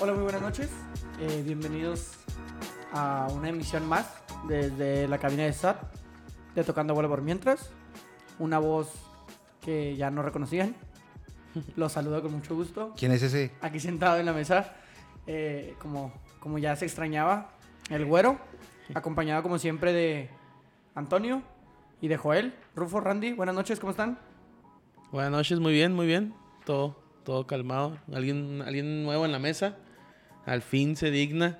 Hola, muy buenas noches. Eh, bienvenidos a una emisión más desde la cabina de SAT de Tocando Bola por Mientras. Una voz que ya no reconocían. Los saludo con mucho gusto. ¿Quién es ese? Aquí sentado en la mesa, eh, como, como ya se extrañaba, el güero, acompañado como siempre de Antonio y de Joel. Rufo, Randy, buenas noches, ¿cómo están? Buenas noches, muy bien, muy bien. Todo, todo calmado. Alguien, alguien nuevo en la mesa. Al fin se digna.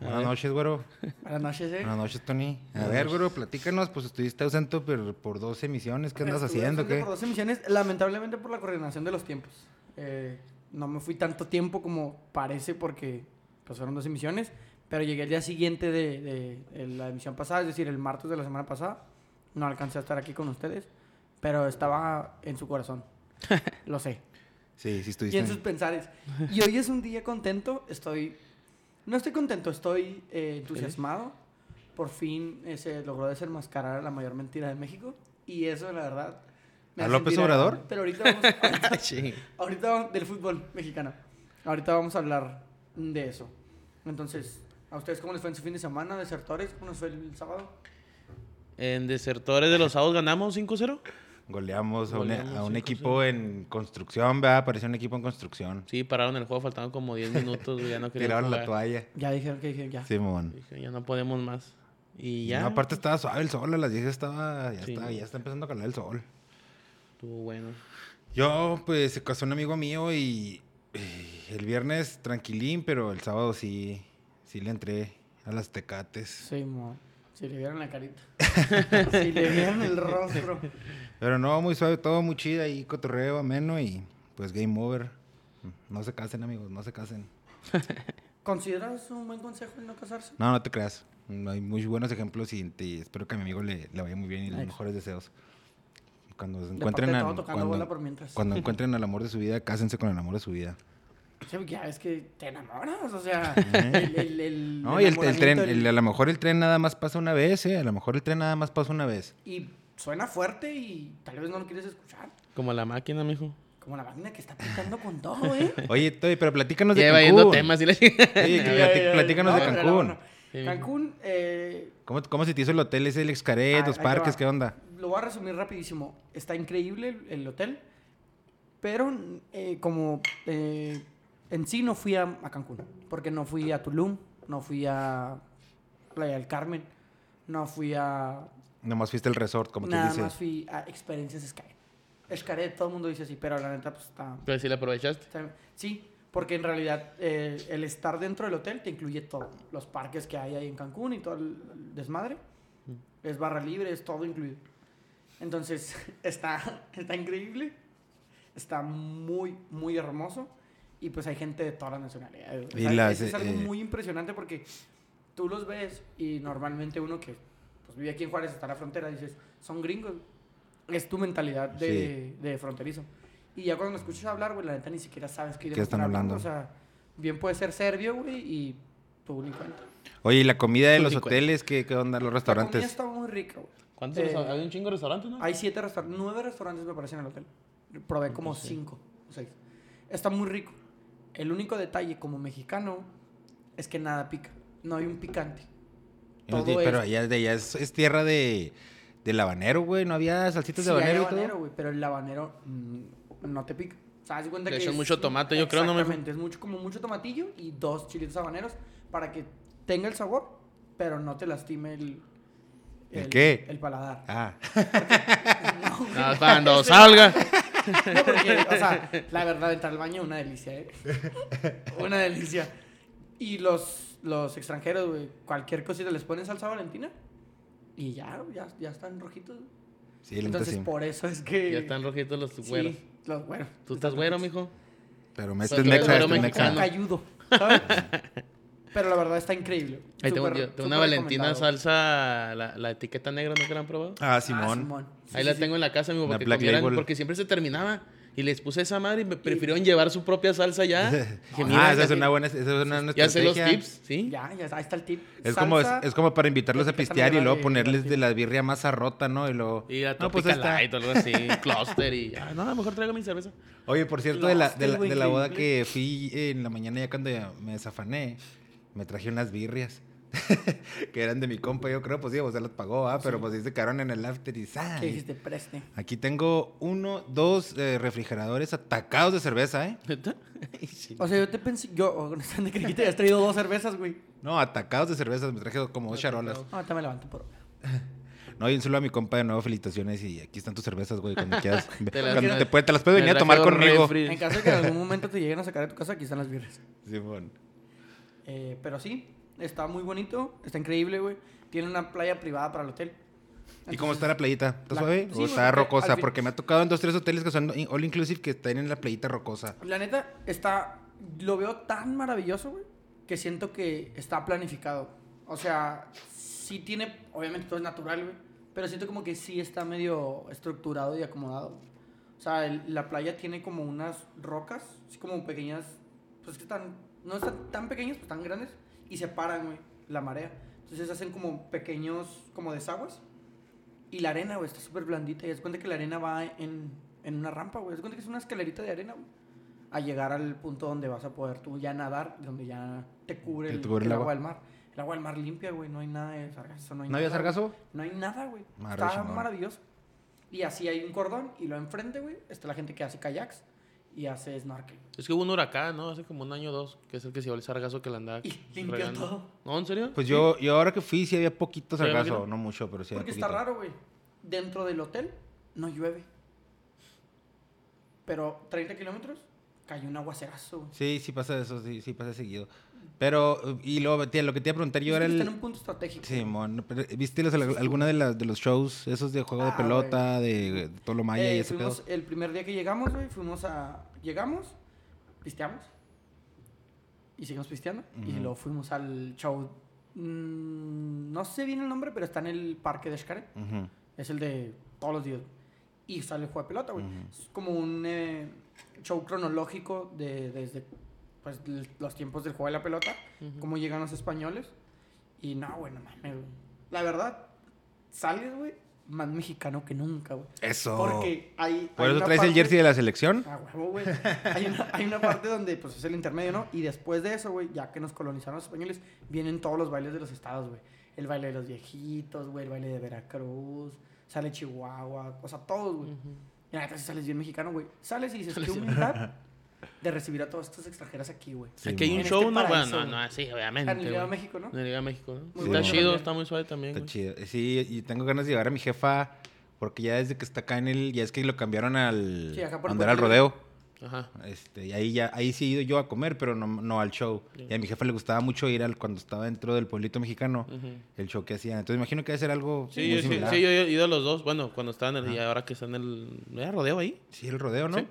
Eh, A Buenas ver. noches, güero. Buenas noches, eh. Buenas noches, Tony. A Buenas ver, noches. güero, platícanos, pues estuviste ausente por, por dos emisiones, ¿qué andas Estuve haciendo? ausente ¿Qué? Por dos emisiones, lamentablemente por la coordinación de los tiempos. Eh, no me fui tanto tiempo como parece porque pues, fueron dos emisiones, pero llegué el día siguiente de, de- de la emisión pasada, es decir, el martes de la semana pasada. No alcancé a estar aquí con ustedes, pero estaba en su corazón. Lo sé. Sí, sí Y estuviste. en sus pensares. Y hoy es un día contento, estoy... No estoy contento, estoy eh, entusiasmado. Por fin eh, se logró desenmascarar a la mayor mentira de México. Y eso, la verdad... ¿A hace López sentir Obrador? agradable. Pero ahorita vamos, Ah, ahorita, Sí. ahorita vamos- del fútbol mexicano. Ahorita vamos a hablar de eso. Entonces, ¿a ustedes cómo les fue en su fin de semana, desertores? ¿Cómo nos fue el sábado? En Desertores de los Sábados ganamos 5-0. Goleamos a un, e-, Goleamos a un 5-0. equipo pues, en construcción, ¿verdad? Apareció un equipo en construcción. Sí, pararon el juego, faltaban como 10 minutos. güey, Ya no querían Tiraron la jugar. toalla. Ya dijeron que dijeron ya. Simón. Dije, ya no podemos más. Y ya. No, aparte estaba suave el sol, a las 10 estaba, ya, Sí. está, ya está empezando a calar el sol. Estuvo bueno. Yo, pues, se casó un amigo mío y, y el viernes tranquilín, pero el sábado sí, sí le entré a las tecates. Sí, mo. Si le vieron la carita. si le vieron el rostro. Pero no, muy suave, todo muy chido ahí, cotorreo ameno y pues game over. No se casen, amigos, no se casen. ¿Consideras un buen consejo el no casarse? No, no te creas. Hay muy buenos ejemplos y, y espero que a mi amigo le, le vaya muy bien y los Nice. mejores deseos. Cuando se De encuentren parte de al- todo, tocando bola por mientras. cuando encuentren al amor de su vida, cásense con el amor de su vida. Sí, porque ya es que te enamoras, o sea, Ajá. el, el, el No, y el, el tren, enamoramiento, el- a lo mejor el tren nada más pasa una vez, ¿eh? A lo mejor el tren nada más pasa una vez. y suena fuerte y tal vez no lo quieres escuchar, Como la máquina, mijo. como la máquina que está pintando con todo, ¿eh? Oye, Toy, pero platícanos de Ya iba yendo Cancún. temas y la Sí, que Ya, platí- ya, ya, platícanos no, de pero Cancún. bueno, Cancún, eh, ¿Cómo, ¿Cómo se te hizo el hotel ese, el Ah, Xcaret, los ahí te parques, va. qué onda? Lo voy a resumir rapidísimo. Está increíble el, el hotel, pero eh, como eh, en sí no fui a, a Cancún, porque no fui a Tulum, no fui a Playa del Carmen, no fui a... Nomás fuiste el resort, como nada tú dices. más fui a Experiencias Sky. Xcaret, todo el mundo dice así, pero la neta pues está... Pero sí la aprovechaste. está- sí, porque en realidad eh, el estar dentro del hotel te incluye todo. Los parques que hay ahí en Cancún y todo el- el desmadre. Mm. Es barra libre, es todo incluido. Entonces, está, está increíble. Está muy, muy hermoso. Y pues hay gente de todas las nacionalidades. O Y sea, las, es, es eh, algo eh, muy impresionante porque tú los ves y normalmente uno que pues, vive aquí en Juárez, está en la frontera, dices, son gringos. Es tu mentalidad de, de fronterizo. Y ya cuando me escuchas hablar, güey, la neta ni siquiera sabes qué, idioma están O sea, bien puede ser serbio, güey, y tú ni cuenta. Oye, ¿y la comida de Tú los sí cuentas. hoteles? ¿Qué, qué onda? ¿Los La comida restaurantes? está muy rica, güey. ¿Cuántos Eh, restaurantes? Hay un chingo de restaurantes, ¿no? Hay siete restaurantes, nueve restaurantes me parecen en el hotel. Probé como Sí. cinco o seis. Está muy rico. El único detalle como mexicano es que nada pica. No hay un picante. Y no todo te- es- Pero allá, de allá es, es tierra de, del habanero, güey. ¿No había salsitas Sí, de hay habanero, y habanero, todo? güey, pero el habanero mm, no te pica. O sea, haz de cuenta Le que echan es- mucho tomate, yo creo, no me- Exactamente, es mucho, como mucho tomatillo y dos chilitos habaneros para que tenga el sabor, pero no te lastime el... ¿El qué? El paladar. Ah, No, güey. Ah, cuando salga. No, porque, o sea, la verdad, entrar al baño es una delicia, ¿eh? Una delicia. Y los, los extranjeros, güey, cualquier cosita les ponen salsa valentina y ya, ya, ya están rojitos. sí, la neta Entonces, sí. por eso es que... Ya están rojitos los Sí, güeros. los güeros. ¿Tú estás güero, mijo? Pero me este Pero es mexa, tú eres este es güero mexa. Como mexicano. cayudo, ¿sabes? Pero la verdad está increíble. Ahí tengo, Súper- yo- tengo súper una Valentina recomendado. salsa, la, la etiqueta negra, ¿no que la han probado? Ah, Ah, Simón. Sí, Ahí sí, la sí. tengo en la casa, amigo, La porque, Black comieran- Label. porque siempre se terminaba. Y les puse esa madre y me prefirieron llevar su propia salsa ya. Dije, mira, ah, esa es ya- una buena, esa es una buena Ya sé los estrategia. tips, ¿sí? Ya, ya, ahí está el tip. Es como, es, Salsa, es como para invitarlos a etiqueta pistear y negra luego de- ponerles de de- la birria masa rota, ¿no? Y, lo... Y la no, pues Tropical ahí Light está. o algo así, cluster y... Ah, no, a lo mejor traigo mi cerveza. Oye, por cierto, de la, de la, Lost, de la boda increíble. que fui en la mañana ya cuando ya me desafané, me traje unas birrias. que eran de mi compa, yo creo, pues sí, o sea, las pagó, ah, pero pues sí se quedaron en el after y ¡zas! ¿Qué dijiste? Preste. Aquí tengo uno, dos eh, refrigeradores atacados de cerveza, ¿eh? ¿Neta? O sea, yo te pensé, yo honestamente creí que te habías traído dos cervezas, güey. No, atacados de cervezas, me traje como dos charolas. No, ahorita me levanto por una. No, y un solo a mi compa de nuevo, felicitaciones y aquí están tus cervezas, güey, cuando quieras. Te las- Cuando te, puedes- te las puedes me venir a traje tomar dos conmigo. refri. Sí. En caso de que en algún momento te lleguen a sacar de tu casa, aquí están las birras. Simón. Eh, pero sí, está muy bonito, está increíble, güey. Tiene una playa privada para el hotel. ¿Y cómo Entonces, está la playita? ¿Está la- suave? sí, ¿O güey, está porque al rocosa? fin- Porque me ha tocado en dos, tres hoteles que son in- all inclusive que están en la playita rocosa. La neta, está. Lo veo tan maravilloso, güey, que siento que está planificado. O sea, sí tiene. Obviamente todo es natural, güey. Pero siento como que sí está medio estructurado y acomodado. O sea, el- la playa tiene como unas rocas, así como pequeñas. Pues que están. No están tan pequeñas, pues tan grandes. Y separan, güey, la marea. Entonces hacen como pequeños, como desagües. Y la arena, güey, está súper blandita. Y es cuenta que la arena va en, en una rampa, güey. Es cuenta que es una escalerita de arena, güey a llegar al punto donde vas a poder tú ya nadar, donde ya te cubre Te el, cubre el el agua. agua. del mar. El agua del mar limpia, güey, no hay nada de sargazo. No, hay ¿No había nada, güey. sargazo? No hay nada, güey. Madre Está chingón. maravilloso. Y así hay un cordón y lo enfrente, güey, está la gente que hace kayaks y hace snorkel. Es que hubo un huracán, ¿no? Hace como un año o dos, que es el que se llevó el sargazo que la andaba Y limpió regando. todo. ¿No? ¿En serio? Pues yo, yo ahora que fui sí había poquito Sí, me sargazo, imagino. no mucho, pero sí había Porque está poquito. raro, güey. Dentro del hotel no llueve. Pero 30 kilómetros cayó un aguacerazo, güey. Sí, sí pasa eso, sí, sí pasa seguido. Pero, y luego, tía, lo que te iba a preguntar yo Es era que Está en el... un punto estratégico. Simón, pero, ¿viste los- alguna de, las de los shows, esos de juego de Ah, pelota, de Tolomaya y Eh, ese pedo? fuimos el primer día que llegamos, güey, fuimos a... Llegamos, pisteamos. Y seguimos pisteando. Y Ujú. luego fuimos al show... mm, no sé bien el nombre, pero está en el parque de Xcaret. Ujú. Es el de todos los días. Y sale el juego de pelota, güey. Ujú. Es como un eh, show cronológico de, desde pues, l- los tiempos del juego de la pelota, cómo llegan los españoles. Y no, güey, no mames, güey. La verdad, sales, güey, más mexicano que nunca, güey. Eso. Porque hay. ¿Por hay eso una traes el parte- jersey de la selección? Ah, huevo, güey. Hay una, hay una parte donde pues es el intermedio, ¿no? Y después de eso, güey, ya que nos colonizaron los españoles, vienen todos los bailes de los estados, güey. El baile de los viejitos, güey, el baile de Veracruz, sale Chihuahua, o sea, todos, güey. Mm. Y la neta, sí sales bien mexicano, güey. Sales y dices, qué humildad de recibir a todas estas extranjeras aquí, güey. Sí, Aquí hay un en show, este no, bueno, paraíso, no, güey. no, sí, obviamente. En el Llegado a güey. México, ¿no? En el Llegado a México, ¿no? Muy bueno Está chido, también. está muy suave también, Está güey. chido. Sí, y tengo ganas de llevar a mi jefa, porque ya desde que está acá en el, ya es que lo cambiaron al, Sí, acá por donde era el Puente Libre. rodeo. Ajá. Este, y ahí ya, ahí sí he ido yo a comer, pero no, no al show. Y a mi jefa le gustaba mucho ir al cuando estaba dentro del pueblito mexicano, Ujú. el show que hacía. Entonces imagino que debe ser algo Mm. Sí, muy yo, sí, similar. sí, yo he ido a los dos. Bueno, cuando estaba en el... Y ahora que está en el... ¿Era rodeo ahí? Sí, el rodeo, ¿no? Sí.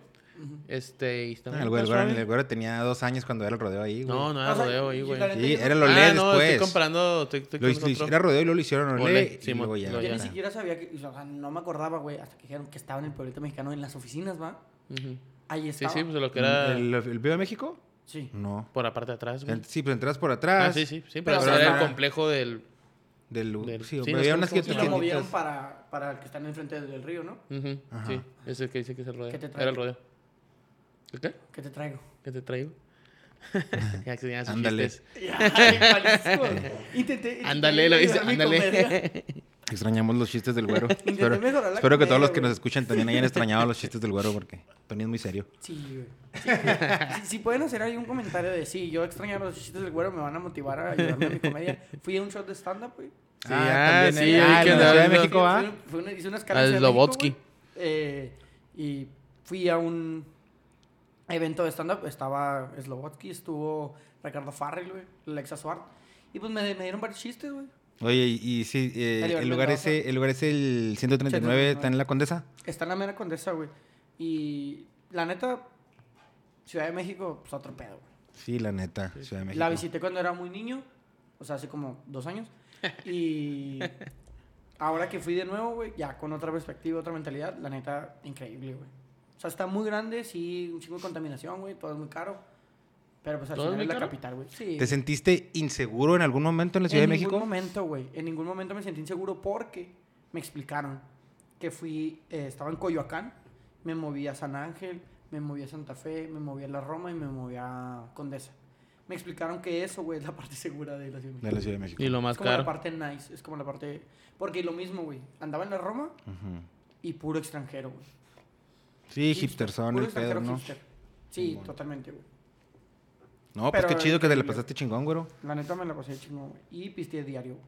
Este, y está Ah, muy el güero, el suave. güero- el güero tenía dos años cuando era el rodeo ahí, güey. No, no era O sea, rodeo y ahí, güey. la neta, Sí, yo no- era el olé ah, no, después. estoy comprando... Estoy, estoy Lo con hizo- lo hizo- otro. era rodeo y luego lo hicieron Olé, olé. y Simón, luego ya. lo Yo ya ni está. siquiera sabía que, o sea, no me acordaba, güey, hasta que dijeron que estaba en el pueblito mexicano, en las oficinas, ¿va? Ujú. Ahí Sí, estaba. sí, pues lo que era... ¿El, el Viva México? Sí. No. Por la parte de atrás, güey. Sí, pues entras por atrás. Ah, sí, sí. Sí, Pero pero, o sea, era el estaba- complejo del... Del, Del- sí, sí, pero no había sé unas cómo se Y quietas lo llama. movieron tienditas. para, para el que está en el frente del río, ¿no? Ujú, Ajá. Sí, es el que dice que es el rodeo. ¿Qué te traigo? Era el rodeo. ¿El ¿Qué? ¿Qué te traigo? ¿Qué te traigo? ya que tenía sus Ándale. chistes. Ay, Jalisco. Intenté. intenté Ándale, lo hice, mejorar mi comedia. ándale. Extrañamos los chistes del güero. espero mejorar la espero que todos los comedia, que güey. nos escuchan también hayan extrañado los chistes del güero porque Tony es muy serio. Sí, güey. Sí, güey. Si, si pueden hacer algún comentario de sí, yo extrañaba los chistes del güero, me van a motivar a ayudarme a mi comedia. Fui a un show de stand-up, güey. Sí, ah, sí, eh, ahí ah, en que la Ciudad de andaba- México ah. va. Fui- fui una- hice unas caras Al de México, Slobotsky. güey. Eh, y fui a un evento de stand-up. Estaba Slobotsky, estuvo Ricardo Farrell, güey, Alexa Suárez. Y pues me, me dieron varios chistes, güey. Oye, y, y sí, eh, Dale, el, lugar Mendoza. ese, el lugar ese, el 139, está en la Condesa. Está en la mera condesa, güey. Y la neta, Ciudad de México, pues otro pedo, güey. Sí, la neta, Ciudad de México. La visité cuando era muy niño, o sea, hace como dos años. Y ahora que fui de nuevo, güey, ya con otra perspectiva, otra mentalidad, la neta, increíble, güey. O sea, está muy grande, sí, un chingo de contaminación, güey, todo es muy caro. Pero pues al ¿Todo es final muy es la caro? capital, güey. Sí. ¿Te sentiste inseguro en algún momento en la Ciudad en de México? ningún momento, güey. En ningún momento me sentí inseguro porque me explicaron que fui, eh, estaba en Coyoacán, me moví a San Ángel, me moví a Santa Fe, me moví a la Roma y me moví a Condesa. Me explicaron que eso, güey, es la parte segura de la Ciudad de De México. la Ciudad de México. Y lo más Es como la caro. parte nice, es como la parte... Porque lo mismo, güey. Andaba en la Roma Ujú. y puro extranjero, güey. Sí, Hipster, hipster son puro el pedo, extranjero ¿no? hipster. Sí, Simón. totalmente, güey. No, pues Pero qué chido que te la increíble. pasaste chingón, güero. La neta me la pasé chingón, güey. Y pisteé diario, güey.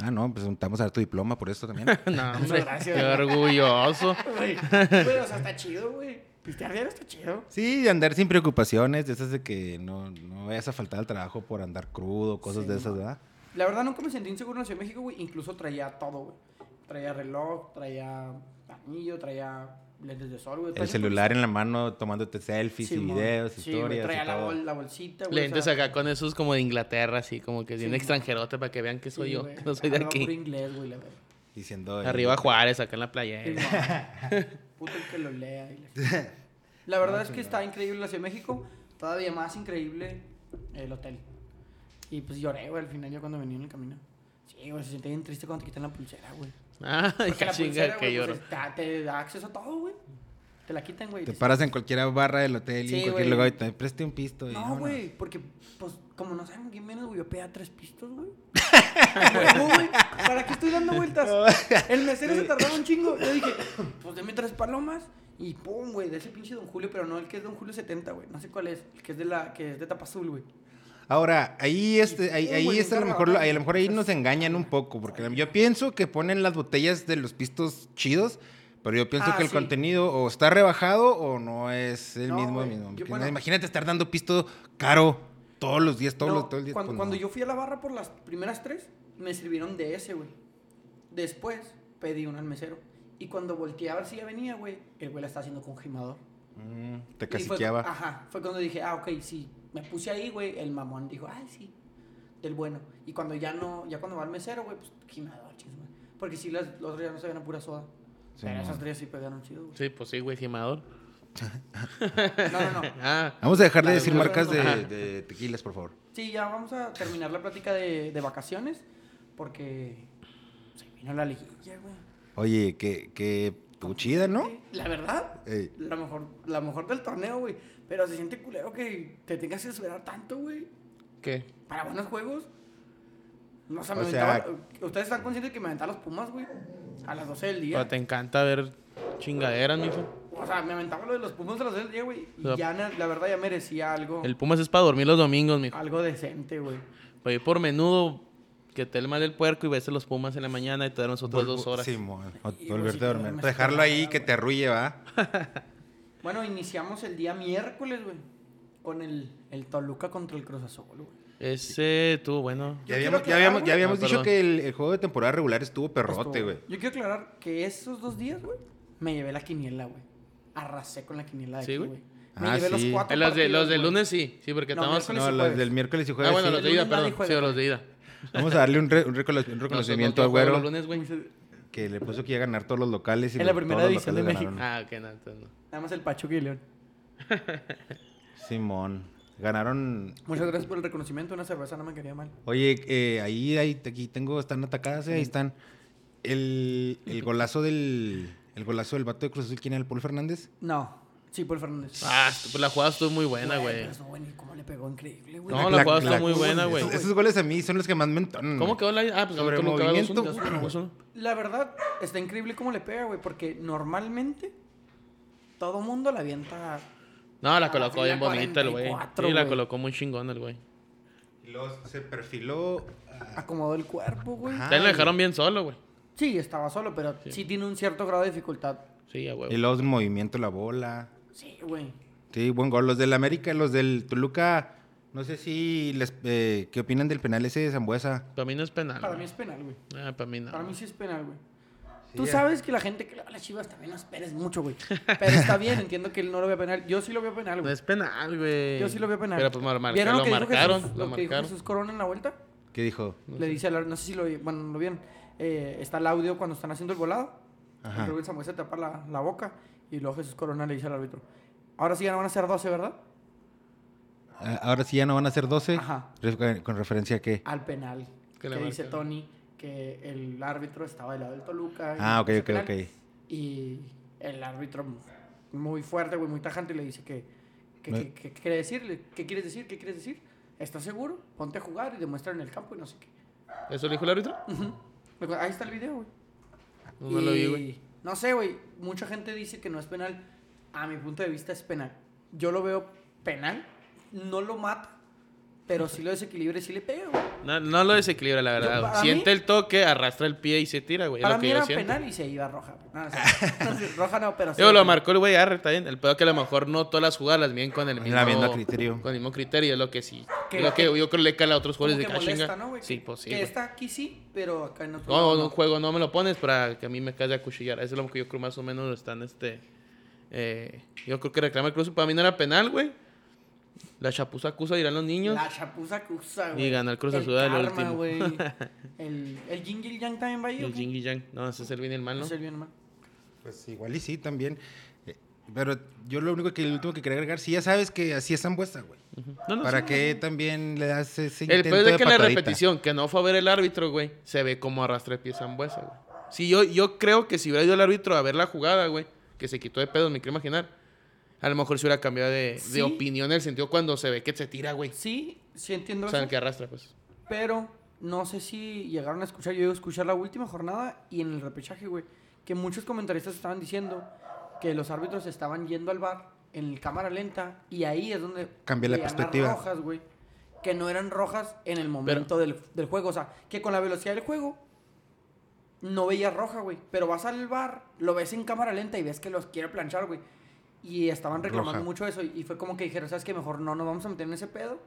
Ah, no, pues estamos a dar tu diploma por esto también. No, hombre, gracias. qué orgulloso. Güey, pero, o sea, está chido, güey. Pistear diario está chido. Sí, de andar sin preocupaciones, de esas de que no, no vayas a faltar al trabajo por andar crudo, cosas Sí, de esas, ¿verdad? La verdad nunca me sentí inseguro en la Ciudad de México, güey. Incluso traía todo, güey. Traía reloj, traía anillo, traía lentes de sol, güey. El celular en la mano tomándote selfies y videos, güey, historias. traía y la, todo. bol- la bolsita, güey. Lentes acá con esos como de Inglaterra, así como que bien Sí. extranjerote para que vean que soy sí, yo, güey. Ah, que no soy de Hablaba puro aquí. inglés, güey, la verdad. Diciendo. eh, Arriba Juárez, acá en la playa. Sí, mamá. Puto el que lo lea. y la- La verdad es que está increíble la Ciudad de México. Todavía más increíble el hotel. Y pues lloré, güey, al final yo cuando venía en el camino. Sí, güey, se siente bien triste cuando te quitan la pulsera, güey. Ah, Porque la chinga pulsera, que güey, lloro. pues, está- te da acceso a todo, güey. Te la quitan, güey. Te paras en cualquier barra del hotel y Sí, en cualquier güey. lugar y te preste un pisto. y No, vámonos. güey, porque, pues, como no saben quién menos, güey, yo pedía tres pistos, güey. Huevo, güey, ¿Para qué estoy dando vueltas? El mesero se tardaba un chingo. Yo dije, pues deme tres palomas. Y pum, güey, de ese pinche Don Julio, pero no el que es Don Julio 70, güey. No sé cuál es. El que es de la, que es de tapa azul, güey. Ahora, ahí, este, ahí, Sí, ahí güey, está, a lo claro, mejor, claro. ahí a lo mejor ahí nos engañan un poco, porque yo pienso que ponen las botellas de los pistos chidos, pero yo pienso Ah, que el sí. contenido o está rebajado o no es el No, mismo. güey, mismo. yo- Porque bueno. Imagínate estar dando pisto caro todos los días, todos No, los, todo el día. Cuando, pues, cuando no. yo fui a la barra por las primeras tres, me sirvieron de ese, güey. Después pedí uno al mesero. Y cuando volteaba si ya venía, güey, el güey la estaba haciendo con gimador. Mm, te Y fue- caciqueaba. ajá, fue cuando dije, ah, ok, sí. Me puse ahí, güey, el mamón dijo, ay, sí, del bueno. Y cuando ya no, ya cuando va al mesero, güey, pues quimado, chisme. Porque sí, las, los otros ya no se a pura soda. Sí, Pero no. esas tres sí pegaron chido, güey. Sí, pues sí, güey, gimador. No, no, no. Ah, Vamos a dejar de Claro, decir claro, marcas de, ajá. de tequilas, por favor. Sí, ya vamos a terminar la plática de, de vacaciones. Porque se vino la liguilla, güey. Oye, que, que tú chida, ¿no? La verdad, Ey. la mejor, la mejor del torneo, güey. Pero se siente culero que te tengas que esperar tanto, güey. ¿qué? para buenos juegos. No, o sea, O me sea- aventaba- Ustedes están conscientes que me aventaba los Pumas, güey. A las 12 del Pero día. te encanta ver chingaderas, mijo. O sea, me aventaba lo de los Pumas a las 12 del día, güey. Y O sea, ya, na- la verdad, ya merecía algo. El Pumas es para dormir los domingos, mijo. Algo decente, güey. Voy por menudo que te el mal del puerco y ves los Pumas en la mañana y te duermes otras dos horas. Sí, mon. O- Y Volverte bolsita a de dormir. mezclilla, Dejarlo ahí que güey. te arrulle, ¿va? Bueno, iniciamos el día miércoles, güey. Con el, el Toluca contra el Cruz Azul, güey. Ese estuvo Yo Ya bueno. quiero habíamos, ya aclarar, habíamos, güey. ya habíamos Ah, dicho perdón. que el, el juego de temporada regular estuvo perrote, Estuvo- güey. Yo quiero aclarar que esos dos días, güey, me llevé la quiniela, güey. Arrasé con la quiniela de Sí, aquí, güey. güey. Me Ah, llevé los sí. cuatro. Eh, los, de, partidos, los del güey. lunes sí, sí, porque No, estamos... miércoles No, y los jueves. del miércoles y Ah, jueves. bueno, sí. los de ida, lunes nadie perdón. juega, Sí, los de ida. Vamos a darle un, re- un recono- un Ah, reconocimiento al Nosotros güero los lunes, güey. que le puso que iba a ganar todos los locales. Y En la los- primera todos los división de locales México. ganaron. Ah, ok, no, entonces no. Nada más el Pachuca y León. Simón. Ganaron. Muchas gracias por el reconocimiento. Una cerveza no me quería mal. Oye, eh, ahí, ahí, aquí tengo, están atacadas, eh, ahí están. El, el golazo del. El golazo del vato de Cruz Azul, ¿quién era el Paul Fernández? No, sí, Paul Fernández. Ah, estu- pues la jugada estuvo muy buena, güey. pero estuvo bueno, pues, ¿y ¿Cómo le pegó? Increíble, güey. No, La- la jugada la- estuvo muy buena, güey. Esos, esos goles a mí son los que más me entonan. ¿Cómo güey. quedó la... Ah, pues Sobre ganó Toluca, ¿verdad? movimiento. 2-1, 2-1. La verdad, está increíble cómo le pega, güey, porque normalmente todo mundo la avienta. No, la Ah, colocó sí, bien la bonita el güey. 44, Sí, la güey. colocó muy chingón el güey. Y luego se perfiló. Acomodó el cuerpo, güey. Ajá. También lo Ay. dejaron bien solo, güey. Sí, estaba solo, pero sí. tiene un cierto grado de dificultad. Sí, a huevo. Y luego el movimiento, la bola. Sí, güey. Sí, buen gol. Los del América, los del Toluca, no sé si les, eh, qué opinan del penal ese de Zambuesa. Para mí no es penal. Para güey. mí es penal, güey. Ah, para mí no. Para mí sí es penal, güey. Tú ya. sabes que la gente que le va a las chivas también no esperes mucho, güey. Pero está bien, entiendo que él no lo vea penal. Yo sí lo veo penal, No güey. es penal, güey. Yo sí lo veo penal. Pero pues mar- marca- ¿Vieron lo, que dijo marcaron, Jesús, lo lo que dijo marcaron. Jesús Corona en la vuelta? ¿Qué dijo? Le dice al... No sé si lo... vi- Bueno, no lo vieron. Eh, está el audio cuando están haciendo el volado. Ajá. Rubén Samuel se tapa la, la boca y luego Jesús Corona le dice al árbitro, ahora sí ya no van a ser 12, ¿verdad? Ah, Ahora sí ya no van a ser 12. Ajá. Re- ¿Con referencia a qué? Al penal. Que Que, le dice marcaron. Tony que el árbitro estaba del lado del Toluca. y Ah, ok, ese ok, penal. ok. Y el árbitro muy fuerte, güey, muy tajante, le dice que, que, Me- que- que- ¿qué quiere decirle? ¿Qué quieres decir? ¿Qué quieres decir? ¿Estás seguro? Ponte a jugar y demuestra en el campo y no sé qué. ¿Eso lo dijo el árbitro? Ujú. Me acu- Ahí está el video, güey. No, no lo vi, güey. Y No sé, güey. Mucha gente dice que no es penal. A mi punto de vista es penal. Yo lo veo penal. No lo mata. Pero sí lo desequilibra y sí le pega, güey. No, no lo desequilibra, la verdad. Yo, güey. para Siente mí- el toque, arroja el pie y se tira, güey. es Para lo que mí yo era siento. penal y se iba roja. güey. No, no sé. No sé, roja no, pero sí. Yo lo marcó el güey Arre, está bien. El pedo que a lo mejor no todas las jugadas las bien con el La mismo, misma criterio. Con el mismo criterio, es lo que sí. Que- es lo que, que- yo creo le cala a otros Como jugadores de que que, ah, molesta, chinga. ¿no, güey? Sí, Que- pues sí. Que güey. está aquí sí, pero acá en otro No, lado en un juego no me lo pones para que a mí me case a cuchillar. Eso es lo que yo creo más o menos lo están, este... eh, yo creo que reclama el cruce. Para mí no era penal, güey. La chapuza acusa dirán los niños. La chapuza cusa, güey. Y ganó el Cruz Azul al karma, último. güey. El, el Jing y el Yang también va a ir. Y el yin y yang. No, ese es el bien y el mal, ¿no? Pues igual y sí, también. Eh, Pero yo lo único que, el último que quería agregar, si ya sabes que así es Zambuesa, güey. No, no, ¿Para sí. qué también le das ese El intento peor es de que en la patadita? repetición, que no fue a ver el árbitro, güey, se ve como arrastra el pie Zambuesa, güey. Sí, yo, yo creo que si hubiera ido el árbitro a ver la jugada, güey, que se quitó de pedo, me quiero imaginar, a lo mejor se hubiera cambiado de, de Sí. opinión en el sentido cuando se ve que se tira, güey. Sí, sí entiendo O sea, eso. el que arrastra, pues. Pero no sé si llegaron a escuchar, yo iba a escuchar la última jornada y en el repechaje, güey, que muchos comentaristas estaban diciendo que los árbitros estaban yendo al bar en el cámara lenta y ahí es donde Cambia la veían las perspectiva. rojas, güey, que no eran rojas en el momento del, del juego, o sea, que con la velocidad del juego no veías roja, güey, pero vas al bar, lo ves en cámara lenta y ves que los quiere planchar, güey. Y estaban reclamando Roja. mucho eso y y fue como que dijeron, ¿sabes qué? Mejor no nos vamos a meter en ese pedo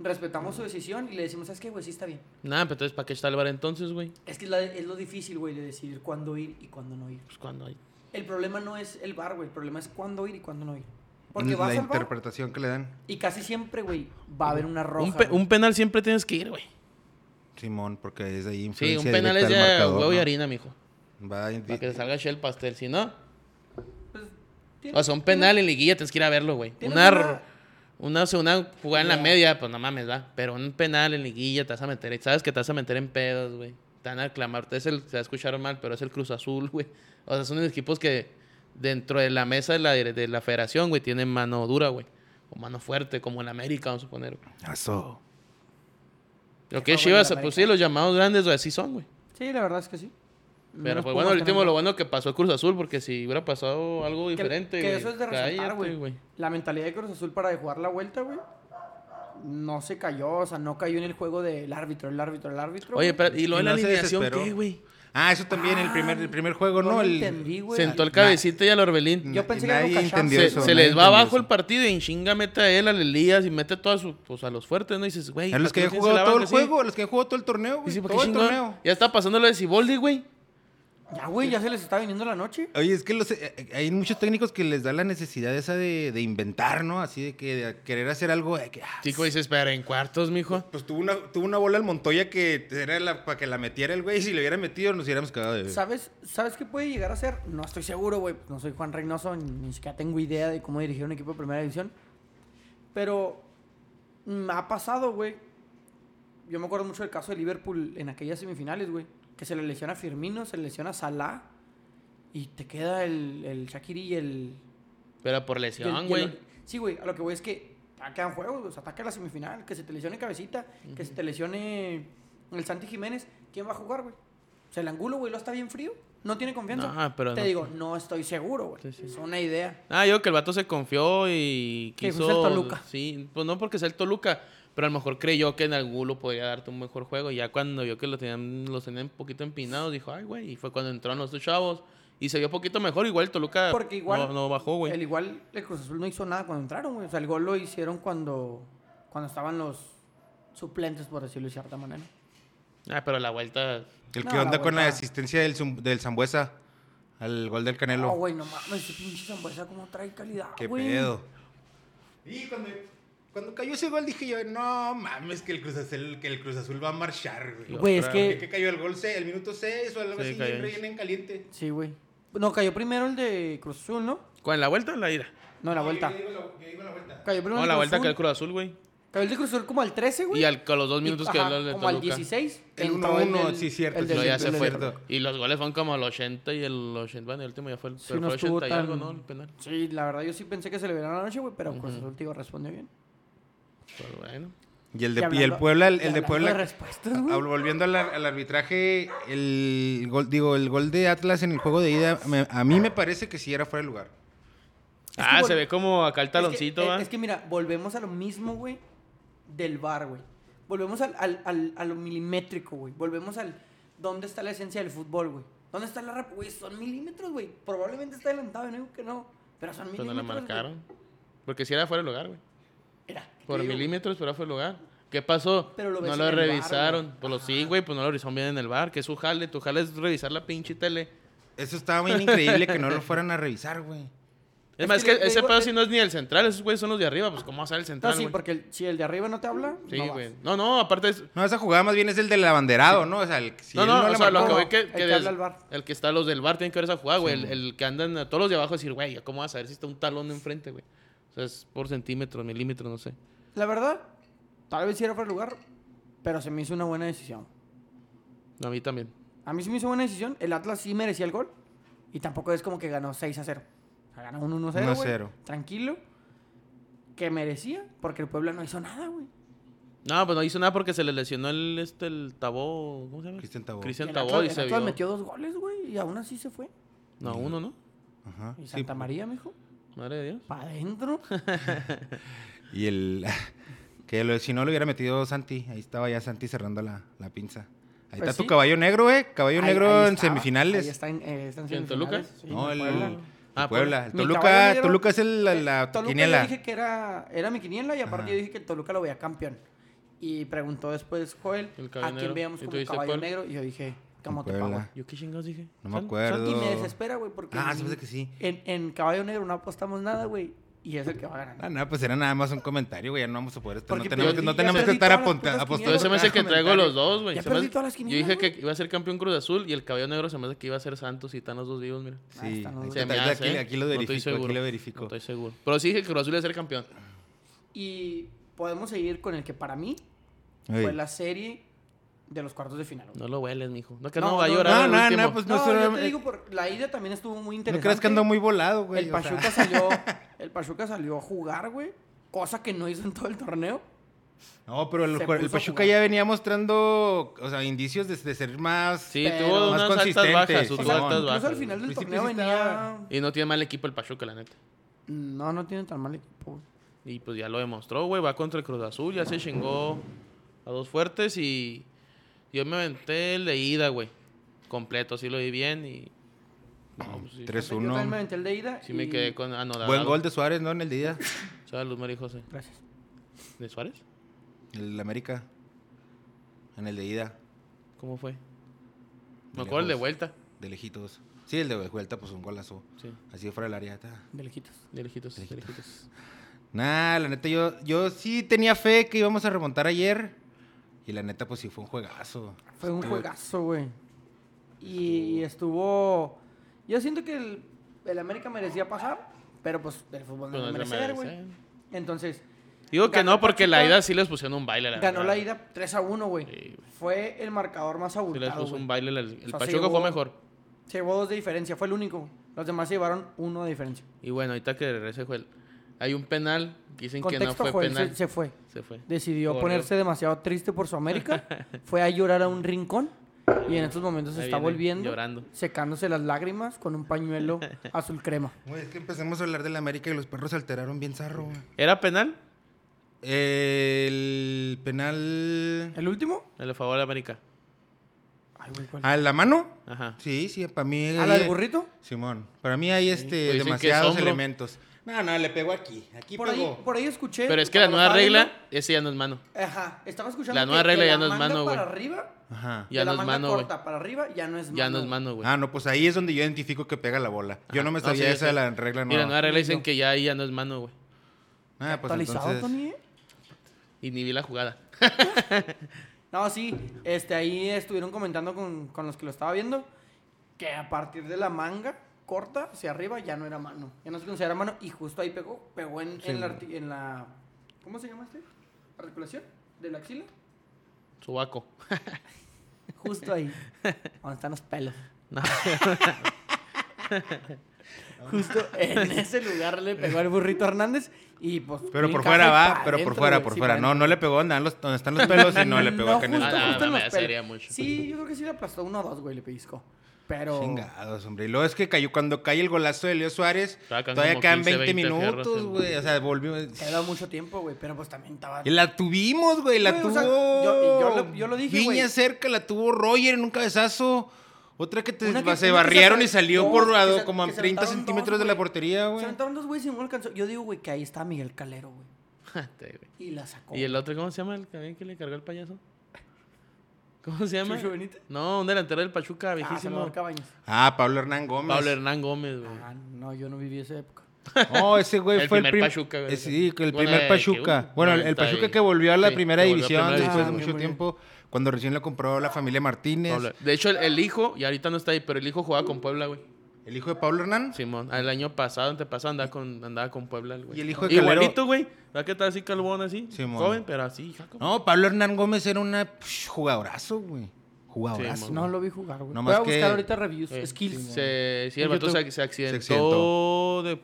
respetamos su decisión y le decimos, ¿sabes qué, güey? Sí está bien. Nada, pero pues entonces, ¿para qué está el bar entonces, güey? Es que es, la- es lo difícil, güey, de decidir cuándo ir y cuándo no ir. Pues cuando hay. El problema no es el bar, güey. El problema es cuándo ir y cuándo no ir. Porque vas La al bar interpretación que le dan. y casi siempre, güey, va a haber una roja. un, pe- güey. un penal siempre tienes que ir, güey. Simón, porque desde ahí Sí, influencia un penal es directa ya al marcador, huevo y ¿no? harina, mijo. Va a- Para que te salga el pastel, si no. Pues, tiene- O sea, un penal en liguilla tienes que ir a verlo, güey. Tienes Una, una- r- una, o sea, una jugada en la Ya. media, pues no mames, va. Pero un penal en liguilla te vas a meter. Sabes que te vas a meter en pedos, güey. Te van a reclamar. Es el, se va a escuchar mal, pero es el Cruz Azul, güey. O sea, son los equipos que dentro de la mesa de la, dire- de la federación, güey, tienen mano dura, güey. O mano fuerte, como en América, vamos a suponer. güey. Aso. Lo Qué que favor, el es Chivas, pues América. sí, los llamados grandes, güey, así son, güey. Sí, la verdad es que sí. Pero Menos pues bueno, Pumas el último, también. lo bueno que pasó el Cruz Azul, porque si hubiera pasado algo Que- diferente, Que, güey, eso es de cállate, resaltar, güey. La mentalidad de Cruz Azul para de jugar la vuelta, güey. No se cayó, o sea, no cayó en el juego del árbitro, el árbitro, el árbitro. Oye, güey. pero ¿y lo de Y la no se alineación desesperó. qué, güey? Ah, eso también, el, primer, el primer juego, no ¿no? lo El- entendí, güey. Mm, Sentó el Nah. cabecito y al Orbelín. Yo pensé que nadie era un cachazo. entendió Se, eso, se nadie les va entendió abajo eso. el partido y en chinga mete a él, a Elías y mete a, todas sus- pues, a los fuertes, ¿no? Y dices, güey. A los ¿para qué que han no tienes jugado la todo el banca, sí? juego, a los que han jugado todo el torneo, Y güey. dices, ¿para Todo qué el chingado? torneo. Ya está pasando lo de Ciboldi, güey. Ya, güey, ya se les está viniendo la noche. Oye, es que los, eh, eh, hay muchos técnicos que les da la necesidad esa de, de inventar, ¿no? Así de que de querer hacer algo. de que, ah, Chico, dices, pero en cuartos, mijo. Pues tuvo una, tuvo una bola al Montoya que era la, para que la metiera el güey. Si le hubiera metido, nos hubiéramos quedado de. ¿Sabes, ¿Sabes qué puede llegar a ser? No estoy seguro, güey. No soy Juan Reynoso, ni ni siquiera tengo idea de cómo dirigir un equipo de primera división. Pero mm, ha pasado, güey. Yo me acuerdo mucho del caso de Liverpool en aquellas semifinales, güey. Que se le lesiona Firmino, se le lesiona Salah. Y te queda el, el Shakiri y el... Pero por y el- y lesión, el- güey. sí, güey. A lo que voy es que ah, quedan juegos, güey. O sea, ataca la semifinal. Que se te lesione Cabecita, que se te lesione el Santi Jiménez. ¿Quién va a jugar, güey? O sea, el Angulo, güey, lo está bien frío. No tiene confianza. No, pero Te no. digo, no estoy seguro, güey. Sí, sí. Es una idea. Ah, yo creo que el vato se confió y Que quiso... fuese el Toluca. Sí, pues no porque sea el Toluca, pero a lo mejor creyó que en alguno podría darte un mejor juego. Y ya cuando vio que lo tenían, los tenían un poquito empinados, dijo, ay, güey. Y fue cuando entraron los dos chavos y se vio poquito mejor. Igual el Toluca Porque igual Ah, no, no bajó, güey. El igual el Cruz Azul no hizo nada cuando entraron, güey. O sea, el gol lo hicieron cuando, cuando estaban los suplentes, por decirlo de cierta manera. Ah, pero la vuelta. El No, que la onda con la vuelta. asistencia del, Zum- del Zambuesa al gol del Canelo. No, Ah, güey, no mames, ese pinche Zambuesa como trae calidad, Qué Ah, güey. pedo. Y cuando, cuando cayó ese gol dije yo, no mames, que el Cruz Azul, que el Cruz Azul va a marchar, güey. Güey, es Otra, Que, que... cayó el gol se- el minuto 6 o algo Sí, así, cayó. y rellena en caliente. Sí, güey. No, cayó primero el de Cruz Azul, ¿no? ¿Con la vuelta o la ida? No, la No, vuelta. Yo, digo la- yo digo la vuelta. Cayó primero No, el la de vuelta que el Cruz Azul. Cruz Azul, güey. Cayó el de Cruz Azul como al 13, güey. Y al, con los dos minutos que Ajá, habló el de Como al Toluca. 16. El entró 1-1, del- sí, cierto, el sí, del- Luego ya se el fue. del- cierto. Y los goles fueron como al 80 y el 80. Bueno, el último ya fue el, Sí, pero no fue estuvo 80 y algo, tan- ¿no? El penal. Sí, la verdad yo sí pensé que se le veía la noche, güey, pero Cruz Azul, tío, responde bien. Pero bueno. Y el de, Y y el hablando- Puebla, el, y el de hablando Puebla. de respuestas, güey. ah, volviendo al, ar- al arbitraje, el gol, digo, el gol de Atlas en el juego de ida, me- a mí me parece que sí era fuera de lugar. ah, vol- se ve como acá el taloncito, es que, ¿va? eh, Es que mira, volvemos a lo mismo, güey, del bar, güey. Volvemos al, al- al- a lo milimétrico, güey. Volvemos al dónde está la esencia del fútbol, güey. ¿Dónde está la rap? Güey, son milímetros, güey. Probablemente está adelantado, no digo que no. Pero son Pero milímetros. Pues no la güey. marcaron. Pues, Porque si era fuera de lugar, güey. Mira, te Por digo, milímetros, pero fue el lugar. ¿Qué pasó? Pero lo no ves lo en el bar, revisaron. güey. pues lo sí, güey, pues no lo revisaron bien en el bar. Que es su jale. Tu jale es revisar la pinche tele. Eso estaba bien increíble que no lo fueran a revisar, güey. Es más, es que que le- le ese digo- pedo le- sí no es ni el central. Esos güeyes son los de arriba. Pues, ¿cómo va a ser el No, central, sí, güey? porque el- si el de arriba no te habla, Sí, no güey. vas. No, no, aparte es... No, esa jugada más bien es el del abanderado, ¿no? O sea, el, si no, él no, la o sea, lo marcó, que no. ve que, El que que des- habla al bar. el que está los del bar tienen que ver esa jugada, güey. El, el que andan a todos los de abajo decir, güey, ¿cómo vas a ver si está un talón enfrente, güey? O sea, es por centímetros, milímetros, no sé. La verdad, tal vez sí era fuera de lugar, pero se me hizo una buena decisión. No, a mí también. A mí se me hizo buena decisión. El Atlas sí merecía el gol. Y tampoco es como que ganó 6 a 0. O sea, ganó un 1 a 0. 1 a güey. 0. Tranquilo. Que merecía. Porque el Puebla no hizo nada, güey. No, pues no hizo nada porque se le lesionó el, este, el Tabó, ¿cómo se llama? Cristian Tabó. El Cristian Tabó Atlas, y el se Atlas vio- metió dos goles, güey. Y aún así se fue. No, uno, ¿no? Ajá, Y sí. Santa María, mijo. Madre de Dios. Para adentro. Y el. Que lo- si no lo hubiera metido Santi, ahí estaba ya Santi cerrando la, la pinza. Ahí Pues está tu sí. caballo negro, eh. Caballo Ahí- negro ahí en estaba, semifinales. Ahí está en, eh, está en ¿En Toluca? semifinales. Sí, no, el. Puebla. el Ah, Puebla. El pues Mi caballo Toluca, negro- Toluca es el, la, Eh, la Toluca quiniela. Yo dije que era, era mi quiniela y aparte Ajá. yo dije que el Toluca lo veía campeón. Y preguntó después Joel El a caballo negro. quién veíamos ¿Y tú como el dijiste caballo cuál? negro y yo dije, ¿cómo te Puebla. pago? ¿Yo qué chingados dije? No me Sal- acuerdo. Y me desespera, güey, porque Ah, en- se me hace que sí. en, en caballo negro no apostamos nada, güey, y es el que va a Ah, ganar. no, pues era nada más un comentario, güey. Ya no vamos a poder estar. Porque no tenemos, yo- que, no ya tenemos que perdí estar todas las apunta- putas apostando. Entonces se me hace que traigo los dos, güey. Ya Se me perdí hace- todas las Yo quinielas, dije que güey. iba a ser campeón Cruz Azul y el caballo negro se me hace que iba a ser Santos y están los dos vivos, mira. Ah, Sí, está, no, ahí güey. está, me aquí- hace, ¿eh? aquí, aquí lo No estoy verifico. aquí seguro. lo No verifico. estoy seguro. Pero sí dije que Cruz Azul iba a ser campeón. Y podemos seguir con el que para mí Ey. fue la serie de los cuartos de final. güey. No lo hueles, mijo. No, que no, No, va a no, llorar. no, al no, último. no, pues No, no, yo te eh, digo, por, la ida también estuvo muy ¿No interesante. crees que ando muy volado, güey? el O sea, Pachuca salió, el Pachuca salió a jugar, güey, cosa que no hizo en todo el torneo. No, pero el, se jue- el puso a Pachuca jugar. ya venía mostrando, o sea, indicios de, de ser más... Sí, pero- tuvo Más unas altas consistente, bajas. Simón. tuvo altas Incluso Incluso bajas. al final del Al torneo principio sí venía estaba- güey. Y no tiene mal equipo el Pachuca, la neta. No, no tiene tan mal equipo. güey. Y pues ya lo demostró, güey. Va contra el Cruz Azul, ya se chingó a dos fuertes y yo me aventé el de ida, güey. Completo, sí lo vi bien y... No, pues sí. Yo también me 3-1. aventé el de ida. Sí me y- quedé con anodado. Buen gol de Suárez, ¿no? En el día. Salud, María José. Gracias. ¿De Suárez? El América. En el de ida. ¿Cómo fue? De Me acuerdo el de lejos. vuelta. De lejitos. Sí, el de vuelta, pues un golazo. Sí, Así fuera del área. ta. De lejitos. de lejitos, de lejitos. Nah, la neta, yo, yo sí tenía fe que íbamos a remontar ayer. Y la neta, pues sí fue un juegazo. Fue Eh, un Estuvo- juegazo, güey. Y estuvo. Yo siento que el, el América merecía pasar, pero pues el fútbol no Pues lo no se merecer, güey. merece. Entonces, Digo que Ganó no, porque la Pachuca. ida sí les pusieron un baile. La ganó verdad. la ida 3 a 1, güey. Sí, güey. Fue el marcador más Sí les abultado. puso güey. un baile. El, O el sea, se Pachuca fue llevó- mejor. Se llevó dos de diferencia, fue el único. Los demás se llevaron uno de diferencia. Y bueno, ahorita que regrese Joel. Hay un penal. que Dicen que no Contexto, fue Joel, se- penal. Se, fue. Se fue. Decidió Corrió. ponerse demasiado triste por su América. fue a llorar a un rincón. Y en estos momentos se Ahí está viene, volviendo. llorando. Secándose las lágrimas con un pañuelo azul crema. Güey, es que empezamos a hablar del América y los perros se alteraron bien zarro, güey. ¿Era penal? El penal... ¿El último? El favor de América. Ay, güey, ¿cuál? ¿A la mano? Ajá. Sí, sí, para mí... ¿A la ahí- del burrito? Simón, para mí hay este Pues dicen que es demasiados hombro. elementos. No, no, le pegó aquí. Aquí Por ahí, pegó. por ahí escuché. Pero es que la cuando nueva estaba regla, viendo- ese ya no es mano. Ajá, estaba escuchando. La que nueva de regla ya no es manga mano, güey. Para arriba, Ajá. Ya de la no es manga mano, güey. corta para arriba, ya no es mano. Ya no es mano, güey. Ah, no, pues ahí es donde yo identifico que pega la bola. Yo Ajá. no me No, sabía sí, yo esa sé. de la regla Mira, la nueva nueva. regla dicen que ya ahí ya no es mano, güey. Ah, pues Actualizado, entonces... Tony, ¿eh? Y ni vi la jugada. No, sí, este, ahí estuvieron comentando con, con los que lo estaba viendo que a partir de la manga corta hacia arriba ya no era mano. Ya no se considera mano y justo ahí pegó. Pegó en, en la, arti- en la. ¿Cómo se llama este? ¿Articulación? ¿De la axila? Sobaco. Justo ahí. donde están los pelos. No. Justo en ese lugar le pegó al burrito Hernández y pues. Pero bien por caja fuera y va, pa' pero por adentro, fuera, güey, por sí, fuera. pa' No, adentro. no le pegó donde están los, donde están los pelos y no le pegó acá en el... justo, Ah, justo en me los sería pelos. mucho. Sí, yo creo que sí le aplastó uno o dos, güey, le pellizcó. Pero. Ah, Chingados, hombre. Y luego es que cayó, cuando cae el golazo de Leo Suárez, Sacan todavía como quedan 15, 20, 20 fierros, minutos, sí, güey. güey. O sea, volvió. Quedó mucho tiempo, güey, pero pues también estaba. Y la tuvimos, güey. La Güey, tuvo. o sea, yo- y yo lo- yo lo dije, Viña güey. cerca, la tuvo Roger en un cabezazo. Otra que, te, Una que- una se que barrieron se- y salió dos, por que a do- se- como a que se 30 aventaron centímetros dos, de la güey. portería, Se güey. aventaron dos güeyes y no alcanzó. Yo digo, güey, que ahí está Miguel Calero, güey. Jate, güey. Y la sacó. Ah, ¿Y el otro cómo se llama el también que le cargó el payaso? ¿Cómo se llama? ¿Chucho Benítez? No, un delantero del Pachuca, Ah, viejísimo. Salvador Cabañas. Ah, Pablo Hernán Gómez. Pablo Hernán Gómez, güey. Ah, no, yo no viví esa época. No, ese güey El fue el primer primer Pachuca, güey. Sí, el Bueno, primer eh, Pachuca. que- bueno, el- el 90 y- Pachuca que volvió a la sí, primera que volvió a división primera después de división. mucho Ah, tiempo, cuando recién lo compró la familia Martínez. Pablo- De hecho, el, el hijo, y ahorita no está ahí, pero el hijo jugaba con Puebla, güey. El hijo de Pablo Hernán. Simón, el año pasado, antepasado, andaba con, andaba con Puebla, el güey. Y el hijo de Igualito, güey. ¿Verdad que está así calvón así? Simón. Joven, pero así, jaco. No, Pablo Hernán Gómez era una psh, jugadorazo, güey. Jugadorazo. Sí, No lo vi jugar, güey. No Voy a más que- buscar ahorita reviews, Eh, skills. Se, sí, el En vato YouTube. se, se accidentó Se accidentó. de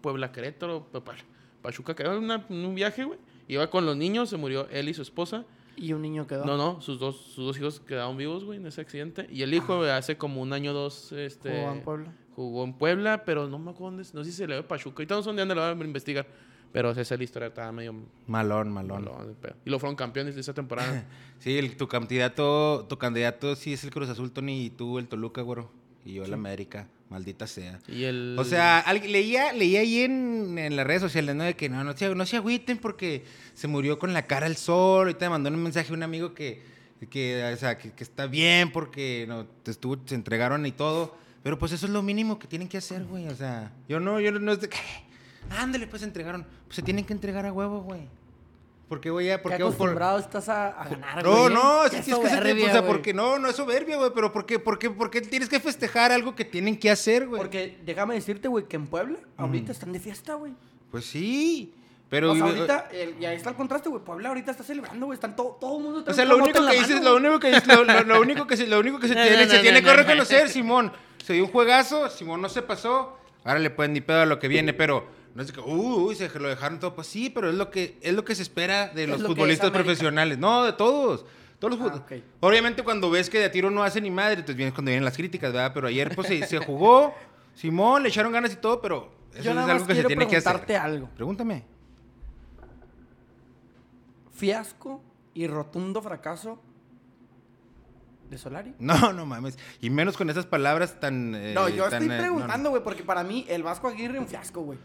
Puebla a Querétaro, pa- pa- Pachuca, que era una- un viaje, güey. Iba con los niños, se murió él y su esposa. Y un niño quedó. No, no, sus dos, sus dos hijos quedaron vivos, güey, en ese accidente. Y el hijo, güey, hace como un año o dos, este... Jugó en Puebla. Jugó en Puebla, pero no me acuerdo dónde, es, no sé si se le dio Pachuca. Ahorita no sé dónde anda, lo voy a investigar. Pero esa es la historia, estaba medio... Malón, malón. malón el pedo. Y lo fueron campeones de esa temporada. Sí, el- tu candidato, tu candidato sí es el Cruz Azul, Tony, y tú el Toluca, güero. Y yo el América, maldita sea. y el... O sea, alguien- leía, leía ahí en, en las redes sociales, ¿no? De que no, no se, no se agüiten porque se murió con la cara al sol. Ahorita me mandó un mensaje un amigo que, que, o sea, que, que está bien porque no, te estuvo, se entregaron y todo. Pero pues eso es lo mínimo que tienen que hacer, güey. O sea, yo no, yo no es de que, ándale, pues se entregaron. Pues se tienen que entregar a huevo, güey. Porque voy a, Qué porque acostumbrado estás a, a ganar, no, güey. ¿eh? no, Qué sí tienes que ser soberbia, o sea, güey. porque no, no es soberbia, güey, pero ¿por qué, por qué- por qué tienes que festejar algo que tienen que hacer, güey? Porque déjame decirte, güey, que en Puebla ahorita están de fiesta, güey. Pues sí, pero... o sea, Pues ahorita, el- y ahí está el contraste, güey. Puebla ahorita está celebrando, güey. Están todo, todo el mundo. O trae sea, un lo camote único en la que dices, mano, lo güey. único que dices, lo, lo- lo único que se, lo único que se No, tiene, no, se no, tiene no, que no. reconocer, Simón. Se dio un juegazo, Simón no se pasó, ahora le pueden ni pedo a lo que viene, pero no es que, uh, uy, se lo dejaron todo, pues sí, pero es lo que, es lo que se espera de los lo que es futbolistas América. profesionales, no, de todos. Todos los Ah, fut- ok. Obviamente cuando ves que de a tiro no hace ni madre, entonces vienes cuando vienen las críticas, ¿verdad? Pero ayer pues se, se jugó, Simón, le echaron ganas y todo, pero eso Yo es nada algo más que se quiero tiene que hacer. preguntarte algo. Pregúntame. Fiasco y rotundo fracaso de Solari. No, no mames. Y menos con esas palabras tan... eh, No, yo tan, estoy eh, no, no. preguntando, güey, porque para mí el Vasco Aguirre un fiasco, güey.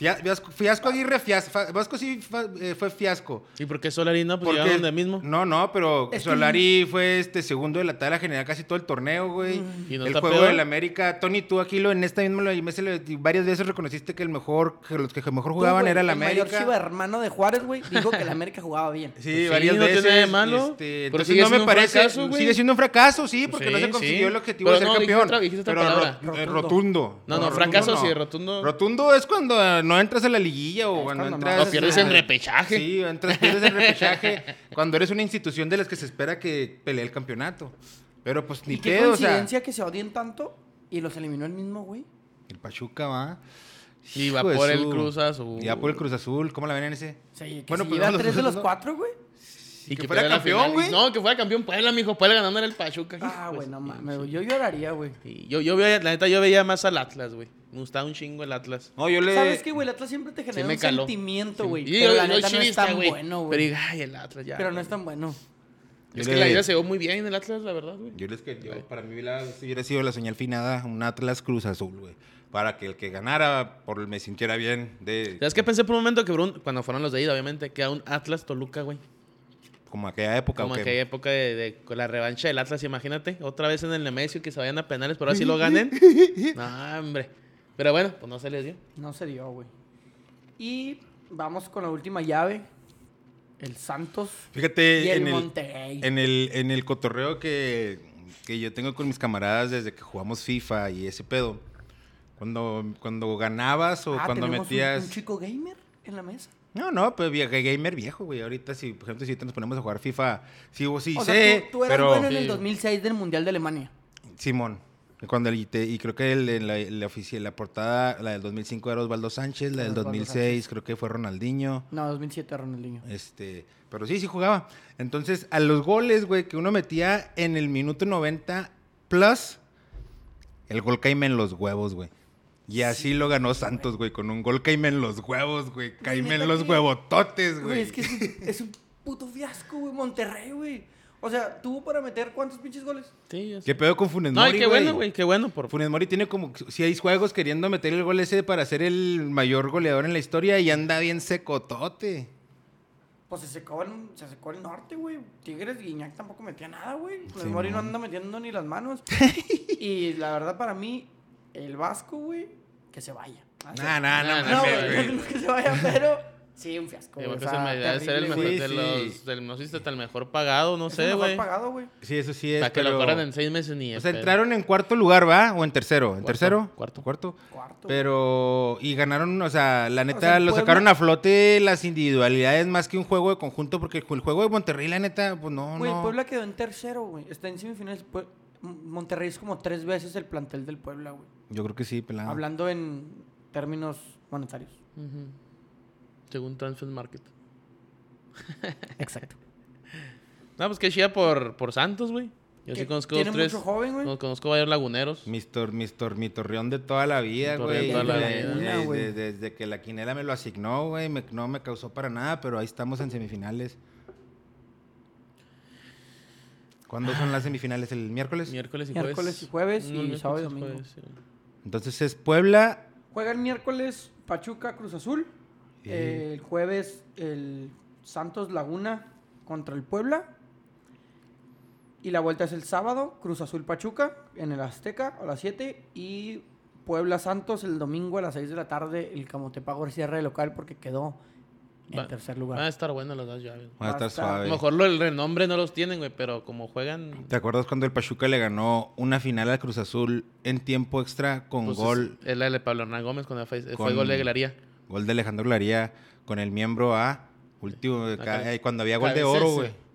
Fia- Fiasco, fiasco Aguirre, fiasco. fa- Vasco sí fa- eh, fue fiasco. ¿Y por qué Solari no? Pues Porque- llegaron de mismo. No, no, pero Es que- Solari fue este segundo de la tabla general casi todo el torneo, güey. Mm. ¿Y no el está juego peor? del América. Tony, tú aquí lo, en esta misma lo- me se lo- varias veces reconociste que el mejor, que los que mejor jugaban Tú, güey, era el El mayor chivo América. hermano de Juárez, güey, dijo que el América jugaba bien. Sí, Pues sí, varias no tiene veces. nada de malo, este, pero entonces sigue no me siendo un parece. fracaso, güey. sigue siendo un fracaso, sí, porque no Sí, se consiguió sí. el objetivo Pero de ser no, dijiste campeón. otra- dijiste otra pero ro- palabra. eh, Rotundo. rotundo. No, no, fracaso sí, rotundo- Rotundo es cuando eh, no entras a la liguilla o Es cuando cuando no. entras. O pierdes en eh, repechaje. Sí, entras, pierdes el repechaje cuando eres una institución de las que se espera que pelee el campeonato. Pero pues ni y qué pedo, o sea, coincidencia que se odien tanto y los eliminó el mismo, güey. el Pachuca va. Y va Hijo de por el su- Cruz Azul. Y va por el Cruz Azul, ¿cómo la ven en ese? Sí, que bueno, Bueno, pues, lleva no, los tres de otros los no. cuatro, güey. Y que, fuera fuera campeón, güey. campeón, No, que fuera campeón Puebla, mijo. Puebla ganándole al Pachuca. Ah, Hijo de güey, no su- mames, güey, yo lloraría, güey. Sí, yo, yo veía, la neta, yo veía más al Atlas, güey. Me gustaba un chingo el Atlas. No, yo le. ¿Sabes qué, güey? El Atlas siempre te Sí, genera me un caló. sentimiento, Sí. güey. Y pero la yo- neta yo no es chivista, tan güey. bueno, Pero güey. diga, ay, el Atlas ya. Pero no es tan bueno. Es Yo que le- la ida se dio muy bien en el Atlas, la verdad, güey. Yo les que yo, para mí la, si hubiera sido la señal finada, un Atlas Cruz Azul, güey. Para que el que ganara por me sintiera bien de ¿Sabes qué pensé por un momento que Brun- cuando fueron los de ida, obviamente, queda un Atlas Toluca, güey? como aquella época Como o qué? aquella época de, de- con la revancha del Atlas, imagínate, otra vez en el Nemesio que se vayan a penales, pero así lo ganen. No, hombre. Pero bueno, pues no se les dio. No se dio, güey. Y vamos con la última llave. El Santos Fíjate y el, en el Monterrey. en el en el cotorreo que, que yo tengo con mis camaradas desde que jugamos FIFA y ese pedo. Cuando cuando ganabas o Ah, cuando ¿tenemos un- metías un chico gamer en la mesa. No, no, pues vie- gamer viejo, güey. Ahorita si por ejemplo si ahorita nos ponemos a jugar FIFA, sí o sí O sé, sea, tú, tú eras pero bueno en el Sí. 2006 del Mundial de Alemania. Simón. Cuando el, y te- y creo que el- en la, la ofici- la portada, la del 2005 era Osvaldo Sánchez, la del Osvaldo 2006 creo que fue Ronaldinho. No, 2007 Ronaldinho. Este, pero sí, sí jugaba. Entonces, a los goles, güey, que uno metía en el minuto 90 plus, el gol caíme en los huevos, güey. Y así lo ganó Santos, güey, con un gol caíme en los huevos, güey. Caíme neta en los que- huevototes, Güey, güey. es que es un, es un puto fiasco, güey. Monterrey, güey. O sea, tuvo para meter cuántos pinches goles. Sí, ya sé. ¿Qué pedo con Funes No, Mori, y qué bueno, güey, qué bueno. Por... Funes Mori tiene como seis juegos queriendo meter el gol ese para ser el mayor goleador en la historia y anda bien secotote. Pues se secó el, se secó el norte, güey. Tigres Guiñac tampoco metía nada, güey. Funes Sí, Mori no man. anda metiendo ni las manos. y la verdad, para mí, el Vasco, güey, que se vaya. Así. Nah, nah, Nah, no, No, mames, güey. güey, no, no que se vaya, pero sí, un fiasco. Que güey, o bueno que sea, se me da de ser el terrible, mejor güey. güey. de Sí, los. sí. Del, no sé si hasta el mejor pagado, no Es el sé, mejor güey. pagado, güey. Sí, eso sí es. Para que lo pero- corran en seis meses ni. O de sea, pedo. entraron en cuarto lugar, ¿va? O en tercero. ¿En Cuarto, tercero? cuarto. Cuarto. Cuarto. Pero. Y ganaron, o sea, la neta, sea, lo Puebla- sacaron a flote las individualidades más que un juego de conjunto, porque el juego de Monterrey, la neta, pues no. Güey, no. Puebla quedó en tercero, güey. Está en semifinales. Pue- M- Monterrey es como tres veces el plantel del Puebla, güey. Yo creo que sí, pelado. Hablando en términos monetarios. Ujú. Según Transfer Market. Exacto. No, pues qué chida por, por Santos, güey. Yo sí Que conozco tiene dos, tres. mucho joven, güey. no- conozco varios laguneros. Mister, Mister, mi torreón de toda la vida, Mi torreón güey. de toda la De- vida. de- Una, güey. de- desde que la quinela me lo asignó, güey, me- no me causó para nada, pero ahí estamos en semifinales. ¿Cuándo son las semifinales? ¿El miércoles? Miércoles y jueves. Miércoles y jueves y No, miércoles sábado y domingo. sí. Entonces es Puebla, Juegan miércoles Pachuca Cruz Azul. Sí. Eh, el jueves el Santos Laguna contra el Puebla. Y la vuelta es el sábado, Cruz Azul Pachuca en el Azteca a las 7 y Puebla Santos el domingo a las 6 de la tarde. El Camotepa cierra de local porque quedó en Va- Ah, tercer Van a lugar. estar buenas las dos llaves. va a Va a estar estar- A suave. lo mejor lo, el renombre no los tienen, güey, pero como juegan. ¿Te acuerdas cuando el Pachuca le ganó una final al Cruz Azul en tiempo extra con pues, gol, Es, es la de Pablo Hernán Gómez cuando fue, fue Con- gol de Glaría. gol de Alejandro Laría con el miembro A, último, de ca- cabe- eh, cuando había gol de cabecearse. oro, güey.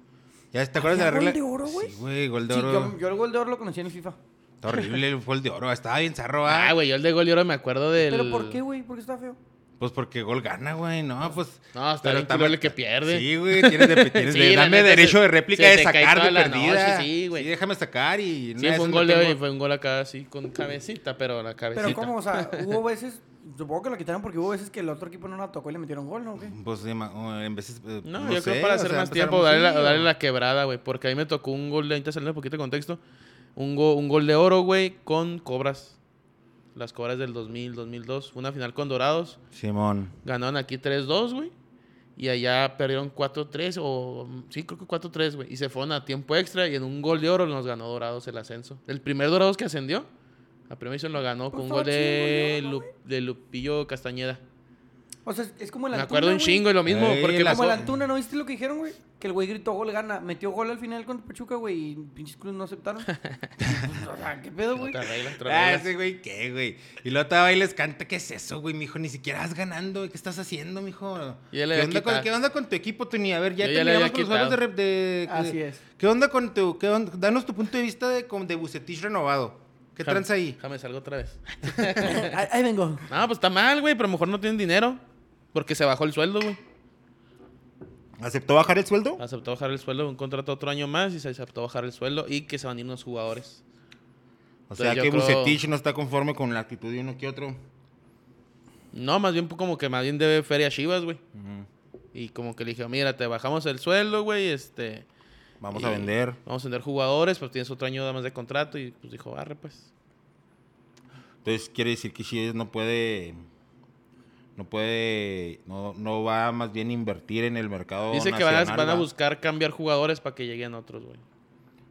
¿Ya te acuerdas de la ¿Había gol regla? de oro, güey? Sí, güey, gol de Sí, oro. yo, yo el gol de oro lo conocí en el FIFA. Está horrible el gol de oro, estaba bien zarro, ah. Ah, güey, yo el de gol y ahora me acuerdo del. ¿Pero por qué, güey? ¿Por qué está feo? Pues porque gol gana, güey, no, pues... No, está pero bien está culero mal- el que pierde. Sí, güey, tienes de... tienes Sí, de- la dame neta, derecho se- de réplica se de te cae sacar de toda la perdida. noche, sí, güey. déjame sacar y... Sí, una vez fue un no gol de tengo- hoy, fue un gol acá así con cabecita, pero la cabecita. Pero como, o sea, hubo veces, supongo que lo quitaron porque hubo veces que el otro equipo no la tocó y le metieron gol, ¿no? ¿O qué? Pues sí, ma- o en veces... eh, No, yo creo sé, para o hacer sea, pues empezaron más tiempo, darle la, así, o- darle la quebrada, güey. Porque ahí me tocó un gol de, ahorita saliendo un poquito de contexto, un, go- un gol de oro, güey, con cobras. Las cobras del 2000, 2002. Una final con Dorados. Simón. Ganaron aquí 3-2, güey. Y allá perdieron 4-3 o... Sí, creo que 4-3, güey. Y se fueron a tiempo extra y en un gol de oro nos ganó Dorados el ascenso. El primer Dorados que ascendió, la primera edición lo ganó con Pues un gol estaba de, chingón, ¿no, Lu- de Lupillo Castañeda. O sea, es- es como el Me Antuna, acuerdo un güey. chingo y lo mismo. Ey, porque la Como pasó- el Antuna, ¿no viste lo que dijeron, güey? Que el güey gritó gol, gana. Metió gol al final contra Pachuca, güey, y pinches clubes no aceptaron. o sea, ¿qué pedo, güey? Otra regla, otra Ah, regla. ese güey, ¿qué, güey? Y luego estaba ahí les canta, ¿qué es eso, güey, mijo? Ni siquiera vas ganando, güey. ¿Qué estás haciendo, mijo? Yo ya le ¿Qué había onda, con, quitado. ¿Qué onda con tu equipo, Tony? A ver, ya Yo ya le terminamos había con los juegos de, rep- de- Así de- es. ¿Qué onda con tu... Qué onda? Danos tu punto de vista de, con- de Bucetich renovado. ¿Qué Déjame- tranza ahí? Déjame salgo otra vez. ahí, ahí vengo. No, pues está mal, güey, pero a lo mejor no tienen dinero. Porque se bajó el sueldo, güey. ¿Aceptó bajar el sueldo? Aceptó bajar el sueldo, un contrato otro año más y se aceptó bajar el sueldo y que se van a ir unos jugadores. O sea, Entonces, yo que creo- Bucetich no está conforme con la actitud de uno que otro. No, más bien como que más bien debe feria a Chivas, güey. Y como que le dije, mira, te bajamos el sueldo, güey, este... Vamos Y a vender. Vamos a vender jugadores, pues tienes otro año más de contrato y pues dijo, arre pues. Entonces quiere decir que Chivas no puede. No puede. No, no va más bien a invertir en el mercado. Dice que van a, Oh, nacional, van a va. buscar cambiar jugadores para que lleguen otros, güey.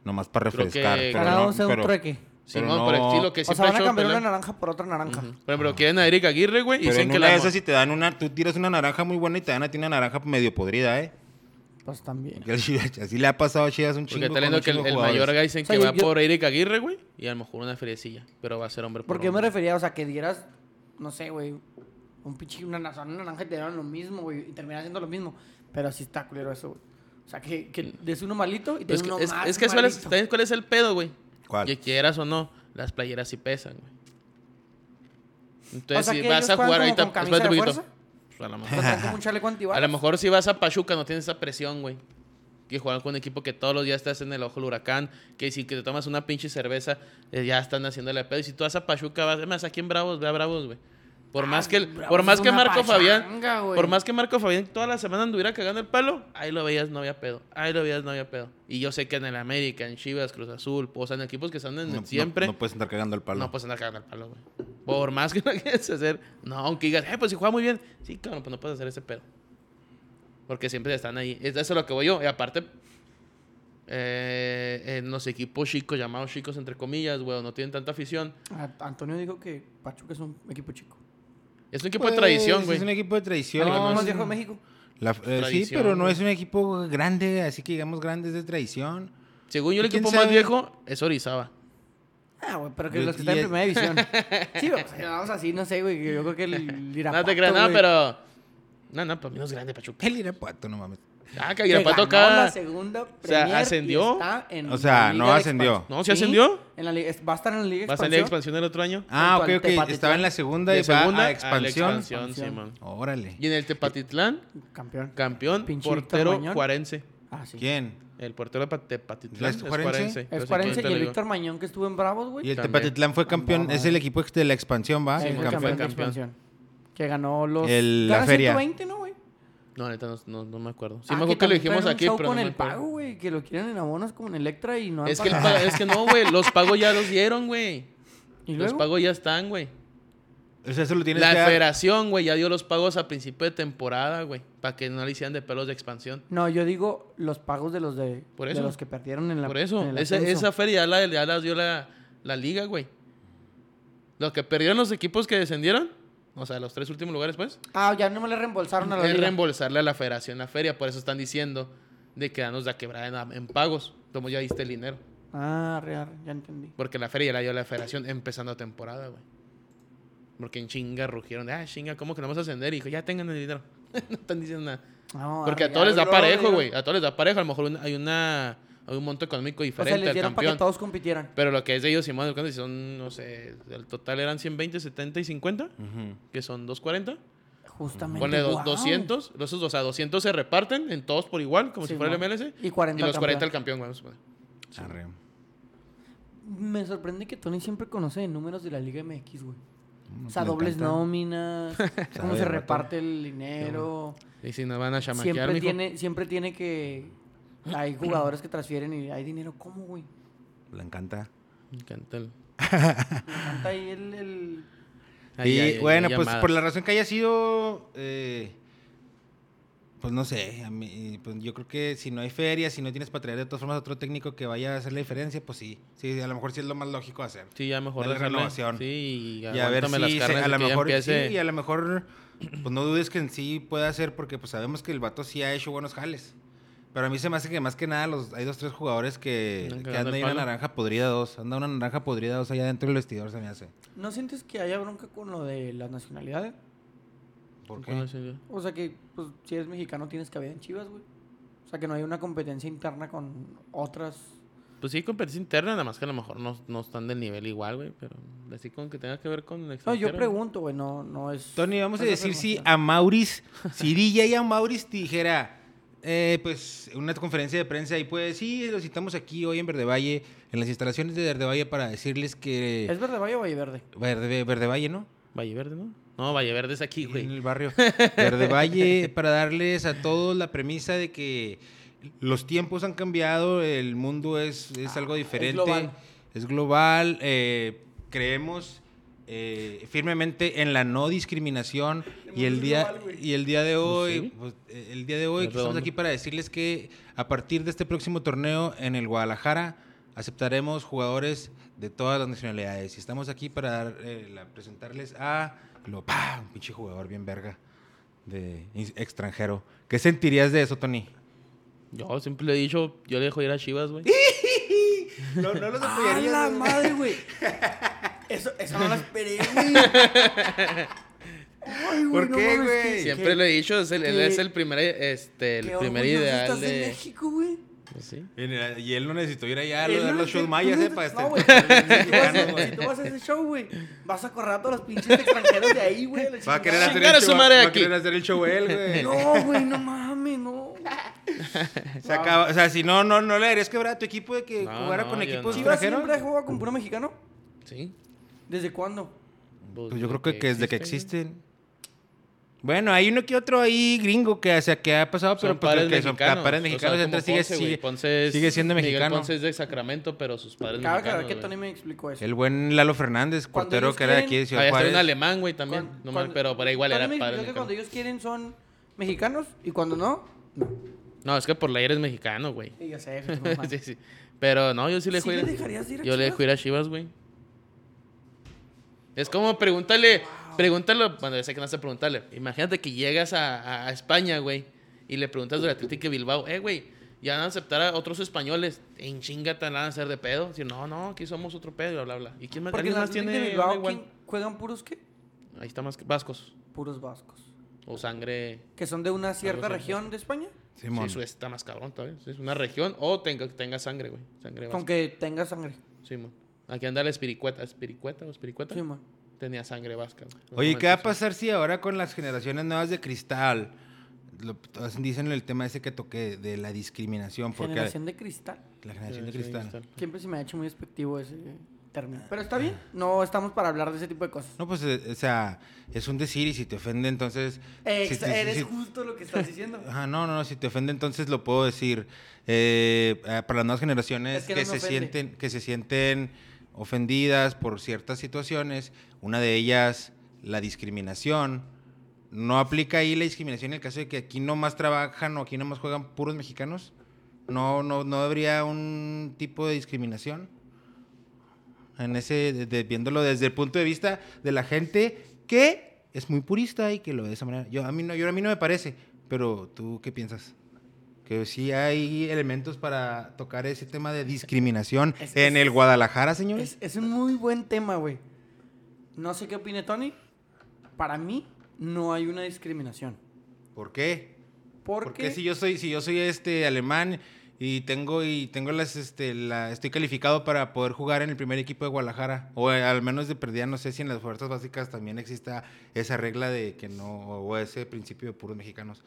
Nomás para Creo que- refrescar. pero Cada no- Cada uno un pero- trueque. Pero Simón, pero no- sí, lo que O sea, siempre van a ha hecho cambiar una pelón- naranja por otra naranja. Ujú. Por ejemplo, quieren a Eric Aguirre, güey, y pero dicen en que una la... de mo- esas si te dan una, tú tiras una naranja muy buena y te dan a ti una naranja medio podrida, ¿eh? Pues también. Que el Chivas- Así le ha pasado a Chivas un Porque chingo. está con leyendo un que el, chingo el jugadores. mayor dicen O sea, que yo- va yo- por Eric Aguirre, güey, y a lo mejor una friecilla, pero va a ser hombre por Porque yo me hombre. refería, o sea, que dieras, no sé, güey, un pinche, una, naza- una naranja y te dieran lo mismo, güey, y terminas haciendo lo mismo. Pero así está culero eso, güey. O sea, que, que des uno malito y te Pero Es den que, uno es, más es que ¿sabes malito. ¿sabes cuál es el pedo, güey? ¿Cuál? Que quieras o no, las playeras sí pesan, güey. Entonces, O sea, si que vas ellos a juegan jugar como ahorita, con camisa espérate un de poquito. fuerza. Pues, a lo O mejor. sea, como un chaleco A lo antibalas. mejor si vas a Pachuca no tienes esa presión, güey. Que jugar con un equipo que todos los días estás en el ojo del huracán, que si que te tomas una pinche cerveza, eh, ya están haciéndole pedo. Y si tú vas a Pachuca, vas, más aquí en Bravos, ve a Bravos, güey. Por más que, el- Ah, Bravos por más es que una Marco pachanga, Fabián, güey. por más que Marco Fabián toda la semana anduviera cagando el palo, ahí lo veías, no había pedo. Ahí lo veías, no había pedo. Y yo sé que en el América, en Chivas, Cruz Azul, o sea, en equipos que están en- No- no- siempre, No, puedes estar cagando el palo. no pues, puedes andar cagando el palo, güey. Por más que no quieras hacer. No, aunque digas, eh, pues si juega muy bien. Sí, cabrón, pues no puedes hacer ese pedo. Porque siempre están ahí. Es- Eso es lo que voy yo. Y aparte, eh, en los equipos chicos, llamados chicos entre comillas, güey, no tienen tanta afición. A- Antonio dijo que Pachuca es un equipo chico. Es un equipo Pues, de tradición, güey. Es un equipo de tradición. Algo no más es- viejo de México. La- eh, sí, Tradición, pero no güey. es un equipo grande, así que digamos grande es de tradición. Según yo, el ¿Y quién equipo más sabe? viejo es Orizaba. Ah, güey, pero que Yo- los que están y en es- primera división. Sí, o sea, vamos así, no sé, güey. que Yo creo que el No Irapuato, te creas, no, güey, pero. No, no, para mí no es grande, Pachuca. El Irapuato, no mames. Ah, que que Irapuato ganó la acá. segunda sea, Premier y ascendió. está en O sea, la no Liga de ascendió. Expansión. No, ¿sí ascendió? En la, liga- es- va a estar en la Liga Va a salir Expansión. expansión el otro año. Ah, Junto ok, al ok. Tepatitlán. Estaba en la segunda De y va segunda a expansión. a la expansión, Expansión. Simón. Órale. Y en el Tepatitlán, Campeón. campeón, Pinche Víctor portero Mañón. juarense. Ah, sí. ¿Quién? El portero de Pa- Tepatitlán ¿Es es juarense? juarense. Es Entonces, Juarense aquí y el te Víctor Mañón que estuvo en Bravos, Y güey. el También. Tepatitlán fue campeón, No, es el equipo de la expansión, ¿va? Sí, el fue campeón. campeón de Ah, campeón. expansión. Que ganó los... El- la ganó feria. 120, ¿no, güey? digo. No, neta, no, no, no me acuerdo. Sí Ah, me acuerdo que lo también dijimos traen un aquí, show pero no con me el acuerdo. pago, güey, que lo quieren en abonos como en Electra y no han Es que, el pagado. pago- es que no, güey. Los pagos ya los dieron, güey. ¿Y Los luego? pagos ya están, güey. O sea, eso lo tienes La que dar- federación, güey, ya dio los pagos a principio de temporada, güey. Para que no le hicieran de pelos de expansión. No, yo digo los pagos de los de, Por de eso. los que perdieron en la Por en eso, el esa, ascenso. esa feria ya la, ya la dio la, la liga, güey. Los que perdieron los equipos que descendieron, o sea, los tres últimos lugares, pues, Ah, ya no me le reembolsaron a la es liga. reembolsarle a la federación la feria. Por eso están diciendo de quedarnos la quebrada en, en pagos. Como ya diste el dinero. Ah, arre, arre, ya entendí. Porque la feria ya la dio la federación empezando temporada, güey. Porque en chinga rugieron de, ah, chinga, ¿cómo que no vamos a ascender? Y dijo, ya tengan el dinero. no están diciendo nada. No, Porque arre, a todos les da arre, parejo, arre. güey. A todos les da parejo. A lo mejor un- hay una hay un monto económico O sea, diferente les al dieron para que campeón. todos compitieran. Pero lo que es de ellos, si más si son, no sé, el total eran 120, 70 y 50, Ujú. que son 240. Justamente. Ponle do- guau. 200, los, o sea, 200 se reparten en todos por igual, como si Sí, fuera el mo. MLS. Y 40 Y al los campeón. 40 al campeón, güey, vamos a suponer. Arre. Me sorprende que Tony siempre conoce de números de la Liga MX, güey. o sea, le dobles encanta. nóminas, cómo Sabe, se vato. reparte el dinero. Y si nos van a chamaquear, Siempre mijo. tiene, siempre tiene que. Hay jugadores que transfieren y hay dinero. ¿Cómo, güey? Le encanta. Me encanta el- Me encanta ahí el. el- Ahí y hay- hay bueno, pues llamadas. por la razón que haya sido, eh, pues no sé, a mí, pues, yo creo que si no hay feria, si no tienes para traer de todas formas otro técnico que vaya a hacer la diferencia, pues sí, sí, a lo mejor sí es lo más lógico hacer. Sí, ya mejor Dale dejarle. renovación. Sí, y, Y a ver si aguántame las se- carnes a lo que ya mejor empiece. sí, y a lo mejor pues no dudes que en sí pueda hacer porque pues sabemos que el vato sí ha hecho buenos jales. Pero a mí se me hace que más que nada los hay dos tres jugadores que, Andan que anda cagando el ahí una palo. naranja podrida dos, anda una naranja podrida dos allá dentro del vestidor se me hace. ¿No sientes que haya bronca con lo de las nacionalidades? ¿Por Bueno, qué? sí, O sea que, pues, si eres mexicano tienes que haber en Chivas, güey. O sea que no hay una competencia interna con otras. Pues sí, competencia interna, nada más que a lo mejor no, no están del nivel igual, güey. Pero así con que tenga que ver con el No, yo extranjero, pregunto, güey, no, no es. Tony, vamos Pues, no a es decir si afirmación. a Mauris, si DJ a Mauris te dijera, eh, pues una conferencia de prensa y pues sí, los citamos aquí hoy en Verde Valle, en las instalaciones de Verde Valle para decirles ¿Es que... Verde Valle o Valle Verde? Verde, Verde Valle, ¿no? Valle Verde, ¿no? No, Valle Verde es aquí, en güey. el barrio Verde Valle para darles a todos la premisa de que los tiempos han cambiado, el mundo es, es algo diferente. Es global. global. eh, creemos eh, firmemente en la no discriminación y el es día global, güey. y el día de hoy, sí. pues, eh, el día de hoy Es que estamos redondo. aquí para decirles que a partir de este próximo torneo en el Guadalajara aceptaremos jugadores de todas las nacionalidades. Y estamos aquí para dar, eh, la- presentarles a lo pa, un pinche jugador bien verga de in- extranjero. ¿Qué sentirías de eso, Tony? Yo siempre le he dicho, yo le dejo ir a Chivas, güey. No, no los ¡A ¡Ah, la madre, güey! Eso, eso no lo esperé, güey. Ay, güey, ¿Por no qué, mames, güey? que- Siempre que- lo he dicho, es el, él que- es el primer, este, el que primer orgulloso ideal estás de... de México, güey. Pues sí. Y él no necesitó ir allá a Él dar no los te- shows tú mayas, no ¿eh? te- Para No, güey. este- Si tú vas mexicano, a- Si tú vas a ese show, güey, vas a correr a todos los pinches extranjeros de ahí, güey. a la Va a querer chingada. hacer Chingar a el su show, madre va a aquí. querer hacer el show él, güey. No, güey, no mames, no. Se acaba- o sea, si no, no, no le harías quebrar a tu equipo de que No, jugara no, con yo equipos no. ¿Chivas extranjeros. siempre ha jugado con puro mexicano? Sí. ¿Desde cuándo? Pues yo creo que, que desde que existen. Bueno, hay uno que otro ahí gringo que, o sea, que ha pasado, pero Son pues, pares que son mexicanos. pares o mexicanos, sea, como entonces sigue, Ponce, güey. sigue- Ponce es- sigue siendo Miguel mexicano. Ponce es de Sacramento, pero sus padres Cabe aclarar mexicanos, que güey. Tony me explicó eso. El buen Lalo Fernández, Cuando portero ellos que era de quieren- aquí de Ciudad Había estado Juárez. un alemán, güey, también. Cuan- no mal, cuando- pero, pero igual Tony era me padre. explicó que mexicano. cuando ellos quieren son mexicanos y cuando no, No, es que por ley eres mexicano, güey. y ya sé, que tu mamá. Sí, sí. Pero no, yo sí le ¿Sí dejo le ir. dejarías ir a Yo le dejo Chivas? ir a Chivas, güey. Es como pregúntale, pregúntale, bueno, ya sé que no sé preguntarle. Imagínate que llegas a, a- a España, güey, y le preguntas del Atlético de Bilbao, eh, güey, ya van a aceptar a otros españoles. En chinga te la van a hacer de pedo. Si no, no, aquí somos otro pedo, y bla, bla, bla. ¿Y quién más, Porque alguien en más más tiene? de una Bilbao, igual? ¿quién- ¿juegan puros qué? Ahí está más que vascos Puros vascos. o sangre. ¿Que son de una cierta Algo así. región de España? Simón. Sí, eso está más cabrón todavía. Sí, Es una región o tenga, tenga sangre, güey. Sangre vasca. Con que tenga sangre. Sí, mon. Aquí anda la espiricueta. ¿Espiricueta o espiricueta? Sí, man. Tenía sangre vasca. güey. Oye, ¿qué va a Entonces, pasar si ahora con las generaciones nuevas de cristal? Lo- dicen el tema ese que toqué de la discriminación, porque Generación de cristal. la generación de cristal. Siempre se me ha hecho muy despectivo ese término. Pero está bien, no estamos para hablar de ese tipo de cosas. No, pues, eh, o sea, es un decir y si te ofende, entonces... si Ex- te- si- eres si- justo lo que estás diciendo. Ajá, no, no, no, si te ofende, entonces lo puedo decir. Eh, eh, para las nuevas generaciones Es que, que no se me ofende. sienten, que se sienten ofendidas por ciertas situaciones, una de ellas, la discriminación. ¿No aplica ahí la discriminación en el caso de que aquí nomás trabajan o aquí nomás juegan puros mexicanos? ¿No, no, no habría un tipo de discriminación? En ese, de- de- viéndolo desde el punto de vista de la gente que es muy purista y que lo ve de esa manera. Yo, a, mí no, yo, a mí no me parece, pero ¿tú qué piensas? Que sí hay elementos para tocar ese tema de discriminación Es- en es- el Guadalajara, señores. Es, es un muy buen tema, güey. No sé qué opine Tony. Para mí, no hay una discriminación. ¿Por qué? Porque, Porque si yo soy, si yo soy este alemán y tengo y tengo las este la, estoy calificado para poder jugar en el primer equipo de Guadalajara o eh, al menos de perdida no sé si en las fuerzas básicas también exista esa regla de que no o ese principio de puros mexicanos.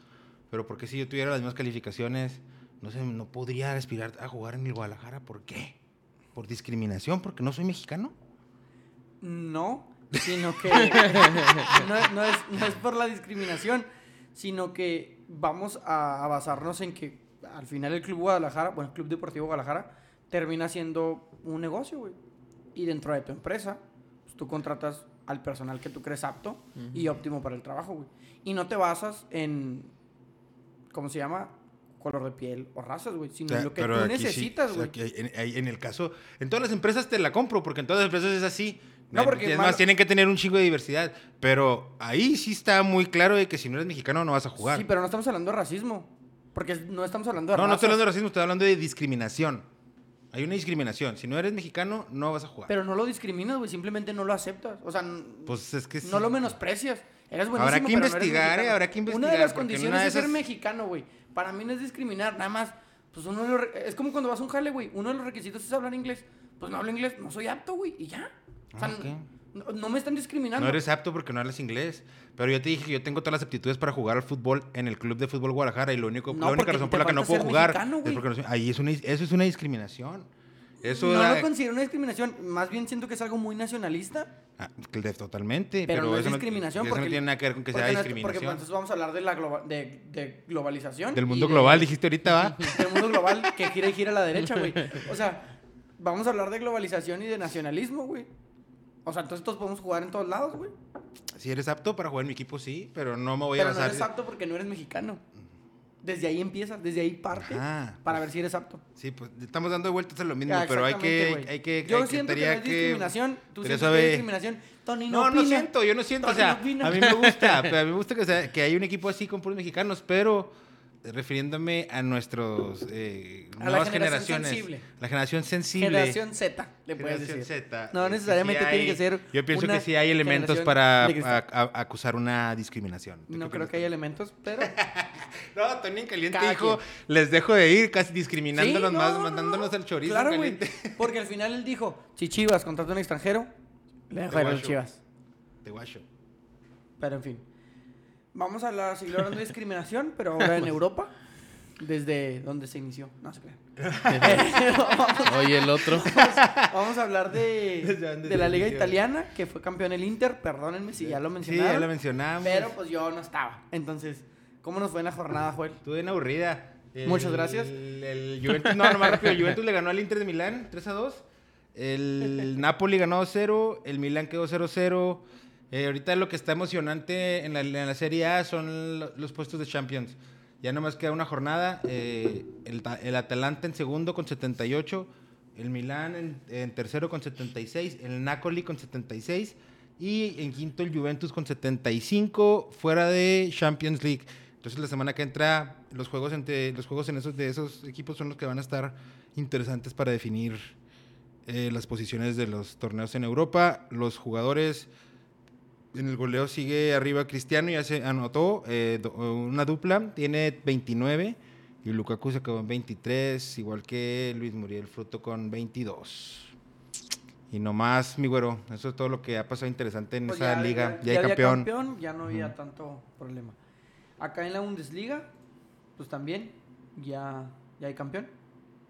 Pero porque si yo tuviera las mismas calificaciones, no sé, no podría aspirar a jugar en el Guadalajara, ¿por qué? Por discriminación, porque no soy mexicano. No, sino que no, no es, no es por la discriminación, sino que vamos a, a basarnos en que al final el Club Guadalajara, bueno, el Club Deportivo Guadalajara, termina siendo un negocio, güey. Y dentro de tu empresa, pues, tú contratas al personal que tú crees apto y óptimo para el trabajo, güey. Y no te basas en, ¿cómo se llama? Color de piel o razas, güey, O sino sea, en lo que pero tú aquí sí, necesitas, o sea, güey. que en, ahí en el caso, en todas las empresas te la compro, porque en todas las empresas es así. No, Eh, porque es más, mal- tienen que tener un chingo de diversidad. Pero ahí sí está muy claro de que si no eres mexicano no vas a jugar. Sí, pero no estamos hablando de racismo, porque es- no estamos hablando de no, no razas. estoy hablando de racismo, estoy hablando de discriminación. Hay una discriminación. Si no eres mexicano, no vas a jugar. Pero no lo discriminas, güey, simplemente no lo aceptas. O sea, n- pues es que sí. no lo menosprecias. Eres buenísimo, Habrá que pero no eres investigar, mexicano. eh, habrá que Una de investigar, las porque en condiciones una de es ser esas- mexicano, güey. Para mí no es discriminar, nada más. Pues uno lo re- es como cuando vas a un jale, güey. Uno de los requisitos es hablar inglés. Pues no hablo inglés, no soy apto, güey, y ya. O sea, Ah, ok. no, no me están discriminando. No eres apto porque no hablas inglés. Pero yo te dije que yo tengo todas las aptitudes para jugar al fútbol en el Club de Fútbol Guadalajara y lo único, No, la única porque razón te por la que no falta puedo ser jugar mexicano, es güey. porque no soy- ahí es una, eso es una discriminación. Eso eh. no era- lo considero una discriminación, más bien siento que es algo muy nacionalista, Ah, cl- totalmente. pero, no es eso discriminación. eso porque, no tiene nada que ver con que porque sea no es- discriminación. Porque entonces vamos a hablar de, la globa- de, de globalización. Del y mundo de- global, dijiste ahorita, va. Del Pues, mundo global que gira y gira a la derecha, güey. O sea, vamos a hablar de globalización y de nacionalismo, güey. O sea, entonces todos podemos jugar en todos lados, güey. Si eres apto para jugar en mi equipo, sí, pero no me voy Pero a no basar. eres apto porque no eres mexicano. Desde ahí empieza, desde ahí parte Ajá, para ver si eres apto. Sí, pues estamos dando vueltas a lo mismo, Ah, pero hay exactamente, que, güey. hay que. Yo hay que- siento que no estaría es discriminación. Tú estaría sientes que suave. es discriminación. Tony no No, no opina. siento, yo no siento. O Tony sea, no opina. a mí me gusta, pero a mí me gusta que, sea- que hay un equipo así con puros mexicanos, pero eh, refiriéndome a nuestros eh, A la nuevas generación generaciones, sensible. la generación sensible, Generación Z, le puedes generación decir. Z, No eh, necesariamente sí tiene hay- que ser Yo pienso una que sí hay elementos generación para de cristal. a- a- acusar una discriminación. ¿Tú No creo qué opinas, que haya Tony? elementos, pero... No, Tony en Caliente Cada dijo, quien. les dejo de ir, casi discriminándolos Sí, más, no, no, mandándonos no. al chorizo Claro, en güey. Caliente. Porque al final él dijo, si Chivas contrata a un extranjero, le dejo Te de ir a guacho. Chivas. Te guacho. Pero en fin. Vamos a la seguir hablando de discriminación, pero ahora en Europa, desde donde se inició. No se crean. vamos, Oye, el otro. vamos a hablar Desde de, donde de la se liga inició. italiana, que fue campeón el Inter. Perdónenme si ya lo Sí, ya mencionaron. lo mencionamos. pero pues yo no estaba. Entonces, ¿cómo nos fue en la jornada, Joel? Estuve bien aburrida. El- Muchas gracias. El, Juventus, no, nomás rápido. El Juventus le ganó al Inter de Milán 3 a 2. El Napoli ganó 0. El Milán quedó 0 0. ahorita lo que está emocionante en la, en la Serie A son lo- los puestos de Champions. Ya nomás queda una jornada. eh, el, Ta- el Atalanta en segundo con 78. El Milán en, en tercero con 76. El Napoli con 76. Y en quinto el Juventus con 75 fuera de Champions League. Entonces la semana que entra los juegos entre los juegos en esos de esos equipos son los que van a estar interesantes para definir eh, las posiciones de los torneos en Europa. Los jugadores en el goleo sigue arriba Cristiano ya se anotó eh, do- una dupla tiene 29 y Lukaku se quedó en 23 igual que Luis Muriel Fruto con 22. Y nomás, mi güero, eso es todo lo que ha pasado interesante en Pues esa ya- liga. Ya, hay había campeón. Ya no había tanto problema. Acá en la Bundesliga, pues también ya, ya hay campeón.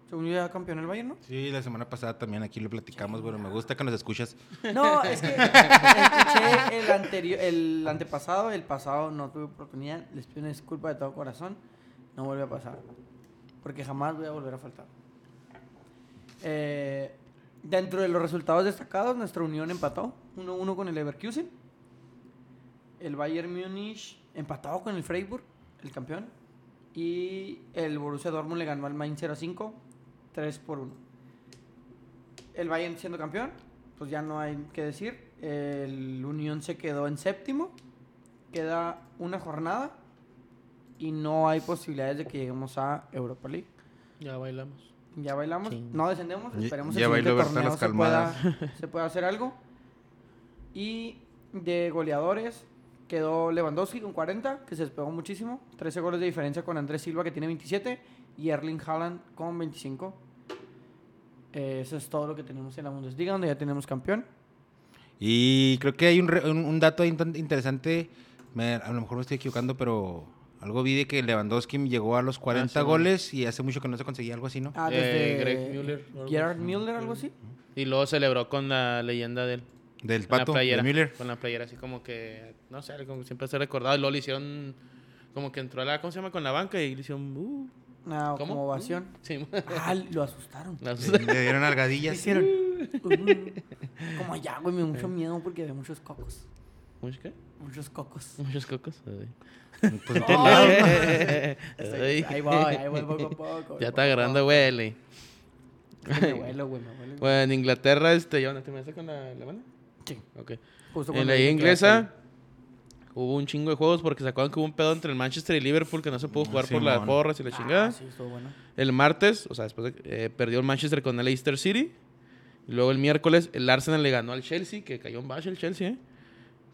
Según yo ya campeón el Bayern, ¿no? Sí, la semana pasada también aquí lo platicamos, güero. Me gusta que nos escuchas. No, es que escuché el anterior, el antepasado, el pasado no tuve oportunidad. Les pido una disculpa de todo corazón. No vuelve a pasar. Porque jamás voy a volver a faltar. Eh, dentro de los resultados destacados, nuestra Unión empató 1-1 con el Leverkusen. El Bayern Múnich empatado con el Freiburg, el campeón. Y el Borussia Dortmund le ganó al Mainz 0-5, 3 por 1 el Bayern siendo campeón, pues ya no hay que decir. El Unión se quedó en séptimo. Queda una jornada y no hay posibilidades de que lleguemos a Europa League. Ya bailamos. Ya bailamos, Sí. no descendemos, Ya- esperemos ya el siguiente bailó torneo Bertalas se pueda, se pueda hacer algo. Y de goleadores quedó Lewandowski con 40, que se despegó muchísimo, 13 goles de diferencia con Andrés Silva que tiene 27 y Erling Haaland con 25. Eh, eso es todo lo que tenemos en la Bundesliga, donde ya tenemos campeón. Y creo que hay un, re- un- un dato ahí tan interesante. Me- a lo mejor me estoy equivocando, pero algo vi de que Lewandowski llegó a los 40 Ah, sí, güey. goles y hace mucho que no se conseguía algo así, ¿no? Ah, Eh, desde Greg Müller, o algo Gerard así. Müller, algo así. Y luego celebró con la leyenda del Del con la pato, playera, de Müller. Con la playera, así como que, no sé, como siempre se ha recordado. Y luego le hicieron, como que entró a la, ¿cómo se llama? Con la banca y le hicieron, uh, No, ¿cómo? Uh, como ovación. Sí, Ah, lo asustaron. la- Le, le dieron ¿Qué algadillas. Mm, hicieron? Uh, como allá, güey, me dio Eh. mucho miedo porque había muchos cocos. ¿Muchos qué? Muchos cocos. ¿Muchos cocos? Ay. Pues, No, no, Estoy- Ay. ahí voy, ahí voy poco a poco. Ya está agarrando, güey. le- Es que Me vuelo, güey, me vuelo. Bueno, en Inglaterra, este, yo, ¿te me haces con la, la mano? Sí, Ok. justo cuando En la liga dije que inglesa hubo un chingo de juegos porque se acuerdan que hubo un pedo entre el Manchester y Liverpool que no se pudo Ah, jugar por sí, las mon. porras y la iba a estar- chingada. Ah, sí, estuvo bueno. El martes, o sea, después de- eh, perdió el Manchester con el Leicester City. Y luego el miércoles el Arsenal le ganó al Chelsea, que cayó en bache el Chelsea, ¿eh?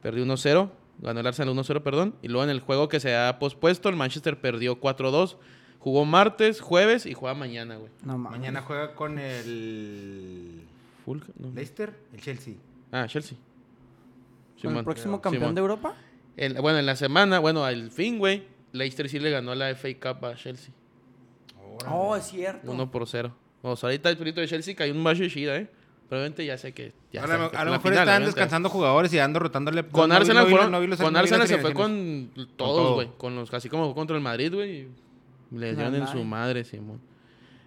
Perdió 1-0, ganó el Arsenal 1-0, perdón. Y luego en el juego que se ha pospuesto, el Manchester perdió 4-2. Jugó martes, jueves y juega mañana, güey. No mames. oh, Mañana juega con el Fulham, no. Leicester, el Chelsea. Ah, Chelsea. ¿Con el Simón. próximo Simón. campeón de Europa? En- bueno, en la semana, bueno, al fin, güey, Leicester sí le ganó la FA Cup a Chelsea. Oh, es cierto. 1 por 0. O sea, ahorita el frito de Chelsea cayó un macho chida, ¿eh? Probablemente ya sé que. Ya Ahora, está en a lo la mejor final, están obviamente. descansando jugadores y dando rotándole. Con no vi- Arsenal no vi- fueron- no vi los- con no vi las Arsenal se fue alineaciones. con todo. todos, güey. Con los, así como fue contra el Madrid, güey. Le La dieron en su madre. madre, Simón.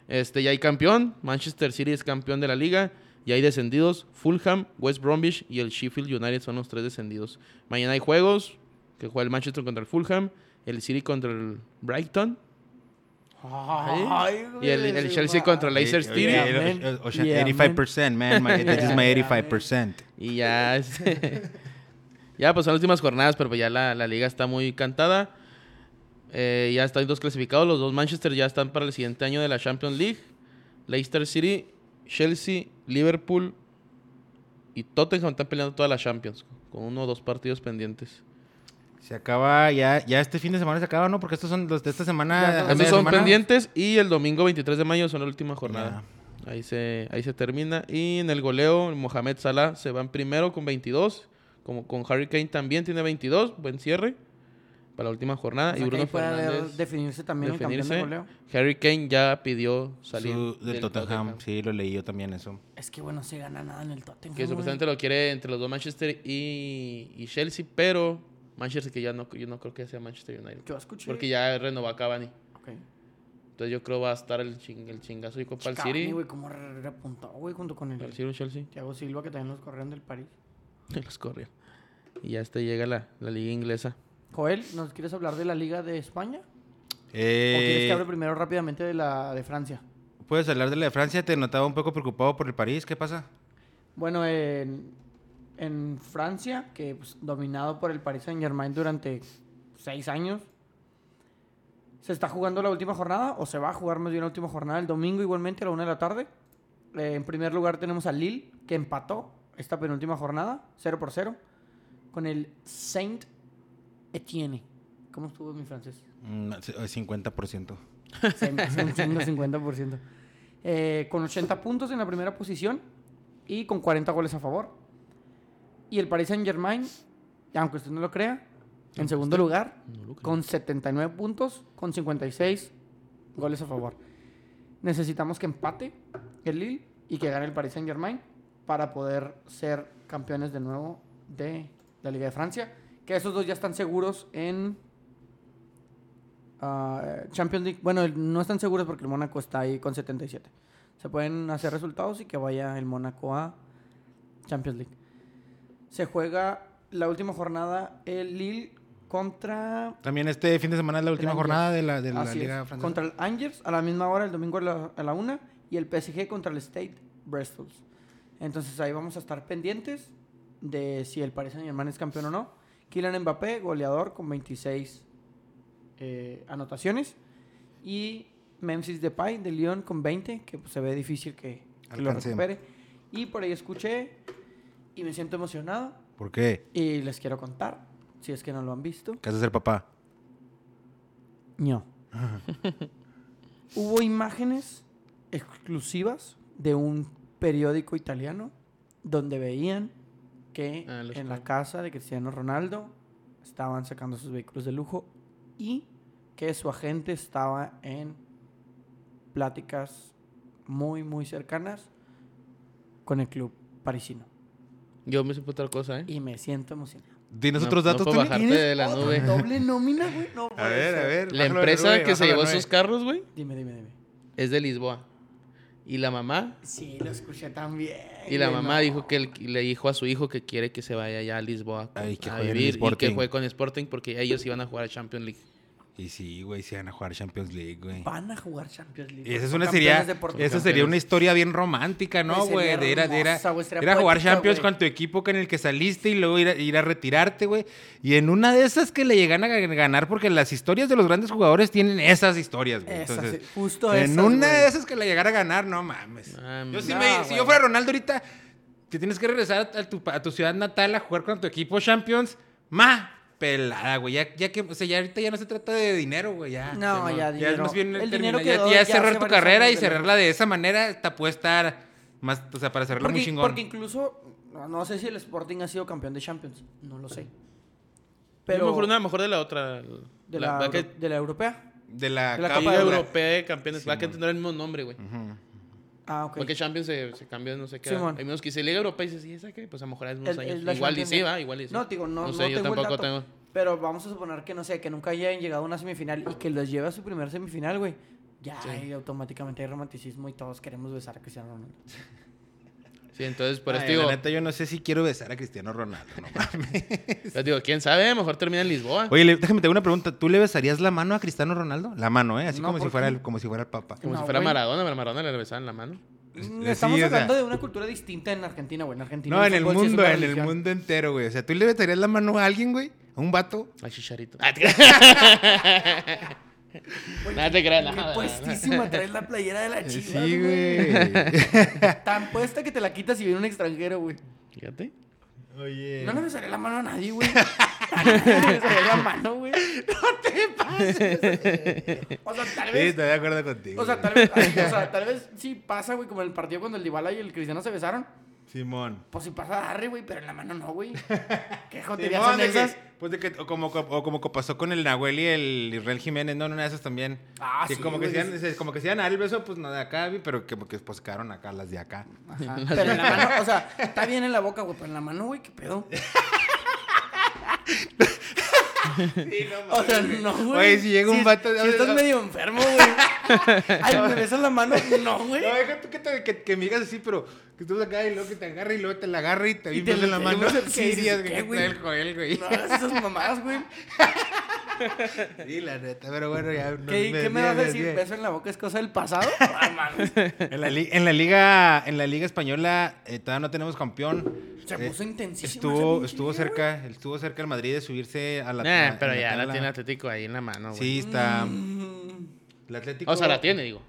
Este, ya hay campeón. Manchester City es campeón de la liga. Ya hay descendidos. Fulham, West Bromwich y el Sheffield United son los tres descendidos. Mañana hay juegos. Que juega el Manchester contra el Fulham. El City contra el Brighton. Ay, güey, y el, el sí, Chelsea va. contra el Leicester Sí, City. oye, Yeah, man. o- o- o sea, Yeah, man. 85%, man. my- that is my Yeah, 85%. Y ya, este, ya pues son las últimas jornadas, pero pues ya la, la liga está muy cantada. Eh, ya están dos clasificados, los dos Manchester ya están para el siguiente año de la Champions League. Leicester City, Chelsea, Liverpool y Tottenham están peleando toda la Champions, con uno o dos partidos pendientes. Se acaba ya, ya este fin de semana se acaba, ¿no? Porque estos son los de esta Ya, semana. todos. media Estos son semana. pendientes y el domingo 23 de mayo son la última jornada. Ahí, se, ahí se termina. Y en el goleo, Mohamed Salah se va en primero con 22. Como con Harry Kane también tiene 22. Buen cierre para la última O jornada. sea, y que Bruno ahí puede Fernández. definirse también el definirse. campeón de goleo. Harry Kane ya pidió Su- salir del, Tottenham. Sí, lo leí yo también eso. Es que, bueno, se gana nada en el Tottenham. Que güey. supuestamente lo quiere entre los dos Manchester y, y Chelsea, pero Manchester que ya no, yo no creo que sea Manchester United. Yo escuché. Porque ya renovó a Cavani. Ok. Entonces yo creo va a estar el, ching- el chingazo y Copa al Pues Cavani, City. güey, cómo re- repuntó, güey, junto con Al el City o Chelsea. Thiago Silva, que también los corrieron del París. Los corrió. Y ya hasta llega la, la liga inglesa. Joel, ¿nos quieres hablar de la Liga de España? ¿O quieres Eh, que hable primero rápidamente de la de Francia? Puedes hablar de la de Francia. Te notaba un poco preocupado por el París. ¿Qué pasa? Bueno, en, en Francia, que pues, dominado por el Paris Saint Germain durante seis años, se está jugando la última jornada, o se va a jugar más bien la última jornada el domingo igualmente a la una de la tarde. Eh, en primer lugar tenemos a Lille, que empató esta penúltima jornada, 0 por 0, con el Saint Etienne. ¿Cómo estuvo mi francés? Mm, c- 50%. Se me hace un chingo 50%. Eh, con 80 puntos en la primera posición y con 40 goles a favor. Y el Paris Saint Germain, aunque usted no lo crea, en segundo lugar, con 79 puntos, con 56 goles a favor. Necesitamos que empate el Lille y que gane el Paris Saint Germain para poder ser campeones de nuevo de la Liga de Francia. Que esos dos ya están seguros en ah, Champions League. Bueno, el- no están seguros porque el Mónaco está ahí con 77. Se pueden hacer resultados y que vaya el Mónaco a Champions League. Se juega la última jornada el Lille contra También este fin de semana es la última Angers. jornada de la, de la Así es. Liga Francesa. Contra el Angers a la misma hora, el domingo a la, a la una, y el PSG contra el State Bristol. Entonces ahí vamos a estar pendientes de si el Paris Saint Germain es campeón o no. Kylian Mbappé, goleador con 26 eh, anotaciones. Y Memphis Depay de Lyon con 20, que pues, se ve difícil que, que lo Alcance. recupere. Y por ahí escuché y me siento emocionado. ¿Por qué? Y les quiero contar, si es que no lo han visto. ¿Qué hace el papá? No. Hubo imágenes exclusivas de un periódico italiano donde veían que Ah, los en co- la casa de Cristiano Ronaldo estaban sacando sus vehículos de lujo y que su agente estaba en pláticas muy, muy cercanas con el club parisino. Yo me supe otra cosa, ¿eh? Y me siento emocionado. ¿Tienes No- otros no datos puedo Tony? bajar. Parte ¿Tienes de la otra nube. doble nómina, güey? No A puede ver, a ser. ver. La bájalo de empresa nueve, que se bájalo de llevó nueve. esos carros, güey, Dime, dime, dime. es de Lisboa. Y la mamá, Sí, lo escuché también. y la güey, mamá no. dijo que el- le dijo a su hijo que quiere que se vaya allá a Lisboa Ay, que a juegue en el vivir y Sporting. que juegue con Sporting porque ellos iban a jugar a Champions League. Y sí, güey, se van a jugar Champions League, güey. Van a jugar Champions League. Y esa pues es Son una campeones sería, de Portugal. esa sería una historia bien romántica, ¿no, Güey, güey? sería De ir a, de ir a- hermosa, güey, sería ir a jugar poética, Champions güey. con tu equipo con el que saliste y luego ir a, ir a retirarte, güey. Y en una de esas que le llegan a gan- ganar, porque las historias de los grandes jugadores tienen esas historias, güey. Esa Entonces, sí, justo en esas, una güey. de esas que le llegara a ganar, no mames. Mames. yo sí No, me- si güey. yo fuera Ronaldo ahorita, te tienes que regresar a tu, a tu ciudad natal a jugar con tu equipo Champions, ma. Pelada, güey. Ya, ya que, o sea, ya ahorita ya no se trata de dinero, güey. Ya. No, ya Ya dinero. más bien el termina- dinero ya- quedó ya desde cerrar hace tu varios carrera años y de la- cerrarla de esa manera te puede estar más, o sea, para cerrarla porque, muy chingón. porque incluso, no, no sé si el Sporting ha sido campeón de Champions. No lo sé. Pero. Yo mejor una, mejor de la otra. de, la, la, va que- euro- de la europea. de la, de la capa Copa Liga de de la- Europea de Campeones, va que tener el mismo nombre, güey. Ujú. Ah, ok. Porque Champions se, se cambió, no sé qué. Simón. Hay unos que se Liga Europea y dices, ¿y esa qué? Pues a lo mejor es unos Es- años. es la igual y sí, Champions. va, igual y sí. No, digo, no, No no, sé, yo tengo el tampoco dato, tengo. Pero vamos a suponer que, no sé, que nunca hayan llegado a una semifinal y que los lleve a su primer semifinal, güey. Ya, Sí. ahí automáticamente hay romanticismo y todos queremos besar a Cristiano Ronaldo. Sí, entonces por Ay, eso digo, La neta, yo no sé si quiero besar a Cristiano Ronaldo. no mames. les digo, quién sabe, mejor termina en Lisboa. Oye, le- déjame te hago una pregunta. ¿Tú le besarías la mano a Cristiano Ronaldo? La mano, ¿eh? Así No, como, si ¿por fuera qué? el, como si fuera el papá. Como No, si fuera güey. Maradona, pero a Maradona le besaban la mano. eh, sí, Mm, Estamos o sea- hablando de una cultura distinta en Argentina, güey. En Argentina No, el en el fútbol sí es mundo, una en el religión. mundo entero, güey. O sea, ¿tú le besarías la mano a alguien, güey? ¿A un vato? Al chicharito. Ah, te- Nada te creas, Qué nada. puestísima traes la playera de la chiva, Eh, Sí, güey. Tan puesta que te la quitas si viene un extranjero, güey. Fíjate. Oye. No le besaré la mano a nadie, güey. A nadie le besaré la mano, güey. O sea, tal Sí, vez... estoy de acuerdo contigo. O sea, tal vez, o sea, tal vez sí pasa, güey, como en el partido cuando el Dybala y el Cristiano se besaron. güey. Simón. Pues sí pasa Harry, güey, pero en la mano no, güey. ¿Qué joterías Simón, son de que- esas? pues de que, o como, o como que pasó con el Nahuel y el Israel Jiménez, no, no, una de esas también. Ah, que sí, como, que güey. se iban- se- como que se iban a dar el beso, pues no de acá, güey, pero que, que pues quedaron acá, las de acá. Ajá, Pero en la mano, o sea, está bien en la boca, güey, pero en la mano, güey, qué pedo. O sea, no, güey. Oye, si llega un vato- Si estás medio enfermo, güey. Ay, me besas la mano. No, güey. No, deja tú que, te, que, que me digas así, pero que tú acá y luego que te agarre y luego te la agarre y te Y te- limpias en la y mano. luego se- sí, ¿Qué sí, dirías, sí, güey? ¿qué, ¿Qué güey? trae el Joel, güey? No hagas esas mamadas, güey. Sí, la neta, pero bueno, ya. no ¿Qué, ¿qué me desvié, vas a decir? desvié. ¿Beso en la boca es cosa del pasado? Ah, mames. En la, li- en la liga, en la liga española eh, todavía no tenemos campeón. Se Eh, puso intensísimo. esa Estuvo, pinche estuvo liga, güey. Eh, cerca, estuvo cerca el Madrid de subirse a la Nah, a- pero en ya la tabla. tiene Atlético ahí en la mano, güey. Sí, está. Ah, Mm. El Atlético. O sea, la tiene, digo.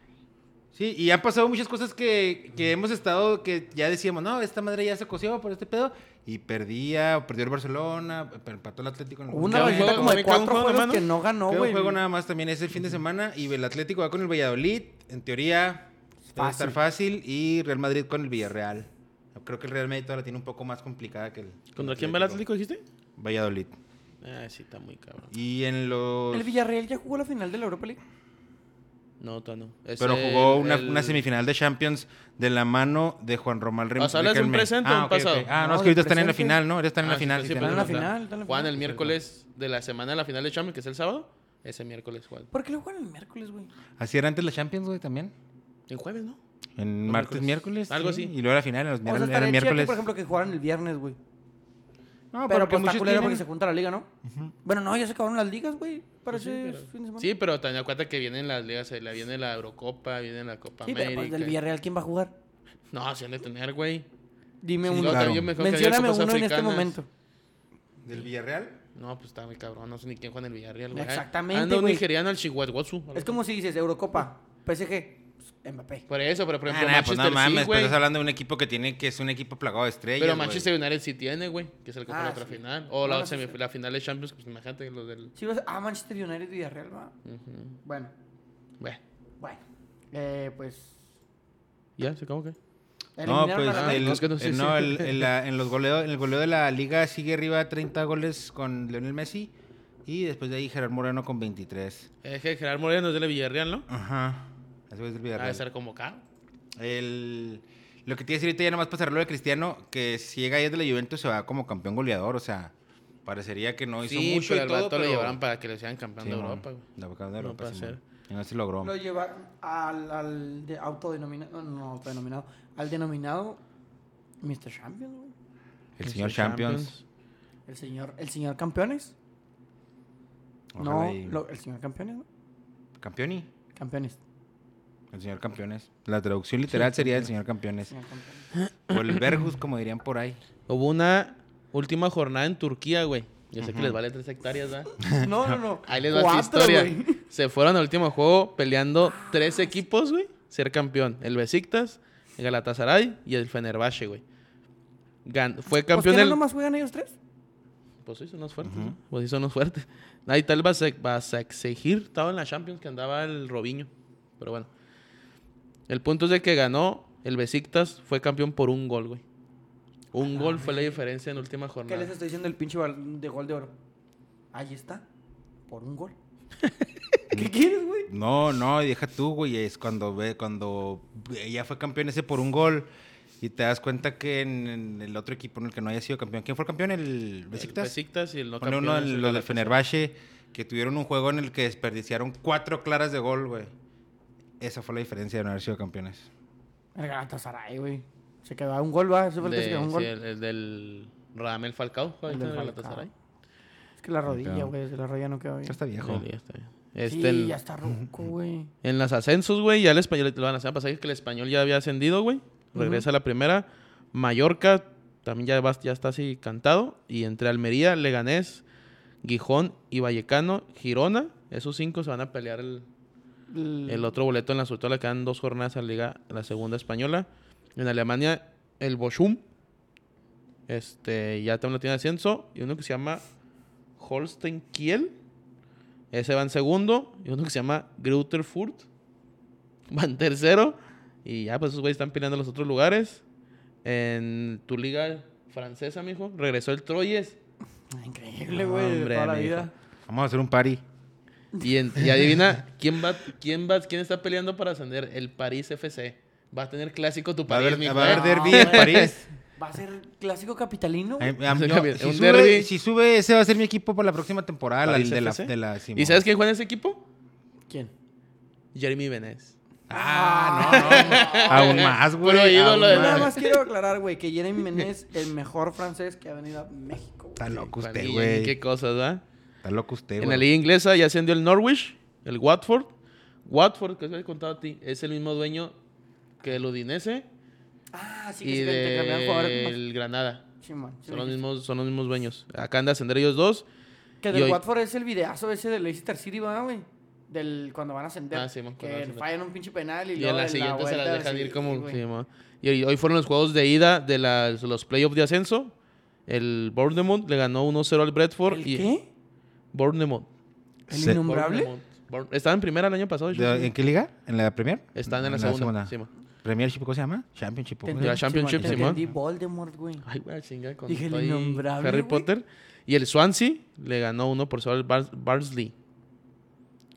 Sí, y han pasado muchas cosas que, que hemos estado, que ya decíamos, no, esta madre ya se coció por este pedo. Y perdía, o perdió el Barcelona, pero empató el Atlético en el Hubo una Queda un rachita juego, como de mami, queda un cuatro juego juegos nomás, que ¿no? no ganó, Queda güey. un juego nada más también es el fin de semana y el Atlético va con el Valladolid, en teoría va a estar Fácil. fácil y Real Madrid con el Villarreal. Creo que el Real Madrid todavía la tiene un poco más complicada que el ¿Contra quién va el Atlético, dijiste? Valladolid. Ah, sí, está muy cabrón. Y en los El Villarreal ya jugó la final de la Europa League. No, todavía no. Es pero el- jugó una, el- una semifinal de Champions de la mano de Juan Román Rem- O sea, ¿hablas de un Riquelme. presente o ah, un ok, ok. pasado? Ah, no, No, es que ahorita del están en la presente. final, ¿no? Ahorita están en Ah, la sí, final. sí, sí, pero están en la no, claro. final, está en la Juegan final. el miércoles de la semana, la final de Champions, que es el sábado. Ese miércoles juegan. ¿Por qué lo juegan el miércoles, güey? la- Así era antes la Champions, güey, también. En jueves, ¿no? En Los martes, miércoles. miércoles. Algo sí, así. Y luego la final, en los O sea, miércoles. estaría chido que, miércoles. por ejemplo, que jugaran el viernes, güey. No, pero porque pues está muchos culero porque tienen- se junta la liga, ¿no? Bueno, no, ya se acabaron las ligas, güey. Para Sí, ese pero- fin de semana. Sí, pero ten en cuenta que vienen las ligas, eh, la- viene la Eurocopa, viene la Copa Sí, pero América. pues del Villarreal, ¿quién va a jugar? No, se han de tener, güey. Dime Sí, uno. Luego claro. también me acuerdo que había Mencióname copas uno en este africanas. momento. ¿Del Villarreal? No, pues está muy cabrón. No sé ni quién juega en el Villarreal, güey. Exactamente, Anda un güey. nigeriano al Chihuahuatsu. Es como si dices Eurocopa, PSG, pues, Mbappé. Por eso, pero por Ah, ejemplo, nah, pues Manchester no mames, sí, pero güey. estás hablando de un equipo que tiene que es un equipo plagado de estrellas. Pero güey. Manchester United sí tiene, güey, que es el que fue Ah, la otra sí. final. O la, Bueno, sí, semif- sí. la final de Champions, pues imagínate los del... Si vas a ah, Manchester United y Villarreal, va. Ujú. Bueno, Bueno, bueno. Eh, pues. ¿Ya? ¿Se acabó qué? No, eliminaron pues a la- Ay, el- no, es que no sé el- si- no, el- el- la- en los goleo, en el goleo de la liga sigue arriba 30 goles con Leonel Messi y después de ahí Gerard Moreno con 23. Es que Gerard Moreno es del Villarreal, ¿no? Ajá. Eso es del Ha de Villarreal. ser convocado. El- lo que te iba a decir ahorita ya nomás para cerrarlo de Cristiano, que si llega ayer de la Juventus se va como campeón goleador, o sea, parecería que no hizo Sí, mucho pero y al todo, vato lo pero- llevaron para que le sean campeón Sí, de mon, Europa, güey. la campeón de No Europa, puede sí, ser. mon. Y no se logró. Lo llevaron al, al de- autodenominado. No, autodenominado. Al denominado Mr. Champions, güey. El señor Champions. El señor, el señor Campeones. Ojalá no, y- lo- el señor Campeones, ¿no? Campioni. Campeones. El señor Campeones. La traducción literal sería el señor Campeones. señor Campeones. O el Vergus, como dirían por ahí. Hubo una última jornada en Turquía, güey. Yo sé que Ujú. les vale tres hectáreas, ¿verdad? No, no, no. Ahí les va esta Cuatro, historia. güey. Se fueron al último juego peleando tres equipos, güey. Ser campeón. El Besiktas, el Galatasaray y el Fenerbahce, güey. Gan- fue Pues, ¿qué campeón no el... nomás juegan ellos tres? Pues sí, son los fuertes, Ujú. ¿no? Pues sí, son los fuertes. Ahí tal vas a, exigir. Estaba en la Champions que andaba el Robinho. Pero bueno. El punto es de que ganó el Besiktas. Fue campeón por un gol, güey. Un gol fue la diferencia en la última ¿Qué jornada. les estoy diciendo el pinche bal- de gol de oro? Ahí está. Por un gol. ¿Qué quieres, güey? No, no, y deja tú, güey. Es cuando ve, cuando ella fue campeón ese por un gol. Y te das cuenta que en, en el otro equipo en el que no haya sido campeón. ¿Quién fue el campeón? El Besiktas. Besiktas. Besiktas y el no Pone campeón. uno el- es el los de Galatasaray. Fenerbahce que tuvieron un juego en el que desperdiciaron cuatro claras de gol, güey. Esa fue la diferencia de no haber sido campeones. El Galatasaray, güey. Se quedó a un gol, va. Ese fue el que se quedó a De- un gol. sí, el, el del Ramel Falcao. ¿cuál El está del en el Falcao. Galatasaray? Es que la rodilla, Claro. güey. desde La rodilla no quedó bien. Ya está viejo. Sí, ya está bien. Sí, Este, en- ya está roco, güey. En las ascensos, güey, ya el español, lo van a hacer pasar que el español ya había ascendido, güey. Regresa a la primera. Mallorca también ya, va- ya está así cantado. Y entre Almería, Leganés, Gijón y Vallecano, Girona, esos cinco se van a pelear el, el otro boleto en la Sutola. Quedan dos jornadas a la Liga, a la segunda española. En Alemania, el Bochum. Este, ya también lo tiene ascenso. Y uno que se llama Holstein Kiel. Ese va en segundo. Y uno que se llama Grutterfurt. Va en tercero. Y ya, pues esos güeyes están peleando los otros lugares. En tu liga francesa, mijo. Regresó el Troyes. Ah, Increíble, güey. De Hombre, toda la mijo. vida. Vamos a hacer un party. Y, en- y adivina quién va, quién va, quién está peleando para ascender. El París FC. Va a tener clásico tu Va a París. haber, mijo, va a haber ¿eh? No, derbi en Ah, güey. París. Va a ser clásico capitalino. A güey. mí- a mí- Un no, derbi. si, Un sube, derbi. si sube, ese va a ser mi equipo para la próxima temporada. París el de la, FC. de la ¿Y Simón. sabes quién juega en ese equipo? ¿Quién? Jeremy Benes. Ah, no, no. Aún más, güey. Puro ídolo aún de Yo la- nada más. más quiero aclarar, güey, que Jeremy Menez es el mejor francés que ha venido a México. güey. Está loco usted, Juanillo, ni güey. Qué cosas, ¿verdad? Está loco usted, en la güey. liga inglesa ya ascendió el Norwich, el Watford. Watford, que os había contado a ti, es el mismo dueño que el Udinese Ah, sí que y sí, te cambiaron jugadores. más- el Granada. Simón, sí, Son los, sí. mismos, son los mismos dueños. Acá han de ascender ellos dos. Que Y del hoy- Watford es el videazo ese del Leicester City, ¿verdad, güey? Del cuando van a ascender. Ah, Simón, cuando van a que ascender. fallan un pinche penal y, Y luego en la en siguiente se las vuelta, dejan sí, ir como... sí, güey. sí, mo. y hoy- hoy fueron los juegos de ida de las- los playoffs de ascenso. El Bournemouth le ganó 1-0 al Bradford. ¿El y qué? Bournemouth. ¿El Se- innombrable? Bournemouth. Bour- Estaba en primera el año pasado. yo ¿De- sí. ¿En qué liga? ¿En la Premier? Están en la segunda. sí, mo. ¿Premiership cómo se llama? ¿Championship? ¿cómo Te- se Ya, llama? Simón, Championship, te Simón. Ah, Entendí Voldemort, güey. Ay, güey, chinga, con Dije, el todo y innombrable, Harry güey. Potter. Y el Swansea le ganó 1 por 0 al Bars- Barnsley.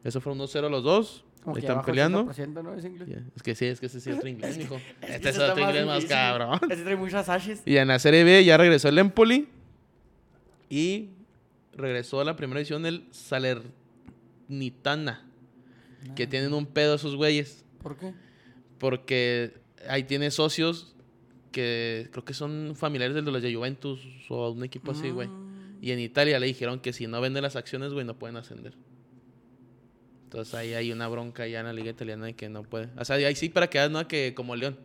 Eso fue 1-0 los dos. Como Ahí que están abajo el peleando. 60%, ¿no? Es inglés. Ya, Es que sí, es que ese sí es otro inglés, mijo. Es que Este es ese está otro inglés más difícil. cabrón. Ese trae muchas ashes. Y en la Serie B ya regresó el Empoli. Y regresó a la primera edición el Salernitana. Que tienen un pedo esos güeyes. Ah, ¿Por qué? Porque ahí tiene socios que creo que son familiares del de los de Juventus o un equipo así, Pues güey. Mm. Y en Italia le dijeron que si no venden las acciones, güey, no pueden ascender. Entonces ahí hay una bronca ya en la liga italiana de que no puede. O sea, ahí sí para que veas, no que como León,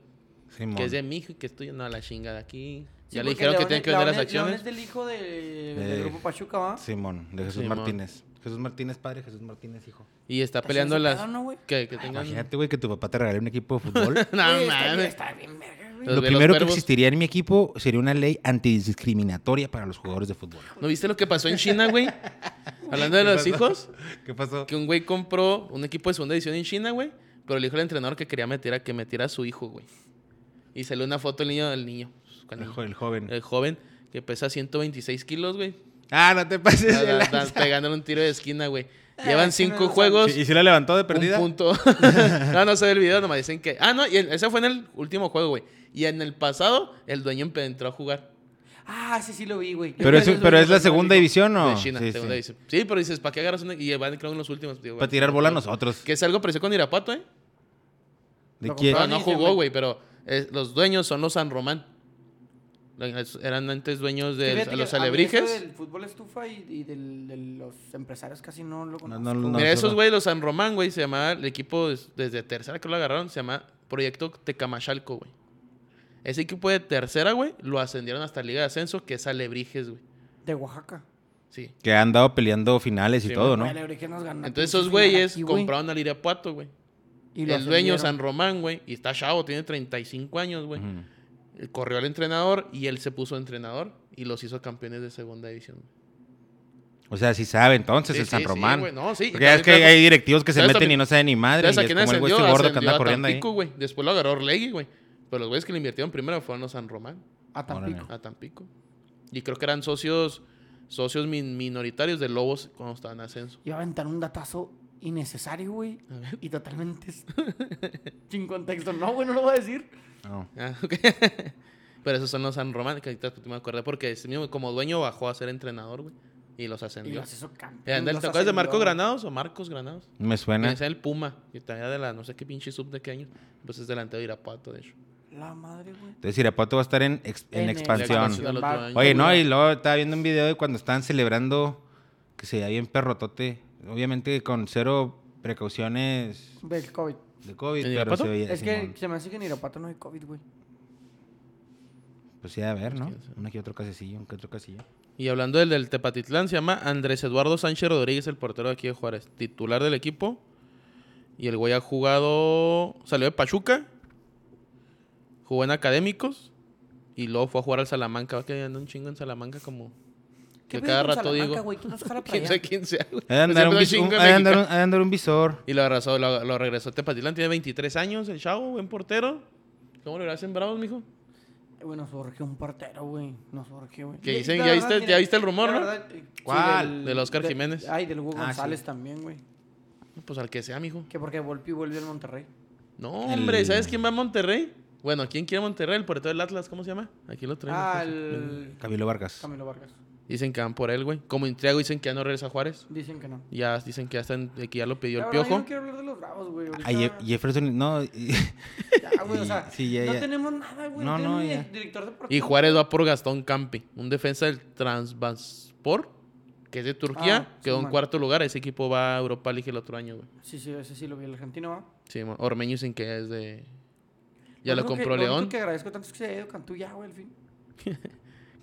Simón. que es de mi hijo y que es tuyo, no, la chinga de aquí. Sí, ya le porque dijeron que León- tienen que León vender las es- León acciones. es del hijo de- Eh, del grupo Pachuca, ¿va? Simón, de Jesús Simón. Martínez. Jesús Martínez padre, Jesús Martínez hijo. Y está Está peleando haciendo las. pedo, ¿no, güey? que, que tengan. Imagínate, güey, que tu papá te regaló un equipo de fútbol. no Oye, está bien- mames. Está bien, verga, güey. Los Lo de los primero que pervos. existiría en mi equipo sería una ley antidiscriminatoria para los jugadores de fútbol. ¿No viste lo que pasó en China, güey? Hablando de ¿Qué los pasó? hijos. ¿Qué pasó? Que un güey compró un equipo de segunda edición en China, güey. Pero le dijo al entrenador que quería meter a, que metiera a su hijo, güey. Y salió una foto del niño del niño. pues, con El, el jo- el joven. El joven que pesa 126 kilos, güey. Ah, no te pases. de Da- da- lanza. da- Pegándole un tiro de esquina, güey. Llevan sí me cinco gustan. juegos. Sí, ¿Y si la levantó de perdida? Un punto. no, no se ve el video, nomás dicen que. Ah, no, y el- ese fue en el último juego, güey. Y en el pasado, el dueño empe- entró a jugar. Ah, sí, sí lo vi, güey. Yo Pero es, también lo pero vi, es la también lo segunda vi. división o de China, sí, segunda sí. división. Sí, pero dices, ¿para qué agarras una? Y van, creo, en los últimos. Digo, Para bueno, tirar bola a no. nosotros. Que es algo parecido con Irapuato, ¿eh? ¿De Lo quién? No, compraron. no Dicen, jugó, güey. güey, pero eh, los dueños son los San Román. Los- Eran antes dueños de Fíjate que los a mí alebrijes. eso del fútbol estufa y, y del- de los empresarios casi no lo conozco. no, no. güey. Mira, sí, esos va. güey, los San Román, güey, se llamaba el equipo des- desde tercera que lo agarraron, se llama Proyecto Tecamachalco, güey. Ese equipo de tercera, güey, lo ascendieron hasta Liga de Ascenso, que es Alebrijes, güey. De Oaxaca. Sí. Que han dado peleando finales y Sí, todo, ¿no? Güey, Alebrijes nos ganó. Entonces pinche esos final güeyes aquí, güey. compraron al Irapuato, güey. Y El lo dueño ascendieron. San Román, güey, y está chavo, tiene 35 años, güey. Eh, Ujú. Corrió al entrenador y él se puso entrenador y los hizo campeones de segunda división. O sea, sí sabe entonces Sí, el sí, San sí, Román. güey, no, sí, y Porque ya es también que trajo- hay directivos que se ¿Sabes meten a y quién- no saben ni madre. ¿Sabes Y a es quién como el güey ascendió? este gordo que Ascendió anda a corriendo ahí. Tampico, güey. Después lo agarró Orlegui, güey. Pero los güeyes que le invirtieron primero fueron los San Román. A Tampico. Órale. a Tampico. Y creo que eran socios socios min- minoritarios de Lobos cuando estaban en ascenso. Iba a aventar un datazo innecesario, güey. Y totalmente es- sin contexto. No, güey, no lo voy a decir. No. Ah, ok. Pero esos son los San Román, que ahorita me acordé, porque ese mismo, como dueño bajó a ser entrenador, güey. Y los Y ascendió. los hizo campeón. Eh, ándale, los ¿Te acuerdas de Marcos ascendió, güey. Granados o Marcos Granados? Me Que suena. es el Puma, que traía de la no sé qué pinche sub de qué año. Pues es delantero de Irapuato, de hecho. La madre, güey. Entonces Irapuato va a estar en, ex- en En expansión. expansión. Del otro Va. año. Oye, no, y luego estaba viendo un video de cuando estaban celebrando que se veía bien perrotote. Obviamente con cero precauciones Del COVID. de COVID, ¿En pero Irapuato? se veía. Es que Simón. se me hace que en Irapuato no hay COVID, güey. Pues sí, a ver, ¿no? Sí, sí. Uno que otro casecillo, un que otro casillo. Y hablando del, del Tepatitlán, se llama Andrés Eduardo Sánchez Rodríguez, el portero de aquí de Juárez, titular del equipo. Y el güey ha jugado. Salió de Pachuca, jugó en Académicos y luego fue a jugar al Salamanca. Va que anda un chingo en Salamanca como. Que pedo cada con rato Salamanca, digo. güey? ¿Quién nos jala para ¿Quién sabe allá? quién sea, güey? Ha de andar Siempre un hay vis- chingo un- en ha de andar Mexicali. un- ha de andar un visor. Y lo, arrasó, lo, lo regresó a Tepatitlán, tiene 23 años el chavo, buen portero. ¿Cómo lo hubieras sembrado, mijo? Güey, nos surgió un portero, güey. Nos surgió, güey. Que Y- dicen, la ya verdad, viste- mira, ya viste el rumor, la ¿no? verdad, eh, sí, ¿Cuál? Del Oscar Jiménez. Ay, del Hugo Ah, González sí. también, güey. Pues al que sea, mijo. Que porque Volpi volvió al Monterrey. No, El- hombre, ¿sabes quién va a Monterrey? Bueno, ¿quién quiere Monterrey? El portero del Atlas, ¿cómo se llama? Aquí lo traemos. Ah, pues. el... Camilo Vargas. Camilo Vargas. Dicen que van por él, güey. Como Intriago dicen que ya no regresa a Juárez. Dicen que no. Ya dicen que ya, están, que ya lo pidió La el verdad, yo piojo. no quiero hablar de los bravos, güey. A Jeff- ahorita. Jefferson, no. Ah, y- Ya, güey, o sea, Sí, ya, no ya. tenemos nada, güey. No, No, no, no, tenemos ya. ni director deportivo. Y Juárez va por Gastón Campi, un defensa del Transvaspor, que es de Turquía. Ah, quedó en Simón. cuarto lugar. Ese equipo va a Europa League el otro año, güey. Sí, sí, ese sí lo vi el argentino, ¿va? Sí, mo- Ormeño dicen que es de. Ya lo único Pues que- compró Lo León. único que Que... agradezco tanto es que se haya ido Cantú ya, güey, al fin.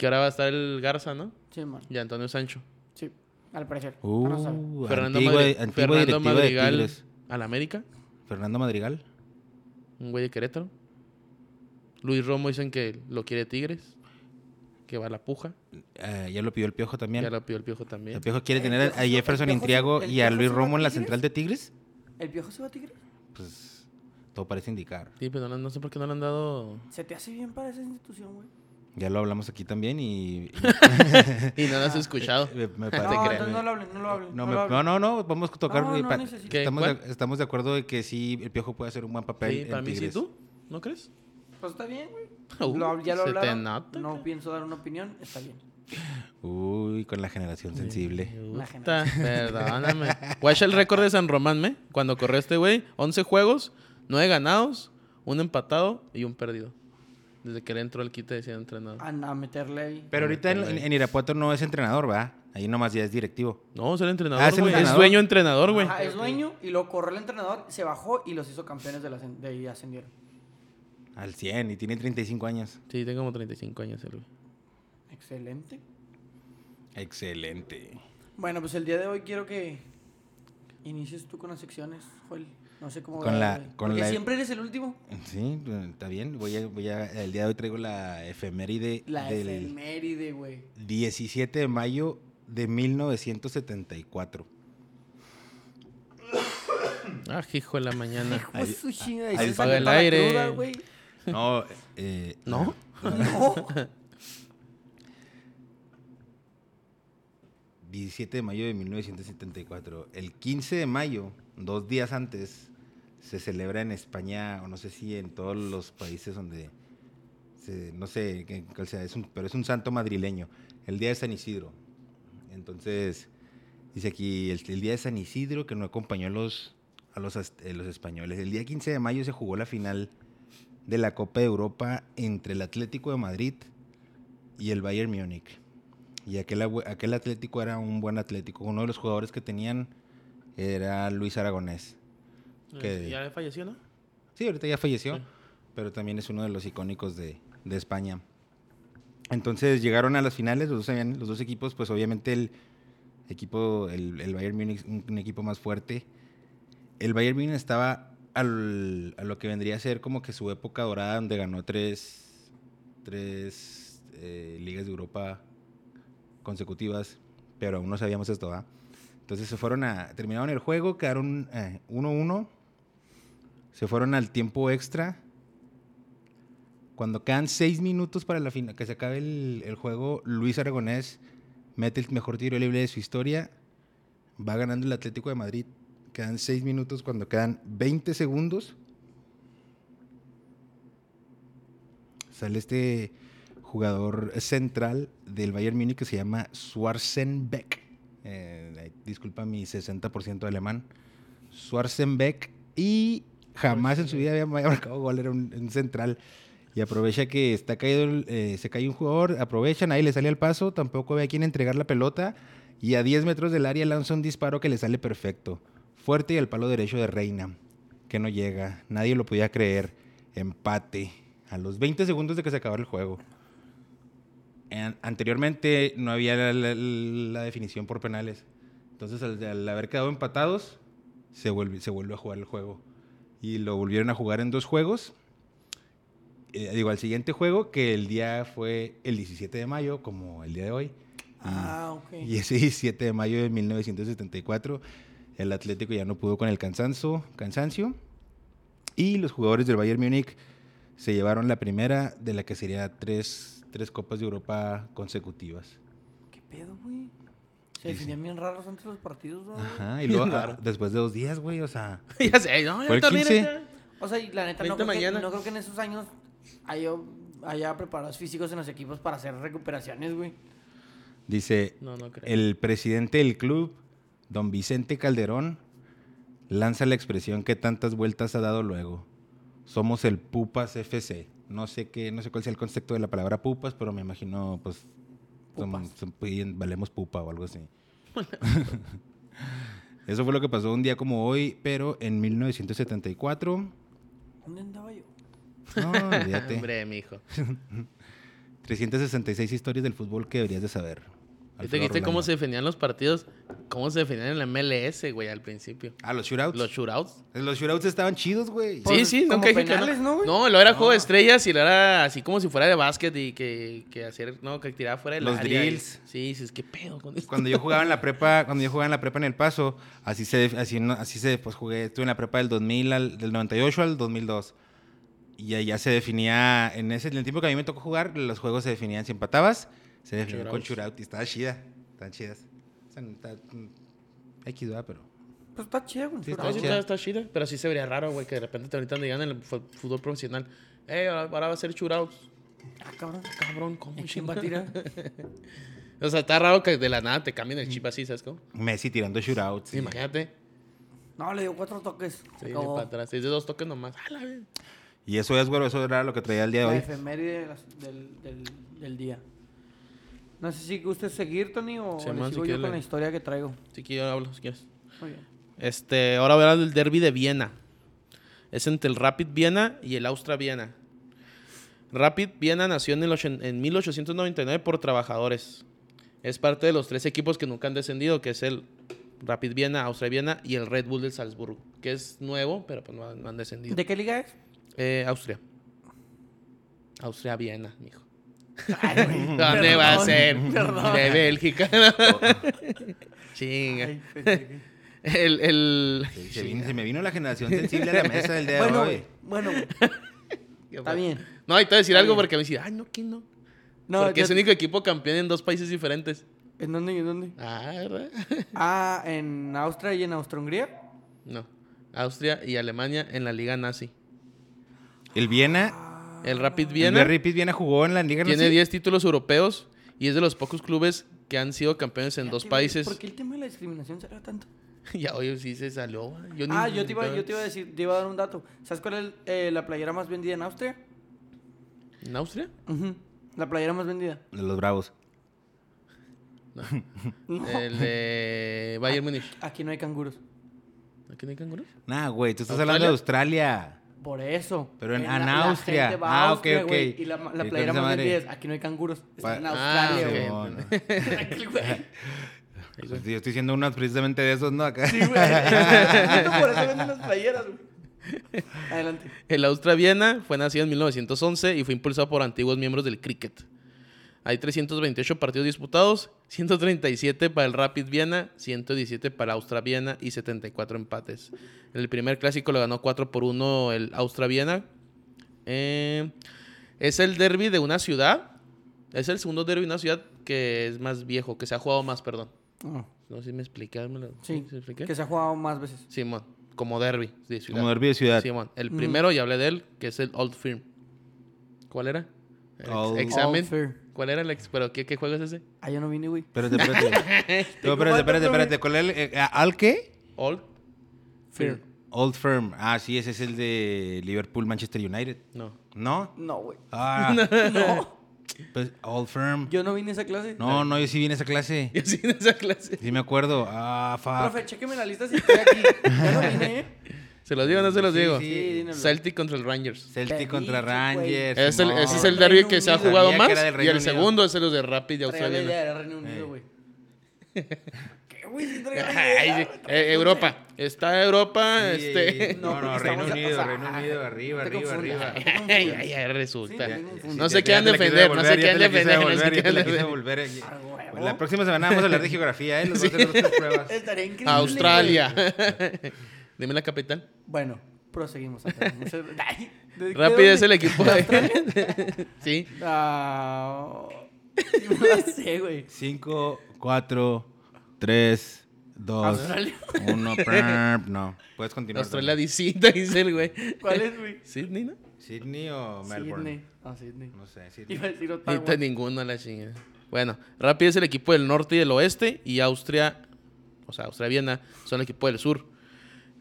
ahora va a estar el Garza, ¿no? Sí, man. Y Antonio Sancho. Sí, al parecer. Ah, no sabe. Uh, Fernando, antiguo, Madri- antiguo Fernando directivo de Madrigal Tigres. al América. Fernando Madrigal. Un güey de Querétaro. Luis Romo dicen que lo quiere Tigres. Que va a la puja. Eh, ya lo pidió el Piojo también. Ya lo pidió el piojo también. El Piojo quiere El tener Piojo a se- el Jefferson Piojo se- Intriago el y a Piojo Luis se va a Romo en la Tigres. central de Tigres. ¿El viejo se va a Tigres? Pues todo parece indicar. Sí, pero no, no sé por qué no le han dado. Se te hace bien para esa institución, güey. Ya lo hablamos aquí también y... Y no lo has escuchado. me- me No, parece- entonces creas. no lo hablen, no lo hablen. No, no me- lo hablen. no, no, no, vamos a tocar. No, eh, no pa- necesito. ¿Qué? estamos, ¿Cuál? de, estamos de acuerdo de que sí, el Piojo puede hacer un buen papel Sí, en para mí sí, Tigres. tú. ¿No crees? Pues está bien, güey. Uh, Lo- ya lo se te hablaron. nota, no cara. pienso dar una opinión, está bien. Uy, con la generación sensible. Me La gusta, perdóname. Guacha el récord de San Román, ¿me? Cuando corrió este güey, 11 juegos, 9 ganados, un empatado y un perdido. Desde que le entró el quite de ser entrenador. A, a meterle ahí. Pero ahorita en, en- en Irapuato no es entrenador, ¿va? Ahí nomás ya es directivo. No, es el Ah, entrenador, es el güey. Es entrenador. dueño entrenador, güey. Ajá, Ah, es dueño y lo corrió el entrenador, se bajó y los hizo campeones de, la, ascen- de y ascendieron. Al 100 y tiene 35 años. Sí, tengo como 35 años el güey. Excelente. Excelente. Bueno, pues el día de hoy quiero que inicies tú con las secciones, Joel. No sé cómo. Con va, la- güey. con Porque la- siempre eres el último. Sí, eh, está bien. Voy a, voy a- el día de hoy traigo la efeméride La del efeméride, güey. 17 de mayo de 1974. Ah, hijo de la mañana. Hijo de su chingada, y ahí se está. salió El para la aire. cruda, güey. No, eh, ¿No? No. 17 de mayo de 1974. El 15 de mayo, dos días antes, se celebra en España, o no sé si en todos los países donde, se- no sé, qué- cuál sea, es un- pero es un santo madrileño, el Día de San Isidro. Entonces, dice aquí, el, el Día de San Isidro que no acompañó a los, a los, as- eh, los españoles. El día 15 de mayo se jugó la final de la Copa de Europa entre el Atlético de Madrid y el Bayern Múnich. Y aquel, abue- aquel Atlético era un buen Atlético. Uno de los jugadores que tenían era Luis Aragonés. ¿Qué? Eh, Ya le falleció, ¿no? Sí, ahorita ya falleció, Sí. pero también es uno de los icónicos de, de España. Entonces llegaron a las finales, los dos, habían- los dos equipos, pues obviamente el equipo, el, el Bayern Múnich, un, un equipo más fuerte. El Bayern Múnich estaba al- a lo que vendría a ser como que su época dorada, donde ganó tres, tres eh, ligas de Europa consecutivas, pero aún no sabíamos esto, ¿va? Entonces se fueron a, terminaron el juego, quedaron eh, 1-1. Se fueron al tiempo extra. Cuando quedan seis minutos para la fina- que se acabe el, el juego, Luis Aragonés mete el mejor tiro libre de su historia. Va ganando el Atlético de Madrid Quedan 6 minutos cuando quedan 20 segundos. Sale este jugador central del Bayern Múnich que se llama Schwarzenbeck. Eh, disculpa mi 60% de alemán. Schwarzenbeck. Y jamás en su vida había marcado gol, era un, un central. Y aprovecha que está caído, el- eh, se cae un jugador, aprovechan, ahí le sale al paso, tampoco ve a quién entregar la pelota. Y a 10 metros del área lanza un disparo que le sale perfecto. Fuerte y al palo derecho de Reina, que no llega. Nadie lo podía creer. Empate. A los 20 segundos de que se acabara el juego. An- anteriormente no había la, la- la definición por penales. Entonces, al, al haber quedado empatados, se vuelve, se vuelve a jugar el juego. Y lo volvieron a jugar en dos juegos. Eh, digo, al siguiente juego, que el día fue el 17 de mayo, como el día de hoy. Ah, ok. Y ese 17 de mayo de 1974, el Atlético ya no pudo con el cansancio, cansancio y los jugadores del Bayern Múnich se llevaron la primera de la que sería tres, tres Copas de Europa consecutivas. ¿Qué pedo, güey? Se Sí, definían bien raros antes los partidos, ¿no, güey? Ajá, y luego ah, después de dos días, güey, o sea, ya sé, no, ¿Fue el ya termina 15? ya. O sea, y la neta, no creo, Vente que, mañana. no creo que en esos años haya, haya preparados físicos en los equipos para hacer recuperaciones, güey. dice No, no creo. el presidente del club, don Vicente Calderón, lanza la expresión que tantas vueltas ha dado luego. Somos el Pupas FC. No sé qué, no sé cuál sea el concepto de la palabra Pupas, pero me imagino, pues, son- Pupas. son- pues, valemos pupa o algo así. Eso fue lo que pasó un día como hoy, pero en 1974. ¿Dónde andaba yo? No, olvídate. Hombre, mijo. 366 historias del fútbol que deberías de saber. ¿Y te Alfredo viste cómo Rolando. se defendían los partidos? ¿Cómo se defendían en la MLS, güey, al principio? Ah, los shootouts. Los shootouts. Los shootouts estaban chidos, güey. Pues, sí, sí, como nunca dije penales, que ¿no, no. güey? No, lo era juego de estrellas y lo era así como si fuera de básquet y que, que hacer, no, que tiraba fuera del Los área y- drills. Sí, dices, ¿qué pedo con esto? Cuando yo jugaba en la prepa, cuando yo jugaba en la prepa en El Paso, así se así no- así se pues jugué, estuve en la prepa del 2000 al del 98 al 2002. Y allá se definía en ese en el tiempo que a mí me tocó jugar, los juegos se definían si empatabas, se definían con Shootouts. shootout y estaba chida, estaban chidas. O sea, está- mm, X, ¿verdad? pero Pues está chido, güey. Sí, pero- No, sí, chida. está, está chida, pero sí se vería raro, güey, que de repente te ahorita digan en el fu- fútbol profesional, eh, ahora ahora va a ser shootouts. Ah, cabrón. Cabrón, ¿cómo ¿En quién va a tirar? O sea, está raro que de la nada te cambien el chip así, ¿sabes cómo? Messi tirando shootouts. y- Imagínate. No, le dio cuatro toques. Se Sí, ni acabó. para atrás. Es de dos toques nomás. ¡Ah, la vez! Y eso es, güey, eso era lo que traía el día de La hoy. efeméride de las- del, del- del día. No sé si gustes seguir, Tony, o Sí, le man, si sigo yo quieres con le- la historia que traigo. Así que yo hablo si quieres. Muy bien. Este, ahora verás el derby de Viena. Es entre el Rapid Viena y el Austria Viena. Rapid Viena nació en, el ochen- en 1899 por trabajadores. Es parte de los tres equipos que nunca han descendido, que es el Rapid Viena, Austria Viena y el Red Bull del Salzburgo, que es nuevo, pero pues no han, no han descendido. ¿De qué liga es? Eh, Austria. Austria Viena, mijo. Ay, güey, ¿Dónde va a perdón, ser? Perdón. Oh, De Bélgica. Chinga. Ay, pensé que- El, el... Se, se vino- se me vino la generación sensible a la mesa del día de Bueno, hoy. güey, bueno, güey. está bien. No, y te voy a decir Está algo bien. porque me decir, ay, no, ¿quién no? No, porque yo- es el único equipo campeón en dos países diferentes. ¿En dónde? ¿En dónde? Ah, ¿verdad? Ah, en Austria y en Austria-Hungría. No. Austria y Alemania en la Liga Nazi. El Viena, El Rapid Ah. el Viena Viena Viena jugó en la Liga tiene Nacional. 10 títulos europeos y es de los pocos clubes que han sido campeones en dos Fíjate, güey, países. ¿Por qué el tema de la discriminación será tanto? ya hoy sí se salió. Yo ni- Ah, yo te, iba, yo te iba a decir, te iba a dar un dato. ¿Sabes cuál es eh, la playera más vendida en Austria? ¿En Austria? Ujú, La playera más vendida. de los Bravos. No. No, El de Bayern Múnich. aquí no hay canguros. ¿Aquí no hay canguros? Nah, güey, tú estás hablando de Australia. Por eso. Pero en- la- en la Austria. gente va a Ah, ok, Austria, ok. güey, Y la, la Sí, con playera esa más madre. vendida es, aquí no hay canguros. Está Pa- en Ah, Australia, güey. sí, No, no. Tranquilo, güey. Yo estoy diciendo unas precisamente de esos, ¿no? Acá. Sí, güey. Justo Por eso venden las playeras, güey. Adelante. El Austria Viena fue nacido en 1911 y fue impulsado por antiguos miembros del cricket. Hay 328 partidos disputados, 137 para el Rapid Viena, 117 para Austria Viena y 74 empates. El primer clásico lo ganó 4 por 1 el Austria Viena. Eh, es el derby de una ciudad. Es el segundo derby de una ciudad que es más viejo, que se ha jugado más, perdón. No. Es No sé si me explicármelo. Oh. Sí, ¿Sí expliqué? que se ha jugado más veces. Simón, como derby de ciudad. Como derbi de ciudad. Simón, el Mm. primero, ya hablé de él, que es el Old Firm. ¿Cuál era? El ex- Old- examen. Old Firm. ¿Cuál era el ex? ¿Pero qué, qué juego es ese? Oh, Ah, yo no vine, güey. Espérate, Este, espérate. No, espérate, espérate, espérate. ¿Cuál es el- eh, ¿Al qué? Old Firm. Old Firm. Ah, sí, ese es el de Liverpool, Manchester United. No. ¿No? No, güey. Ah, No, pues Old Firm. yo no vine a esa clase. No, no, yo sí vi en esa clase. Yo sí en esa clase. Sí me acuerdo. Ah, fuck. Profe, chéqueme la lista si estoy aquí. Ya no vine, ¿eh? ¿Se los digo o no se los Sí, digo? sí. Sí, dímelo. Celtic contra el Rangers. Celtic Te contra dije, güey. Rangers. Es el- Simón. ese es el Reino derby que se ha Unido. jugado Sabía más. que era del Y Reino el Unido. segundo es el de Rapid de Traía la Australia. idea ¿no? de Reino Unido, güey. ¿Qué, güey? Sí, traía la idea, Ay, sí. güey. Eh, Europa. Está Europa. Sí, este. No, no, porque Reino estamos- Unido, o sea, Reino Unido, arriba, no te arriba, confundas, arriba. no te confundas. Ay, ay, ay, resulta. Sí, ya, ya, no Ya sé te- qué han ya te la quise defender, no devolver, sé qué ya han te la quise defender, no sé devolver, qué ya te la han quise defender. devolver. Ah, huevo. La próxima semana vamos a hablar de geografía, ¿eh? Les voy a hacer otras pruebas. Estaría increíble. Australia. Dime la capital. güey. Bueno, proseguimos. acá. Muchas- Ay, ¿de- de Rapid dónde? es el equipo de. sí. Ah, no la sé, güey. 5, 4, 3, 2, Australia. 1. prrrp, No, puedes continuar. Australia distinta, dice el güey. ¿Cuál es, güey? ¿Sydney, no? ¿Sydney o Melbourne? Sydney. Ah, Sydney. No sé, Sydney. Iba a decir No Ottawa. está ninguna la chingada. Bueno, Rapid es el equipo del norte y del oeste y Austria, o sea, Austria-Viena son el equipo del sur.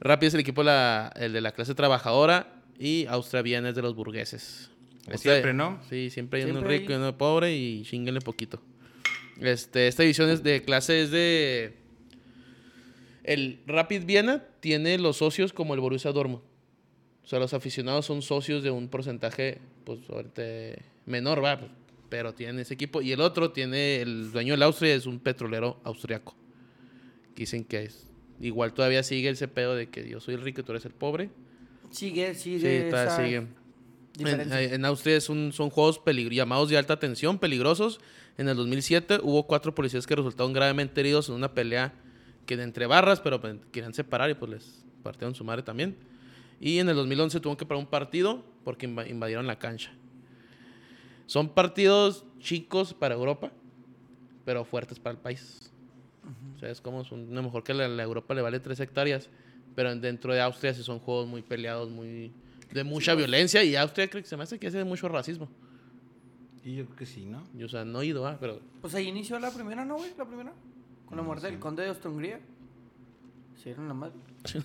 Rapid es el equipo la- el de la clase trabajadora y Austria-Viena es de los burgueses. Como siempre, ¿no? Sí, siempre hay uno Siempre rico y hay- uno pobre y chinguenle poquito. Este, esta división es de clase es de... El Rapid Viena tiene los socios como el Borussia Dortmund. O sea, los aficionados son socios de un porcentaje, pues, ahorita menor, va, pues, pero tienen ese equipo. Y el otro tiene, el dueño del Austria es un petrolero austriaco. Dicen que es. Igual todavía sigue ese pedo de que yo soy el rico y tú eres el pobre. Sigue, sigue. Sí, todavía esa sigue. En, diferencia. en Austria es un- son juegos peligro- llamados de alta tensión, peligrosos. En el 2007 hubo cuatro policías que resultaron gravemente heridos en una pelea que de entre barras, pero pues, querían separar y pues les partieron su madre también. Y en el 2011 tuvieron que parar un partido porque inva- invadieron la cancha. Son partidos chicos para Europa, pero fuertes para el país. O sea, es como son- a lo mejor que la, la Europa le vale tres hectáreas, pero dentro de Austria sí son juegos muy peleados, muy de mucha violencia y Austria creo que se me hace que hace mucho racismo. Y yo creo que sí, ¿no? Yo, o sea, no he ido, ah, pero Pues ahí inició la primera, ¿no, güey? La primera. Con la muerte del conde de Austria-Hungría. Se dieron la madre.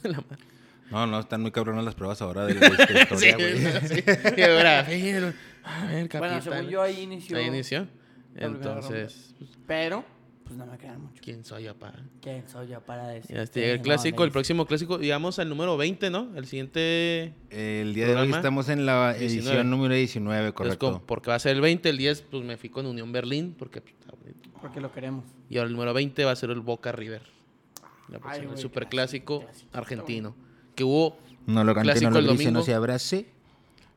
la madre. No, no, están muy cabronas las pruebas ahora de la de esta Sí, historia, güey. sí. Y ahora, fíjalo. A ver, Bueno, capitán. según yo ahí inició. Ahí inició. primera Entonces, Pero, pues no me quedan mucho. ¿quién soy, papá? ¿Quién soy yo para decir? Ya este llega el que no clásico, el me próximo clásico, digamos al número 20, ¿no? El siguiente El día de hoy Programa estamos en la edición 19. número 19, pues, correcto. con- porque va a ser el 20, el 10 pues me fui con Unión Berlín porque pues, está bonito. Porque lo queremos. y ahora el número 20 va a ser el Boca River. La próxima, el güey, superclásico clásico, clásico. argentino que hubo No lo cante, Clásico no el lo dice, no domingo. se abrace.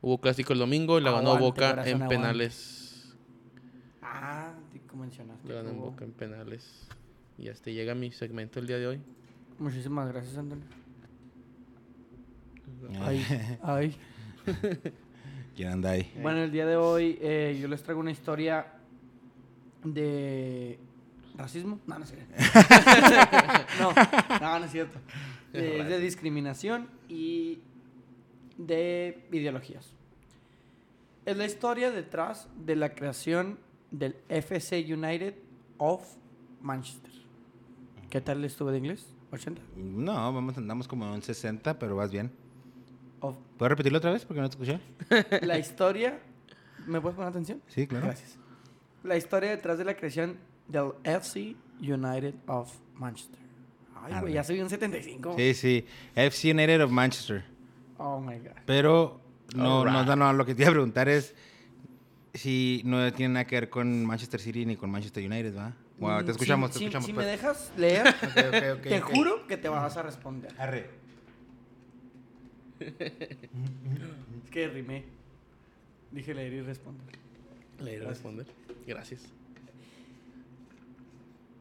hubo clásico el domingo y la ganó Aguante, Boca corazón, en aguante. penales. Ah, te- como mencionaste. La ganó en hubo- Boca en penales. Y hasta llega mi segmento el día de hoy. Muchísimas gracias, Antonio. Ay, ay. ¿Quién anda ahí? Bueno, el día de hoy eh, yo les traigo una historia de racismo. No, no es cierto. no, no, no es cierto. Eh, Es de discriminación y de ideologías. Es la historia detrás de la creación del FC United of Manchester. ¿Qué tal estuvo de inglés? ¿80? No, vamos, andamos como en un 60, pero vas bien. Of. ¿Puedes repetirlo otra vez? Porque no te escuché. La historia... ¿Me puedes poner atención? Sí, claro. Gracias. La historia detrás de la creación del FC United of Manchester. Ay, Arre. güey, ya se vio un 75. Sí, sí. FC United of Manchester. Oh my God. Pero no, Alright. no, no, lo que te iba a preguntar es si no tiene nada que ver con Manchester City ni con Manchester United, ¿va? Wow, Mm, te escuchamos, si, te si- escuchamos. Si pues. me dejas leer, Ok, ok, ok, te ok. juro que te vas a responder. Arre. Es que rimé. Dije leer y responder. Le iré a responder. Gracias.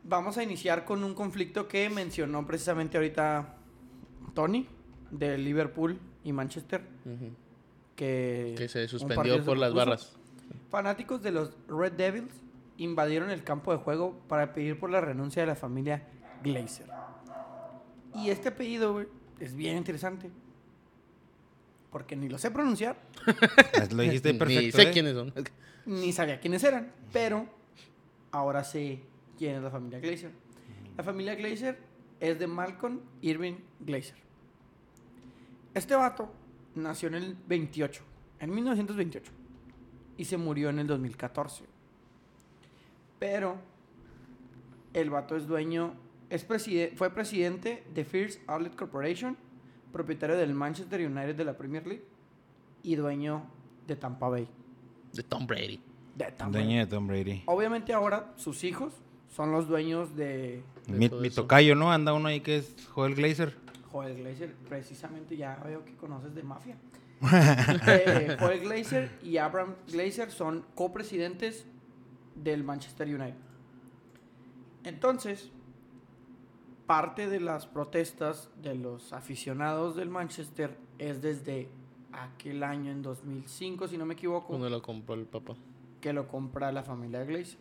Vamos a iniciar con un conflicto que mencionó precisamente ahorita Tony, de Liverpool y Manchester, Ujú. que... Que un se partido suspendió se por las pospuso. barras. Fanáticos de los Red Devils invadieron el campo de juego para pedir por la renuncia de la familia Glazer. Y este apellido, güey, es bien interesante. Porque ni lo sé pronunciar, Pues Lo dijiste perfecto. Ni sé ¿eh? quiénes son. ni sabía quiénes eran, pero ahora sé quién es la familia Glazer. La familia Glazer es de Malcolm Irving Glazer. Este vato nació en el 28, en 1928, y se murió en el 2014. Pero el vato es dueño, es preside- fue presidente de First Outlet Corporation, propietario del Manchester United de la Premier League y dueño de Tampa Bay. De Tom Brady. De Tampa Bay. Dueño de Tom Brady. Obviamente ahora sus hijos son los dueños de Mi, todo mi eso. tocayo, ¿no? Anda uno ahí que es Joel Glazer. Joel Glazer. Precisamente ya veo que conoces de mafia. Eh, Joel Glazer y Abraham Glazer son copresidentes del Manchester United. Entonces, parte de las protestas de los aficionados del Manchester es desde aquel año en 2005, si no me equivoco. Cuando lo compró el papá. que lo compra la familia Glazer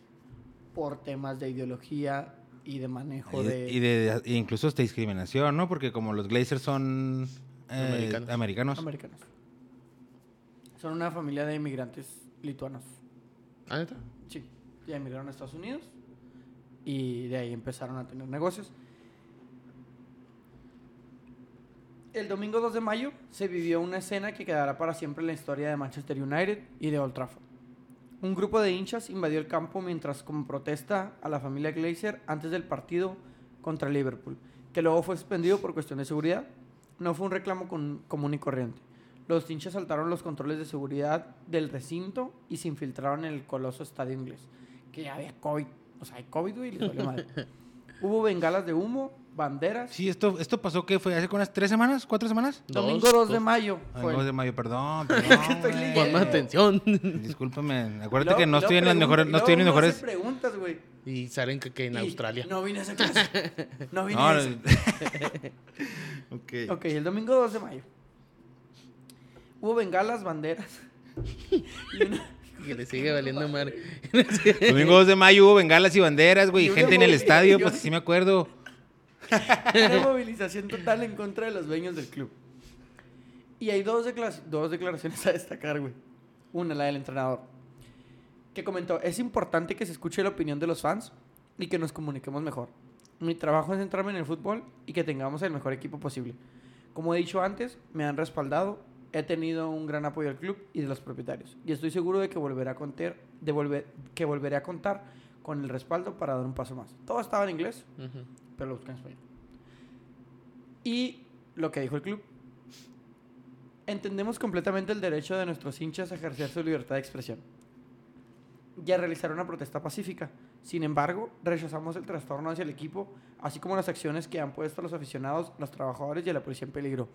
por temas de ideología y de manejo Y de, de, y de- e incluso hasta discriminación, ¿no? Porque como los Glazers son eh, Americanos. americanos. americanos. Son una familia de inmigrantes lituanos. Ah, ¿neta? Sí, ya emigraron a Estados Unidos y de ahí empezaron a tener negocios. El domingo 2 de mayo se vivió una escena que quedará para siempre en la historia de Manchester United y de Old Trafford. Un grupo de hinchas invadió el campo mientras como protesta a la familia Glazer antes del partido contra Liverpool, que luego fue suspendido por cuestión de seguridad. No fue un reclamo con- común y corriente. Los hinchas saltaron los controles de seguridad del recinto y se infiltraron en el coloso estadio inglés, que ya había COVID. O sea, hay COVID, güey, les valió madre. Hubo bengalas de humo, banderas. Sí, esto, esto pasó que fue hace unas tres semanas, cuatro semanas. Dos, Domingo 2 de dos. mayo. Ay, fue. no, de mayo, perdón. perdón estoy güey. leyendo. Pon más atención. Discúlpame. Y Acuérdate luego- que no y luego estoy en las pregunta- mejores. y No estoy en las luego uno mejores. hace preguntas, güey. y salen que, que en Y Australia. No vine a esa clase. No vine No, a esa. no. Ok. Ok, el domingo 2 de mayo. Hubo bengalas, banderas. Y una- Que le sigue valiendo madre. Domingo 2 de mayo hubo bengalas y banderas, güey. Y y una Gente en el mov- estadio, y pues una- sí me acuerdo. una movilización total en contra de los dueños del club. Y hay dos, decla- dos declaraciones a destacar, güey. Una, la del entrenador, que comentó, es importante que se escuche la opinión de los fans y que nos comuniquemos mejor. Mi trabajo es centrarme en el fútbol y que tengamos el mejor equipo posible. Como he dicho antes, me han respaldado, he tenido un gran apoyo del club y de los propietarios. Y estoy seguro de que volveré a contar, de volver, que volveré a contar con el respaldo para dar un paso más. Todo estaba en inglés, Ujú. pero lo busqué en español. Y lo que dijo el club. Entendemos completamente el derecho de nuestros hinchas a ejercer su libertad de expresión y a realizar una protesta pacífica. Sin embargo, rechazamos el trastorno hacia el equipo, así como las acciones que han puesto los aficionados, los trabajadores y a la policía en peligro.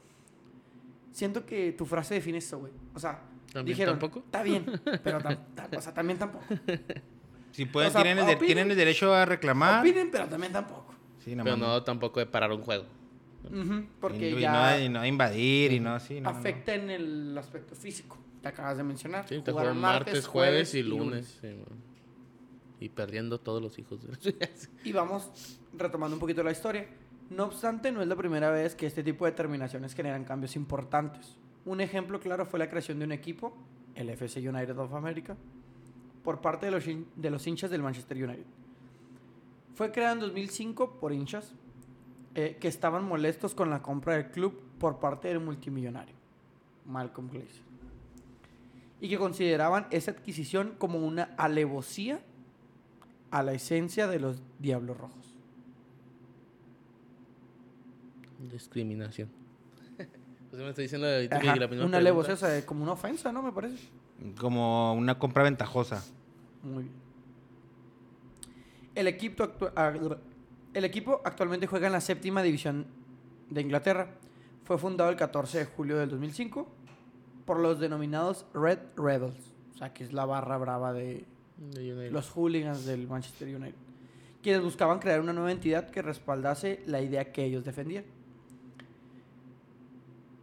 Siento que tu frase define eso, güey. O sea, ¿También dijeron, tampoco? está bien, pero tam- tam- o sea, también tampoco. Si pueden, O sea, tienen, el de- opinen. tienen el derecho a reclamar. Opinen, pero también tampoco. Sí, no Pero mames. no, tampoco de parar un juego. Ujú, porque y, ya... no, y no invadir y no así. No, no. afecta en el aspecto físico. Te acabas de mencionar. Sí, te Jugaron jugaron martes, jueves y lunes. sí, man. y perdiendo todos los hijos. Y vamos retomando un poquito la historia. No obstante, no es la primera vez que este tipo de terminaciones generan cambios importantes. Un ejemplo claro fue la creación de un equipo, el FC United of America, por parte de los, hin- de los hinchas del Manchester United. Fue creado en 2005 por hinchas eh, que estaban molestos con la compra del club por parte del multimillonario, Malcolm Glazer, y que consideraban esa adquisición como una alevosía a la esencia de los Diablos Rojos. Discriminación. Pues me está diciendo ahorita que Ajá, la primera una pregunta- alevosía, o sea, es como una ofensa, ¿no? Me parece. Como una compra ventajosa. Muy bien. El equipo, actu- ah, el equipo actualmente juega en la séptima división de Inglaterra. Fue fundado el 14 de julio del 2005 por los denominados Red Rebels, o sea, que es la barra brava de de United. los hooligans del Manchester United, quienes buscaban crear una nueva entidad que respaldase la idea que ellos defendían.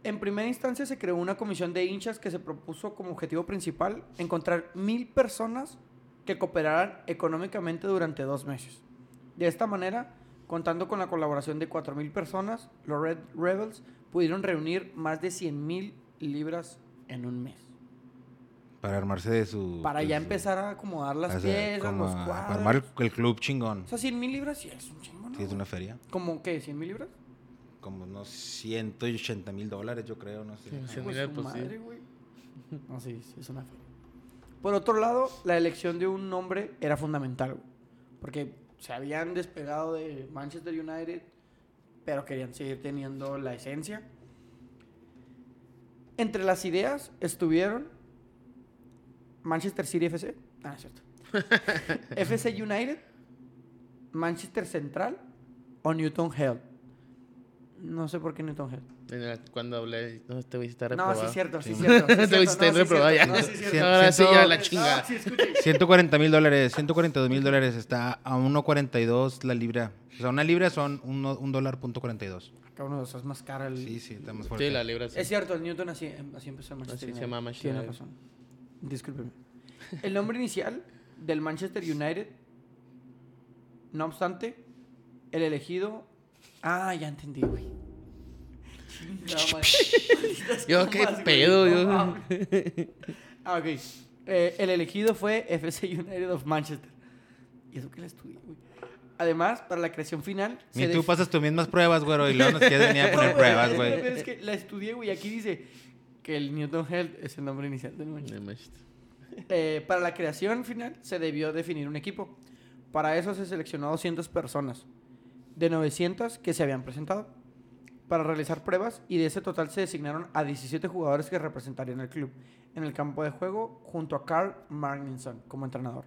En primera instancia se creó una comisión de hinchas que se propuso como objetivo principal encontrar mil personas que cooperaran económicamente durante dos meses. De esta manera Contando con la colaboración de 4.000 personas, los Red Rebels pudieron reunir más de 100.000 libras en un mes. Para armarse de su. Para de ya su- empezar a acomodar las o sea, piezas, como los a- cuadros. Para armar el- el club chingón. O sea, 100.000 libras sí es un chingo, ¿no? Sí, es una feria. ¿Cómo qué? ¿100.000 libras? Como unos 180 mil dólares, yo creo, no sé. Sí, Pues, mira, su pues, sí. madre, güey. No, sí, sí, es una feria. Por otro lado, la elección de un nombre era fundamental, güey, Porque se habían despegado de Manchester United, pero querían seguir teniendo la esencia. Entre las ideas estuvieron Manchester City FC. Ah, no es cierto. FC United, Manchester Central o Newton Health. No sé por qué Newton Health. En la- Cuando hablé, no, este güey sí está No, reprobado. sí es cierto, sí es Sí. cierto. sí es Este güey sí cierto, está no, sí es reprobado ya. cierto, no, sí es cierto. cierto. Ahora sí, ya la Siento- chingada. No, sí, escuche. 140 mil dólares, 142 mil dólares, está a 1.42 la libra. O sea, una libra son uno- un dólar punto 42. Cabrón, o sea, es más cara el... Sí, sí, está más fuerte. Sí, la libra sí. Es cierto, el Newton así, em, así empezó el Manchester Así se United. llama Manchester Tiene United. razón. Discúlpeme. El nombre inicial del Manchester United, no obstante, el elegido... Ah, ya entendí, güey. Chingada madre. Yo, ¿Cómo qué vas, güey? pedo, No yo. mames. Ah, ok. Eh, el elegido fue FC United of Manchester. Y eso que le estudié, güey. Además, para la creación final... Ni se tú def- pasas tus mismas pruebas, güero, y luego nos quieres venir a poner No, pruebas, güey. güey. Pero es que la estudié, güey. Aquí dice que el Newton Health es el nombre inicial del Manchester. No, Manchester. Eh, para la creación final se debió definir un equipo. Para eso se seleccionó 200 personas, de 900 que se habían presentado, para realizar pruebas y de ese total se designaron a 17 jugadores que representarían al club en el campo de juego junto a Carl Magnuson como entrenador.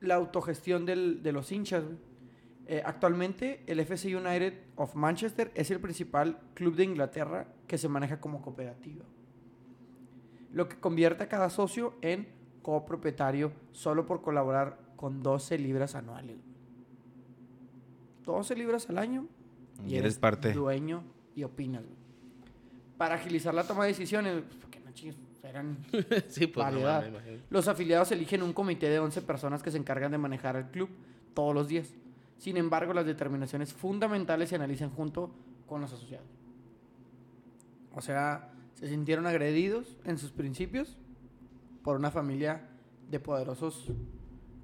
La autogestión del- de los hinchas. güey. Eh, actualmente el FC United of Manchester es el principal club de Inglaterra que se maneja como cooperativa lo que convierte a cada socio en copropietario solo por colaborar con 12 libras anuales. 12 libras al año Y eres parte. dueño y opinas. güey. Para agilizar la toma de decisiones, pues, porque no chingues, eran Sí, pues no Variedad. mames, imagínate. los afiliados eligen un comité de 11 personas que se encargan de manejar el club todos los días. Sin embargo, las determinaciones fundamentales se analizan junto con los asociados. O sea, se sintieron agredidos en sus principios por una familia de poderosos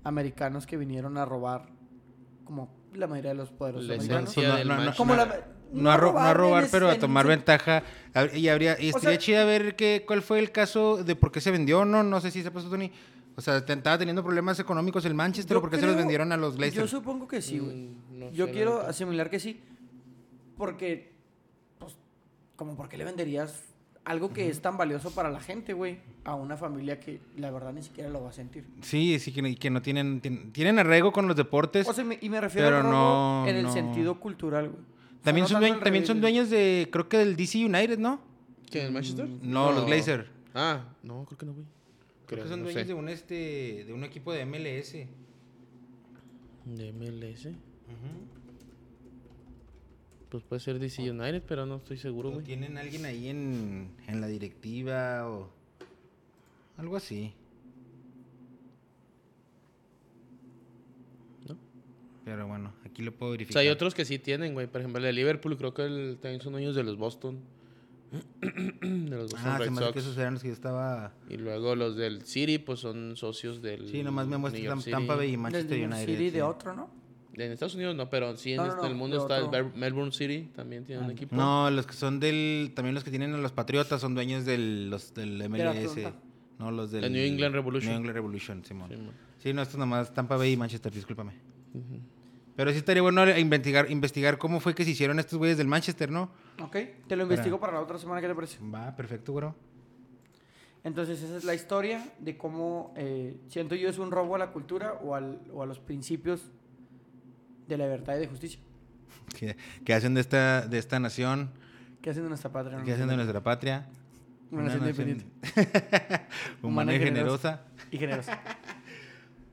americanos que vinieron a robar, como la mayoría de los poderosos La americanos. esencia No, del no, no, Manchester. Como la- No a, ro- no a robar, en- pero a en- tomar ventaja. Hab- Y, habría, y O estaría sea- chida ver qué, cuál fue el caso de por qué se vendió. No, no sé si se pasó, Tony. O sea, te- estaba teniendo problemas económicos el Manchester o Yo por qué se los creo- vendieron a los Yo Blazers. supongo que sí, güey. Mm, no Yo sé, la quiero neta. asimilar que sí, porque, pues, como por qué le venderías algo que es tan valioso para la gente, güey, a una familia que la verdad ni siquiera lo va a sentir. Sí, sí, que, que no tienen, tienen, tienen arraigo con los deportes. O sea, me- y me refiero Pero al robo no, en el no. sentido cultural, güey. O sea, también, no son tanto dueños, el también son revivir- dueños de, creo que del DC United, ¿no? ¿Quién, el Manchester? No, los Glazer. Ah, no, creo que no, güey. Creo que son no dueños sé. de un este de un equipo de MLS. De MLS. Pues puede ser DC Ah. United, pero no estoy seguro, O güey. tienen alguien ahí en, en la directiva o algo así. ¿No? Pero bueno, aquí lo puedo O verificar. sea, hay otros que sí tienen, güey. Por ejemplo, el de Liverpool, creo que el- también son dueños de los Boston. de los Boston Ah, se Red me hace que Sox. esos eran los que yo estaba. Y luego los del City, pues son socios del. Sí, nomás me New muestra York Tam- City. Tampa Bay y del Manchester New United. City sí. de otro, ¿no? En Estados Unidos no, pero sí en, No, no, este- no, el mundo de está el otro. Bel- Melbourne City, también tiene un Ah. equipo. No, los que son del. También los que tienen a los Patriotas son dueños del, los, del MLS. Atlanta. no, los del. El New England Revolution. New England Revolution, Simón. Sí, man. Sí, no, esto nomás Tampa Bay y Manchester, discúlpame. Pero sí estaría bueno investigar, investigar cómo fue que se hicieron estos güeyes del Manchester, ¿no? Ok, te lo investigo para la otra semana, ¿qué te parece? Va, perfecto, güero. Entonces esa es la historia de cómo eh, siento yo es un robo a la cultura o, al- o a los principios de la libertad y de justicia Que, que hacen de esta, de esta nación, que hacen de nuestra patria. una que hacen de nación- nuestra patria. Una nación independiente humana y generosa. y generosa.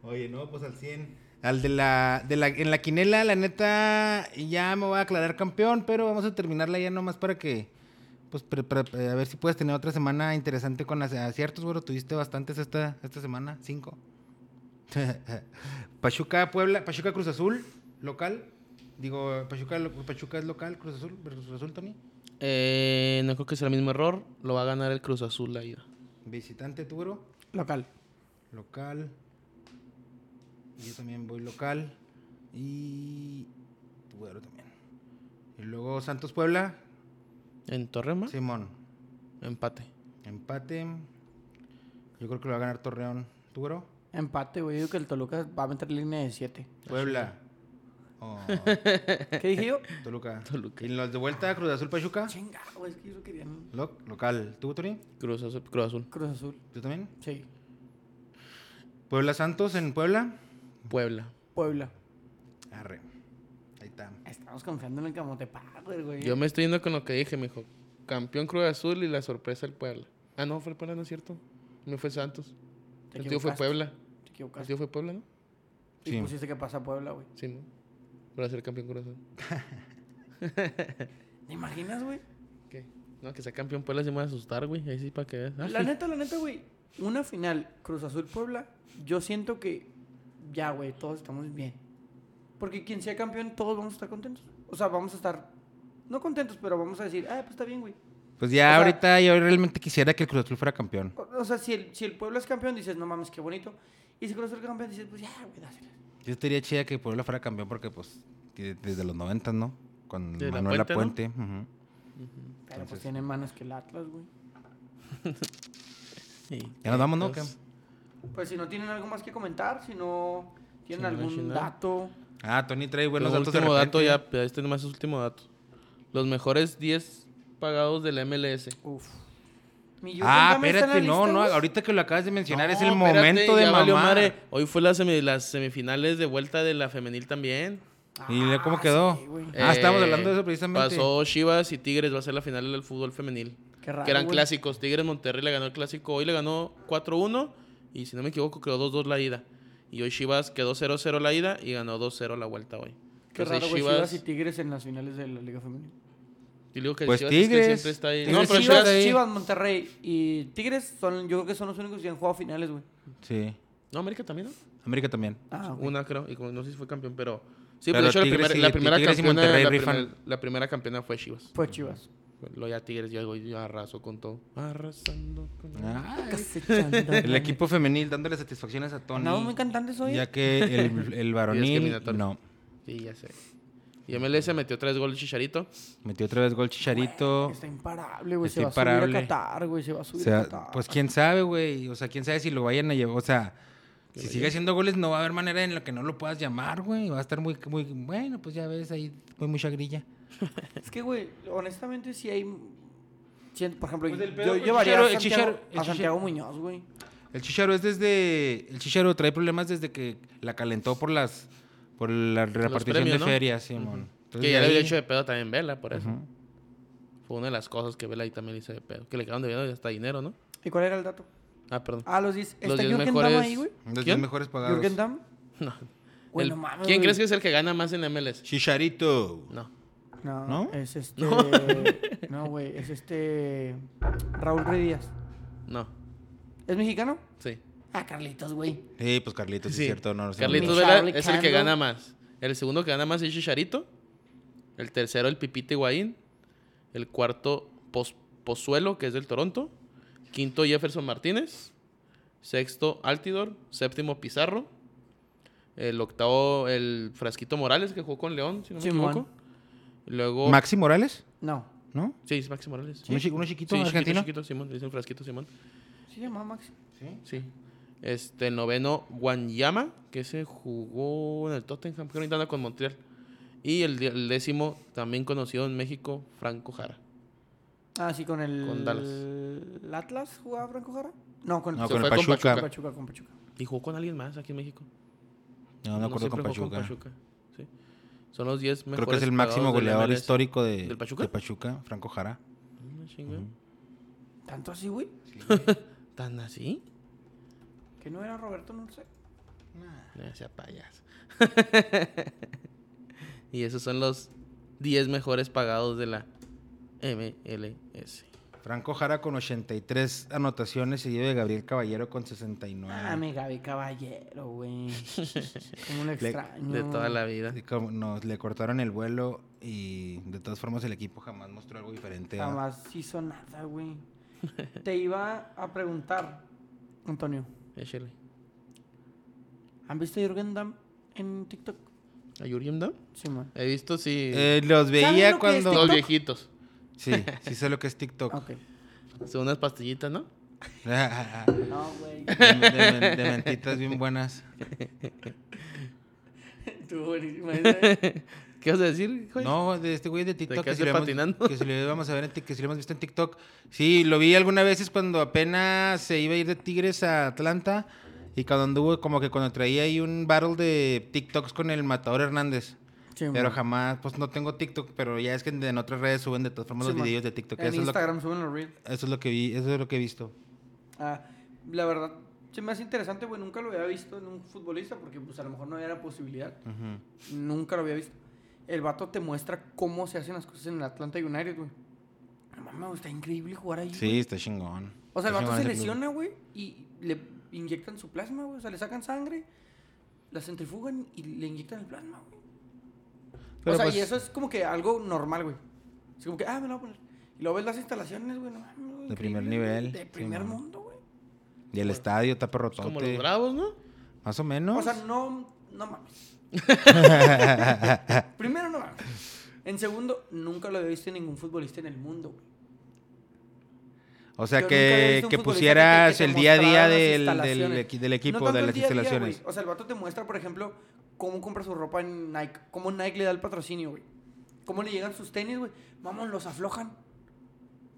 Oye, no, pues al 100. Al de la, de la. En la quinela, la neta, ya me voy a aclarar campeón, pero vamos a terminarla ya nomás para que. Pues pre- pre- pre- a ver si puedes tener otra semana interesante con ac- aciertos, güero. Tuviste bastantes esta, esta semana, cinco. Pachuca, Puebla, Pachuca Cruz Azul, local. Digo, Pachuca, lo- Pachuca es local, Cruz Azul, pero Cruz Azul, Tony. Eh, no creo que sea el mismo error. Lo va a ganar el Cruz Azul la ida. Visitante, tú, bro. Local. Local. Yo también voy local. Y. Tu güero también. Y luego Santos Puebla. En Torreón, Simón. empate. Empate. Yo creo que lo va a ganar Torreón. ¿Tú, güero? Empate, güey. Yo digo que el Toluca va a meter línea de 7. Puebla. Oh, ¿Qué dije yo? Toluca. Toluca. Y los de vuelta, Cruz Azul Pachuca. Chinga, güey. Es que yo quería un Lo- local. ¿Tú, Tony? Cruz Azul. Cruz Azul. Cruz Azul. ¿Tú también? Sí. Puebla Santos en Puebla. Puebla. Puebla. Arre. Ahí está. Estamos confiando en el Camote Padre, güey. Yo me estoy yendo con lo que dije, mijo. Campeón Cruz Azul y la sorpresa el Puebla. Ah, no, fue el Puebla, ¿no es cierto? No fue Santos. Te El tío fue equivocaste, Puebla. Te El equivocaste. tío fue Puebla, ¿no? Y Sí. pusiste que pasa Puebla, güey. Sí, ¿no? Para ser campeón Cruz Azul. ¿Te imaginas, güey? ¿Qué? No, que sea campeón Puebla se me va a asustar, güey. Ahí sí, para que veas. Ah, La neta, la neta, güey. Una final Cruz Azul Puebla, yo siento que ya, güey, todos estamos bien. Porque quien sea campeón, todos vamos a estar contentos. O sea, vamos a estar, no contentos, pero vamos a decir, ah, pues está bien, güey. Pues O sea- ya ahorita yo realmente quisiera que el Cruz Azul fuera campeón. O, o sea, si el, si el Puebla es campeón, dices, no mames, qué bonito. Y si Cruz Azul es campeón, dices, pues ya, güey, dásela. Yo estaría chida que Puebla fuera campeón porque, pues, que desde los 90, ¿no? Con Desde la Manuel Apuente. Puente, ujú. Pero pues tiene manos que el Atlas, güey. sí. Ya nos vamos, ¿no? Entonces, Pues si no tienen algo más que comentar, si no tienen Sí, no, algún chingada. dato. Ah, Tony trae buenos Luego, datos de último dato repente. ya, ya este nomás es último dato. Los mejores 10 pagados del MLS. Uf. Mi Jürgen Ah, Damm está en la espérate, no, lista, no, güey. ahorita que lo acabas de mencionar No, es Ah, el espérate, momento de ya valió mamar. madre. Hoy fue la semi- las semifinales de vuelta de la femenil también. ¿Y le- cómo Ah, quedó? sí, güey. Ah, estábamos hablando de eso precisamente. Eh, Pasó Chivas y Tigres, va a ser la final del fútbol femenil. Qué raro, que eran güey. clásicos. Tigres Monterrey le ganó el clásico. Hoy le ganó 4-1 y si no me equivoco quedó 2-2 la ida. Y hoy Chivas quedó 0-0 la ida y ganó 2-0 la vuelta hoy. Qué Entonces, raro, güey, Chivas y Tigres en las finales de la Liga Femenina. yo digo que Pues Chivas es que Tigres. siempre está ahí. Tigres No, pero y Chivas, Chivas, ahí. Chivas, Monterrey y Tigres son, yo creo que son los únicos que han jugado finales, güey. Sí, No, América también, ¿no? América también. Ah, ok. Una creo, y como- no sé si fue campeón, pero... Sí, Pero pero de hecho la Tigres primera, y- la primera Tigres y campeona, Monterrey la, rifan. primer- la primera campeona fue Chivas. Fue Chivas. Lo ya Tigres, yo, yo arraso con todo. Arrasando con todo. Ah, Casi echando, el güey. equipo femenil dándole satisfacciones a Tony. Andamos muy cantantes hoy. ya que el, el varonil eliminatoria. no. Sí, ya sé. Y MLS metió tres goles Chicharito. Metió otra vez gol Chicharito. Está imparable, güey. Se Está va a subir imparable. a Qatar, güey. Se va a O subir a sea, Qatar. pues quién sabe, güey. O sea, quién sabe si lo vayan a llevar. O sea, si sigue haciendo goles, no va a haber manera en la que no lo puedas llamar, güey. Va a estar muy, muy. Bueno, pues ya ves, ahí fue mucha grilla. Es que, güey, honestamente, si hay... siento- Por ejemplo, Pues el yo pedo con llevaría a Chicharo, el Santiago, Chicharo- el a Santiago Muñoz, güey. El Chicharo es desde. El Chicharo trae problemas desde que la calentó por las. Por la repartición premios, de ¿no? ferias, Simón. Entonces, que de ya le había ahí- hecho de pedo también Vela, por eso. Ujú. Fue una de las cosas que Vela ahí también le hizo de pedo. Que le quedaron debiendo hasta dinero, ¿no? ¿Y cuál era el dato? Ah, perdón. Ah, los 10. Los ¿Está 10 Jürgen mejores. Damm ahí, güey? Los diez ¿Quién? mejores pagados. ¿Jürgen Damm? No. Güey, El- no mames, ¿Quién güey. crees que es el que gana más en MLS? Chicharito. No. No, ¿No? es este. No, güey, es este. Raúl Ruiz Díaz. No. ¿Es mexicano? Sí. Ah, Carlitos, güey. Sí, pues Carlitos, sí, Sí. es cierto. No, no sé. Carlitos Mi Vela Charlie es el Candle. que gana más. El segundo que gana más es Chicharito. El tercero, el Pipita Higuaín. El cuarto, Pos- Pozuelo, que es del Toronto. Quinto, Jefferson Martínez. Sexto, Altidor. Séptimo, Pizarro. El octavo, el Frasquito Morales, que jugó con León, si no me Simón. equivoco. Luego... Maxi Morales, No. ¿no? Sí, es Maxi Morales. Uno chi- uno chiquito, Sí, argentino. chiquito, Simón. Le dicen Frasquito Simón. Sí, se llama Max. Sí. Sí. Este, el noveno, Guanyama, que se jugó en el Tottenham, que ahorita anda con Montreal. Y el, di- el décimo, también conocido en México, Franco Jara. Ah, sí, con el. Con Dallas. ¿El Atlas jugaba Franco Jara? No, con el. No, Se con el fue con Pachuca. Con Pachuca, con Pachuca. Y jugó con alguien más aquí en México. No, me acuerdo con siempre Pachuca. jugó Sí. Son los 10 mejores. Creo que es el máximo pagados del goleador MLS. histórico de, ¿Del Pachuca? de Franco Jara. Una chinga. ¿Tanto así, güey? ¿Tan así? Que no era Roberto, no sé. No sea payaso. y esos son los 10 mejores pagados de la MLS. Franco Jara con 83 anotaciones y de Gabriel Caballero con 69. Ah, mi Gaby Caballero, güey. Como lo Le- extraño. de toda la vida. Y como nos le cortaron el vuelo y de todas formas el equipo jamás mostró algo diferente. a- Jamás hizo nada, güey. Te iba a preguntar, Antonio. Échale. ¿Han visto a Jürgen Damm en TikTok? ¿A Jürgen Damm? Sí, man. He visto, sí. Eh, los ¿Saben veía lo que es cuando... los TikTok? viejitos. Sí, sí sé lo que es TikTok. Ok. Son unas pastillitas, ¿no? de, No, güey. de- de mentitas bien buenas. Estuvo buenísimo ese. ¿Qué vas a decir, güey? No, de este güey de TikTok. quedaste lo hemos- patinando? que si lo íbamos a ver en Tik- que si lo hemos visto en TikTok. Sí, lo vi algunas veces cuando apenas se iba a ir de Tigres a Atlanta y cuando anduvo como que cuando traía ahí un battle de TikToks con el Matador Hernández. Sí, man. Pero jamás, pues no tengo TikTok, pero ya es que en, en otras redes suben de todas formas Sí, los man. videos de TikTok. En Eso es, lo que, Instagram suben los reels. eso es lo que vi, eso es lo que he visto. Ah, la verdad, se me hace interesante, güey. Nunca lo había visto en un futbolista porque, pues, a lo mejor no había la posibilidad. Ujú. Nunca lo había visto. El vato te muestra cómo se hacen las cosas en el Atlanta United, güey. No mames, está increíble jugar ahí. güey. Sí, está chingón. O sea, el Está vato chingón se ese club. lesiona, güey, y le inyectan su plasma, güey. O sea, le sacan sangre, la centrifugan y le inyectan el plasma, güey. Pero, o sea, pues, y eso es como que algo normal, güey. Es como que, ah, me lo voy a poner. Y luego ves las instalaciones, güey, no mames, güey, De primer increíble, güey, nivel, De sí, primer man. mundo, güey. Y el estadio está Pues como perrotote. los bravos, ¿no? Más o menos. O sea, no, no mames. Primero, no mames. En segundo, nunca lo había visto en ningún futbolista en el mundo, güey. O sea, Yo nunca había que, visto un futbolista que te- que pusieras te el día a día mostrara las del, del instalaciones. equi- del No equipo, tanto de el las día a día, instalaciones. güey. o sea, el vato te muestra, por ejemplo, cómo compra su ropa en Nike, cómo Nike le da el patrocinio, güey. Cómo le llegan sus tenis, güey. Vamos, los aflojan.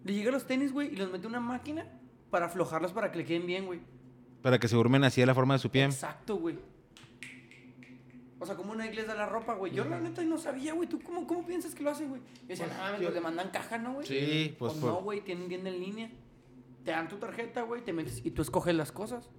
Le llegan los tenis, güey, y los mete a una máquina para aflojarlos para que le queden bien, güey. Para que se durmen así de la forma de su pie. Exacto, güey. O sea, cómo Nike les da la ropa, güey. Yo la neta no sabía, güey. ¿Tú cómo, cómo piensas que lo hace, güey? Y decían, ah, pues le mandan caja, ¿no, güey? Sí, pues, Pues por- no, güey, tienen tienda en línea. Te dan tu tarjeta, güey, te metes y tú escoges las cosas.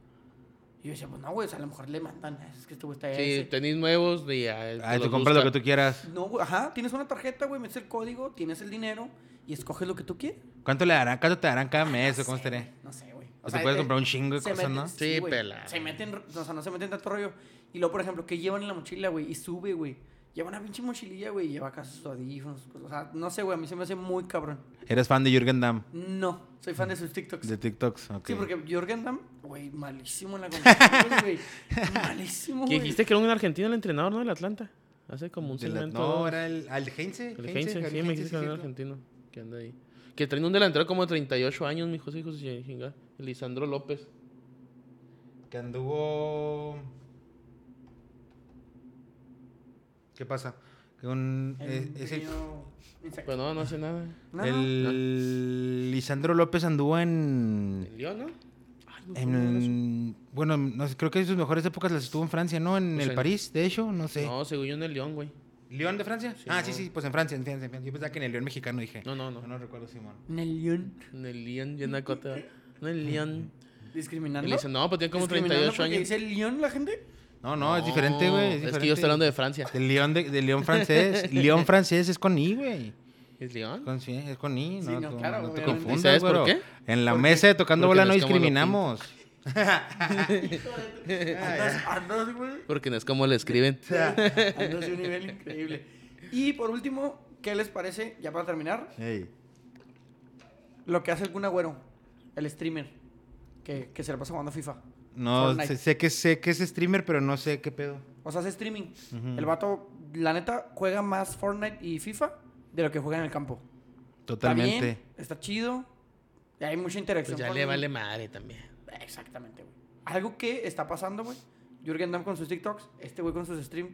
Y yo decía, pues no, güey, o sea, a lo mejor le mandan, es que este güey está allá, Sí, ese". tenis nuevos y ya. Ay, los tú compras lo que buscan. tú quieras. No, güey, ajá, tienes una tarjeta, güey, metes el código, tienes el dinero y escoges lo que tú quieres. ¿Cuánto le darán? ¿Cuánto te darán cada mes? No ¿O cómo sé, estaría? güey, No sé, güey. eh, O te puedes comprar un chingo de se cosas, meten- ¿no? Sí, Sí, güey. pela. Se meten, o sea, no se meten tanto rollo. Y luego, por ejemplo, que llevan en la mochila, güey, y sube, güey. Lleva una pinche mochililla, güey, y lleva acá sus audífonos. sus cosas. O sea, no sé, güey, a mí se me hace muy cabrón. Eres fan de Jürgen Damm. No, soy fan de sus TikToks. De TikToks, ok. Sí, porque Jorgen Damm, güey, malísimo en la conversación, güey. Malísimo, Que güey. dijiste que era un argentino el entrenador, ¿no? Del Atlanta. Hace como un De la- segmento. no, era el, al Heinze. El Heinze, Heinze, Gabriel sí, me Heinze, dijiste que era un sí, argentino que anda ahí. Que traen un delantero como de 38 años, mijos, hijos, y chinga. Lisandro López. Que anduvo... ¿Qué pasa? Que un- El Eh, es- es el, pequeño insecto. Pero Pues no, no hace nada. No, no. el Ah. Lisandro López anduvo en... El León, ¿no? Ay, no, En- ¿cómo era eso? bueno, no sé, creo que sus mejores épocas las estuvo en Francia, ¿no? En Pues el en- París, de hecho, no sé. No, según yo en el León, güey. ¿León de Francia? Sí, ah, no. sí, sí, pues en Francia, en Francia, en Francia. Yo pensaba que en el León mexicano dije. No, no, no. No, no recuerdo, Simón. En el León. En el León, ya en la cota. En Mm. el León. Y Discriminando. le dicen, no, pues tiene como ¿Discriminando 38 porque años. dice el León la gente? No, no, es diferente, güey. Es, Es que yo estoy hablando de Francia. Del León, de, del León francés. León francés es con I, güey. ¿Es León? Con- sí, es con I, Sí, no, no, tú- claro, no te obviamente. confundas, ¿Sabes por güero. qué? En la ¿Por qué? mesa de Tocando Porque Bola no no es como lo discriminamos. Andas, andas, güey. Porque no es como le escriben. Andas de un nivel increíble. Y por último, ¿qué les parece, ya para terminar, Ey. lo que hace el Kun Agüero, el streamer, que, que se la pasa jugando FIFA? No, Fortnite. sé, sé que, sé que es streamer, pero no sé qué pedo. O sea, hace streaming. El vato, la neta, juega más Fortnite y FIFA de lo que juega en el campo. Totalmente. Está bien, está chido. Y hay mucha interacción. Pues ya con- le vale madre también. Exactamente, güey. Algo que está pasando, güey. Jürgen Damm con sus TikToks, este güey con sus streams.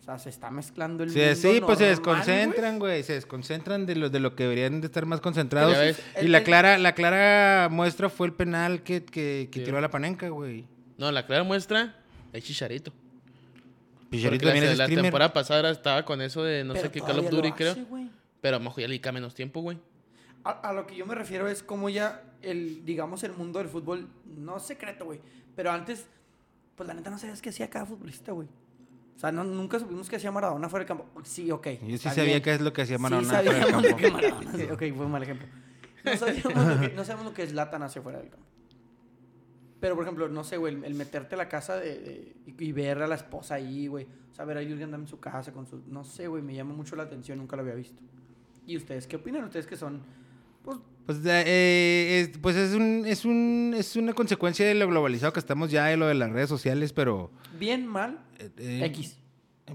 O sea, se está mezclando el Sí, mundo sí, pues se normal, desconcentran, güey, se desconcentran de lo, de lo que deberían de estar más concentrados. Ya ves. Y la clara, la clara muestra fue el penal que, que, que Sí. tiró a la panenca, güey. No, la clara muestra es Chicharito. Picharito Porque también la, es la streamer. temporada pasada era- estaba con eso de no Pero sé qué Call of todavía lo Duty, creo. hace, güey. Pero a lo mejor ya le queda menos tiempo, güey. A, a lo que yo me refiero es como ya el, digamos, el mundo del fútbol, no secreto, güey. Pero antes, pues la neta no sabías qué hacía cada futbolista, güey. O sea, no- nunca supimos qué hacía Maradona fuera del campo. Sí, ok. Yo sí está sabía bien. qué es lo que hacía Sí Maradona fuera del sabíamos campo. que Maradona- sí, ok, fue un mal ejemplo. No sabíamos lo que, no sabemos lo que es Latan hacia afuera del campo. Pero, por ejemplo, no sé, güey, el, el meterte a la casa de, de- y, y ver a la esposa ahí, güey. O sea, ver a Jürgen Damm en su casa con su... No sé, güey, me llama mucho la atención, nunca lo había visto. ¿Y ustedes qué opinan? Ustedes que son... Pues, Pues, da- eh, es, pues es, un, es, un, es una consecuencia de lo globalizado que estamos ya, de lo de las redes sociales, pero... bien, mal, eh, eh, X.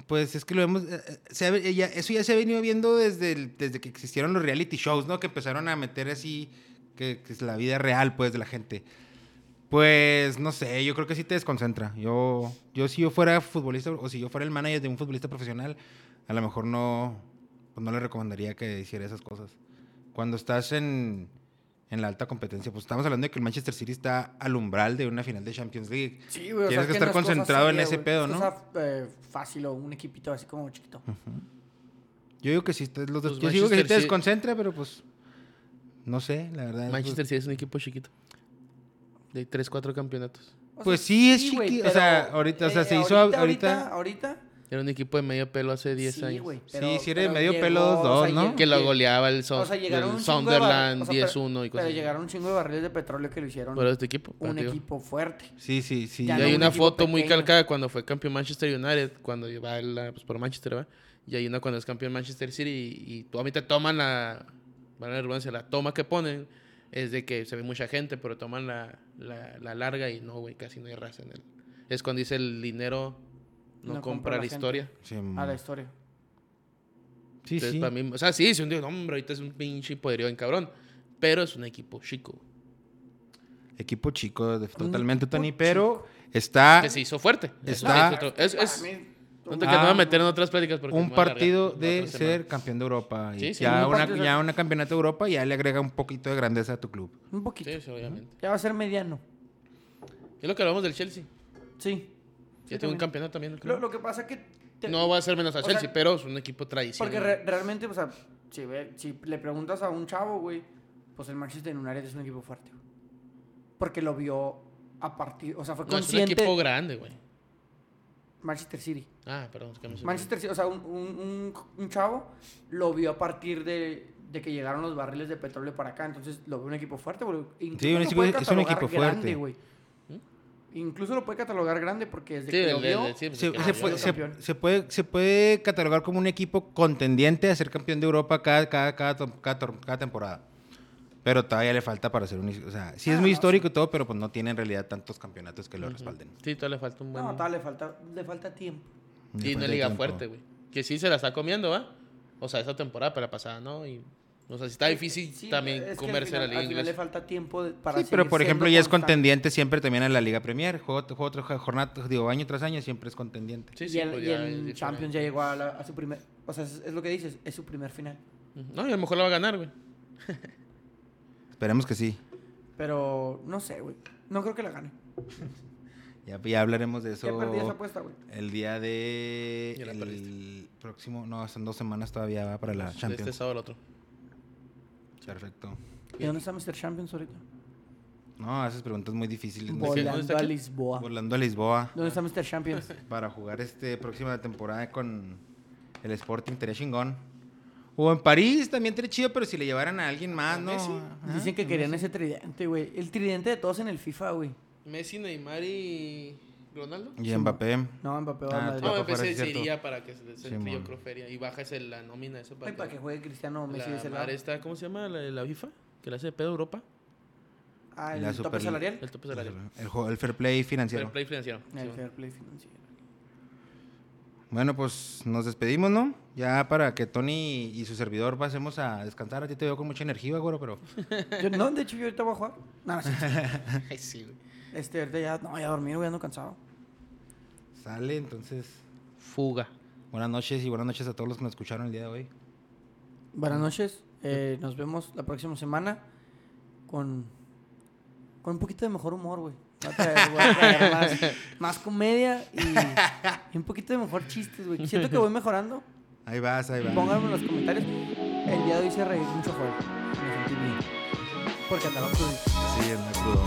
Pues es que lo hemos. eh, eh, se ha- eh, ya- eso ya se ha venido viendo desde, el- desde que existieron los reality shows, ¿no? Que empezaron a meter así. Que, que es la vida real, pues, de la gente. Pues no sé, yo creo que sí te desconcentra. Yo, yo si yo fuera futbolista o si yo fuera el manager de un futbolista profesional, a lo mejor no, pues, no le recomendaría que hiciera esas cosas. Cuando estás en, en la alta competencia, pues estamos hablando de que el Manchester City está al umbral de una final de Champions League. Sí, güey. Tienes que estar no es cosa concentrado en seria, ese güey. pedo, Es ¿no? cosa, eh, fácil o un equipito así como chiquito. Yo digo que sí, te, los, Pues yo digo que sí Manchester te City- desconcentra, pero pues no sé, la verdad. pues, Manchester City es un equipo chiquito. De 3, 4 campeonatos. O Pues sí, es güey, chiqui- o pero, eh, sea, ahorita, o sea, se hizo ahorita, ahorita- ahorita, ahorita, Era un equipo de medio pelo hace 10 sí, años. güey, Sí, pero- si era de pero medio llegó, pelo, dos, o sea, dos, ¿no? lleg- Que lo goleaba el, Son- e O sea, llegaron el un chingo de Sunderland barri- o sea, pero- 10-1 y cosas Pero así. llegaron un chingo de barriles de petróleo que lo hicieron Pero este equipo. un partido. equipo fuerte. Sí, sí, sí. Ya Y no hay un una equipo foto muy pequeño. calcada cuando fue campeón Manchester United, cuando va la- pues, por Manchester, ¿va? Y hay una cuando es campeón Manchester City y, y tú a mí te toman la... Van a la redundancia, la toma que ponen es de que se ve mucha gente, pero toman la, la, la larga y no, güey, casi no hay raza en él. Es cuando dice el dinero no, No compra compra la la gente". historia. Sí, A la historia. sí, Entonces, sí. para mí, o sea, sí, si un día, no, hombre, ahorita es un pinche poderío en cabrón, pero es un equipo chico Equipo chico, de- totalmente, equipo Tony, chico. pero está que se hizo fuerte. Eso Ah, Está- Ah, es otro- es- es- Ah, Para mí, no te Ah, que no me voy a meter en otras pláticas porque me un voy a alargar partido la de otra semana. ser campeón de Europa. Y Sí, sí, ya, un una, partido- ya una campeonato de Europa ya le agrega un poquito de grandeza a tu club. un poquito. Sí, sí, obviamente. Ya va a ser mediano. Es lo que hablamos del Chelsea. Sí. Ya Sí, tiene un también. campeonato también. ¿no? Lo, lo que pasa que... te- no va a ser menos a o Chelsea, sea, pero es un equipo tradicional. Porque re- realmente, o sea, si, ve- si le preguntas a un chavo, güey, pues el Manchester United es un equipo fuerte. güey. Porque lo vio a partir, o sea, fue no, es un consciente. equipo grande, güey. Manchester City. Ah, perdón, es que me Manchester City, o sea, un, un- un- un chavo lo vio a partir de, de que llegaron los barriles de petróleo para acá. Entonces lo vio un equipo fuerte, güey. Incluso Sí, un lo equipo- puede es un catalogar equipo fuerte. grande, güey. Incluso lo puede catalogar grande porque desde ¿Mm? Sí, que lo el, vio. el- sí, pues, Se, es que se no, sí, puede, sí, se- campeón. se puede, se puede catalogar como un equipo contendiente a ser campeón de Europa cada, cada, cada, to- cada tor- cada temporada. Pero todavía le falta para ser un... his- O sea, sí es Ah, muy no, histórico y todo, pero pues no tiene en realidad tantos campeonatos que lo respalden. Sí, todavía le falta un buen. No, tal, le falta, le falta tiempo. Le y una falta liga tiempo. fuerte, güey. Que sí se la está comiendo, ¿va? O sea, esa temporada, pero la pasada, ¿no? Y, o sea, si está difícil Sí, es también que al comerse la final- liga al final le inglesa. falta tiempo de- para Sí, pero seguir por ejemplo siendo ya es constante. contendiente siempre también en la Liga Premier. Juego, juego otra jornada, digo, año tras año siempre es contendiente. Sí, y sí, el, pues y ya el es diferente. Champions ya llegó a, la- a su primer. O sea, es, es lo que dices, es su primer final. Ujú. No, y a lo mejor la va a ganar, güey. Esperemos que sí. Pero no sé, güey. No creo que la gane. Ya, ya hablaremos de eso Ya perdí esa apuesta, güey. el día de Ya la el próximo, no, son dos semanas todavía va para la De este Champions. sábado al otro. Perfecto. ¿Y dónde está Mr. Champions ahorita? No, esas preguntas muy difíciles. ¿no? Vol- dónde Volando está a aquí? Lisboa. Volando a Lisboa ¿Dónde está Mr. Champions? para jugar este próxima temporada con el Sporting estaría chingón. O en París también estaría chido, pero si le llevaran a alguien más, ¿A ¿no? Messi? Ajá. Dicen que querían ese tridente, güey. El tridente de todos en el FIFA, güey. Messi, Neymar y Ronaldo. Y Mbappé. No, Mbappé va Ah, a Madrid. Papá No, empecé fuera, es se cierto. iría para que se des el Simón. trío Croferia y bajas el- la nómina eso Ay, para que juegue Cristiano Messi de la ese lado. madre está, ¿cómo se llama? La, la FIFA, que la hace de pedo Europa, Ah, el La tope Super- salarial. el tope salarial. Pues, El, juego- el fair play Fair financiero. play financiero. El Simón. fair play financiero. Bueno, pues nos despedimos, ¿no? Ya para que Tony y su servidor pasemos a descansar. A ti te veo con mucha energía, güero, pero Yo- no, de hecho, yo ahorita voy a jugar. No, no, sí, sí. Ay, sí, güey. Este, ahorita ya, no, ya dormí, güey, ando cansado. sale. Entonces, Fuga. buenas noches y buenas noches a todos los que nos escucharon el día de hoy. Buenas noches. eh, nos vemos la próxima semana con, con un poquito de mejor humor, güey. Voy a traer- voy a traer más, más comedia y, y un poquito de mejor chistes, güey. Siento que voy mejorando. Ahí vas, ahí vas. Pónganme en los comentarios. El día de hoy se reír mucho juego. Me sentí bien. Porque andaba con Sí, anda crudo.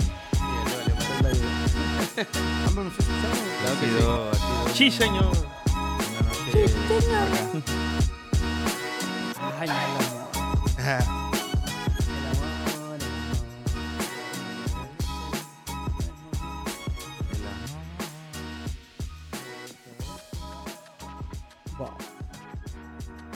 esa es la idea. Vámonos, chao. Ha sido, ha sido Sí, señor. una noche Ay, el amor. El amor. Box.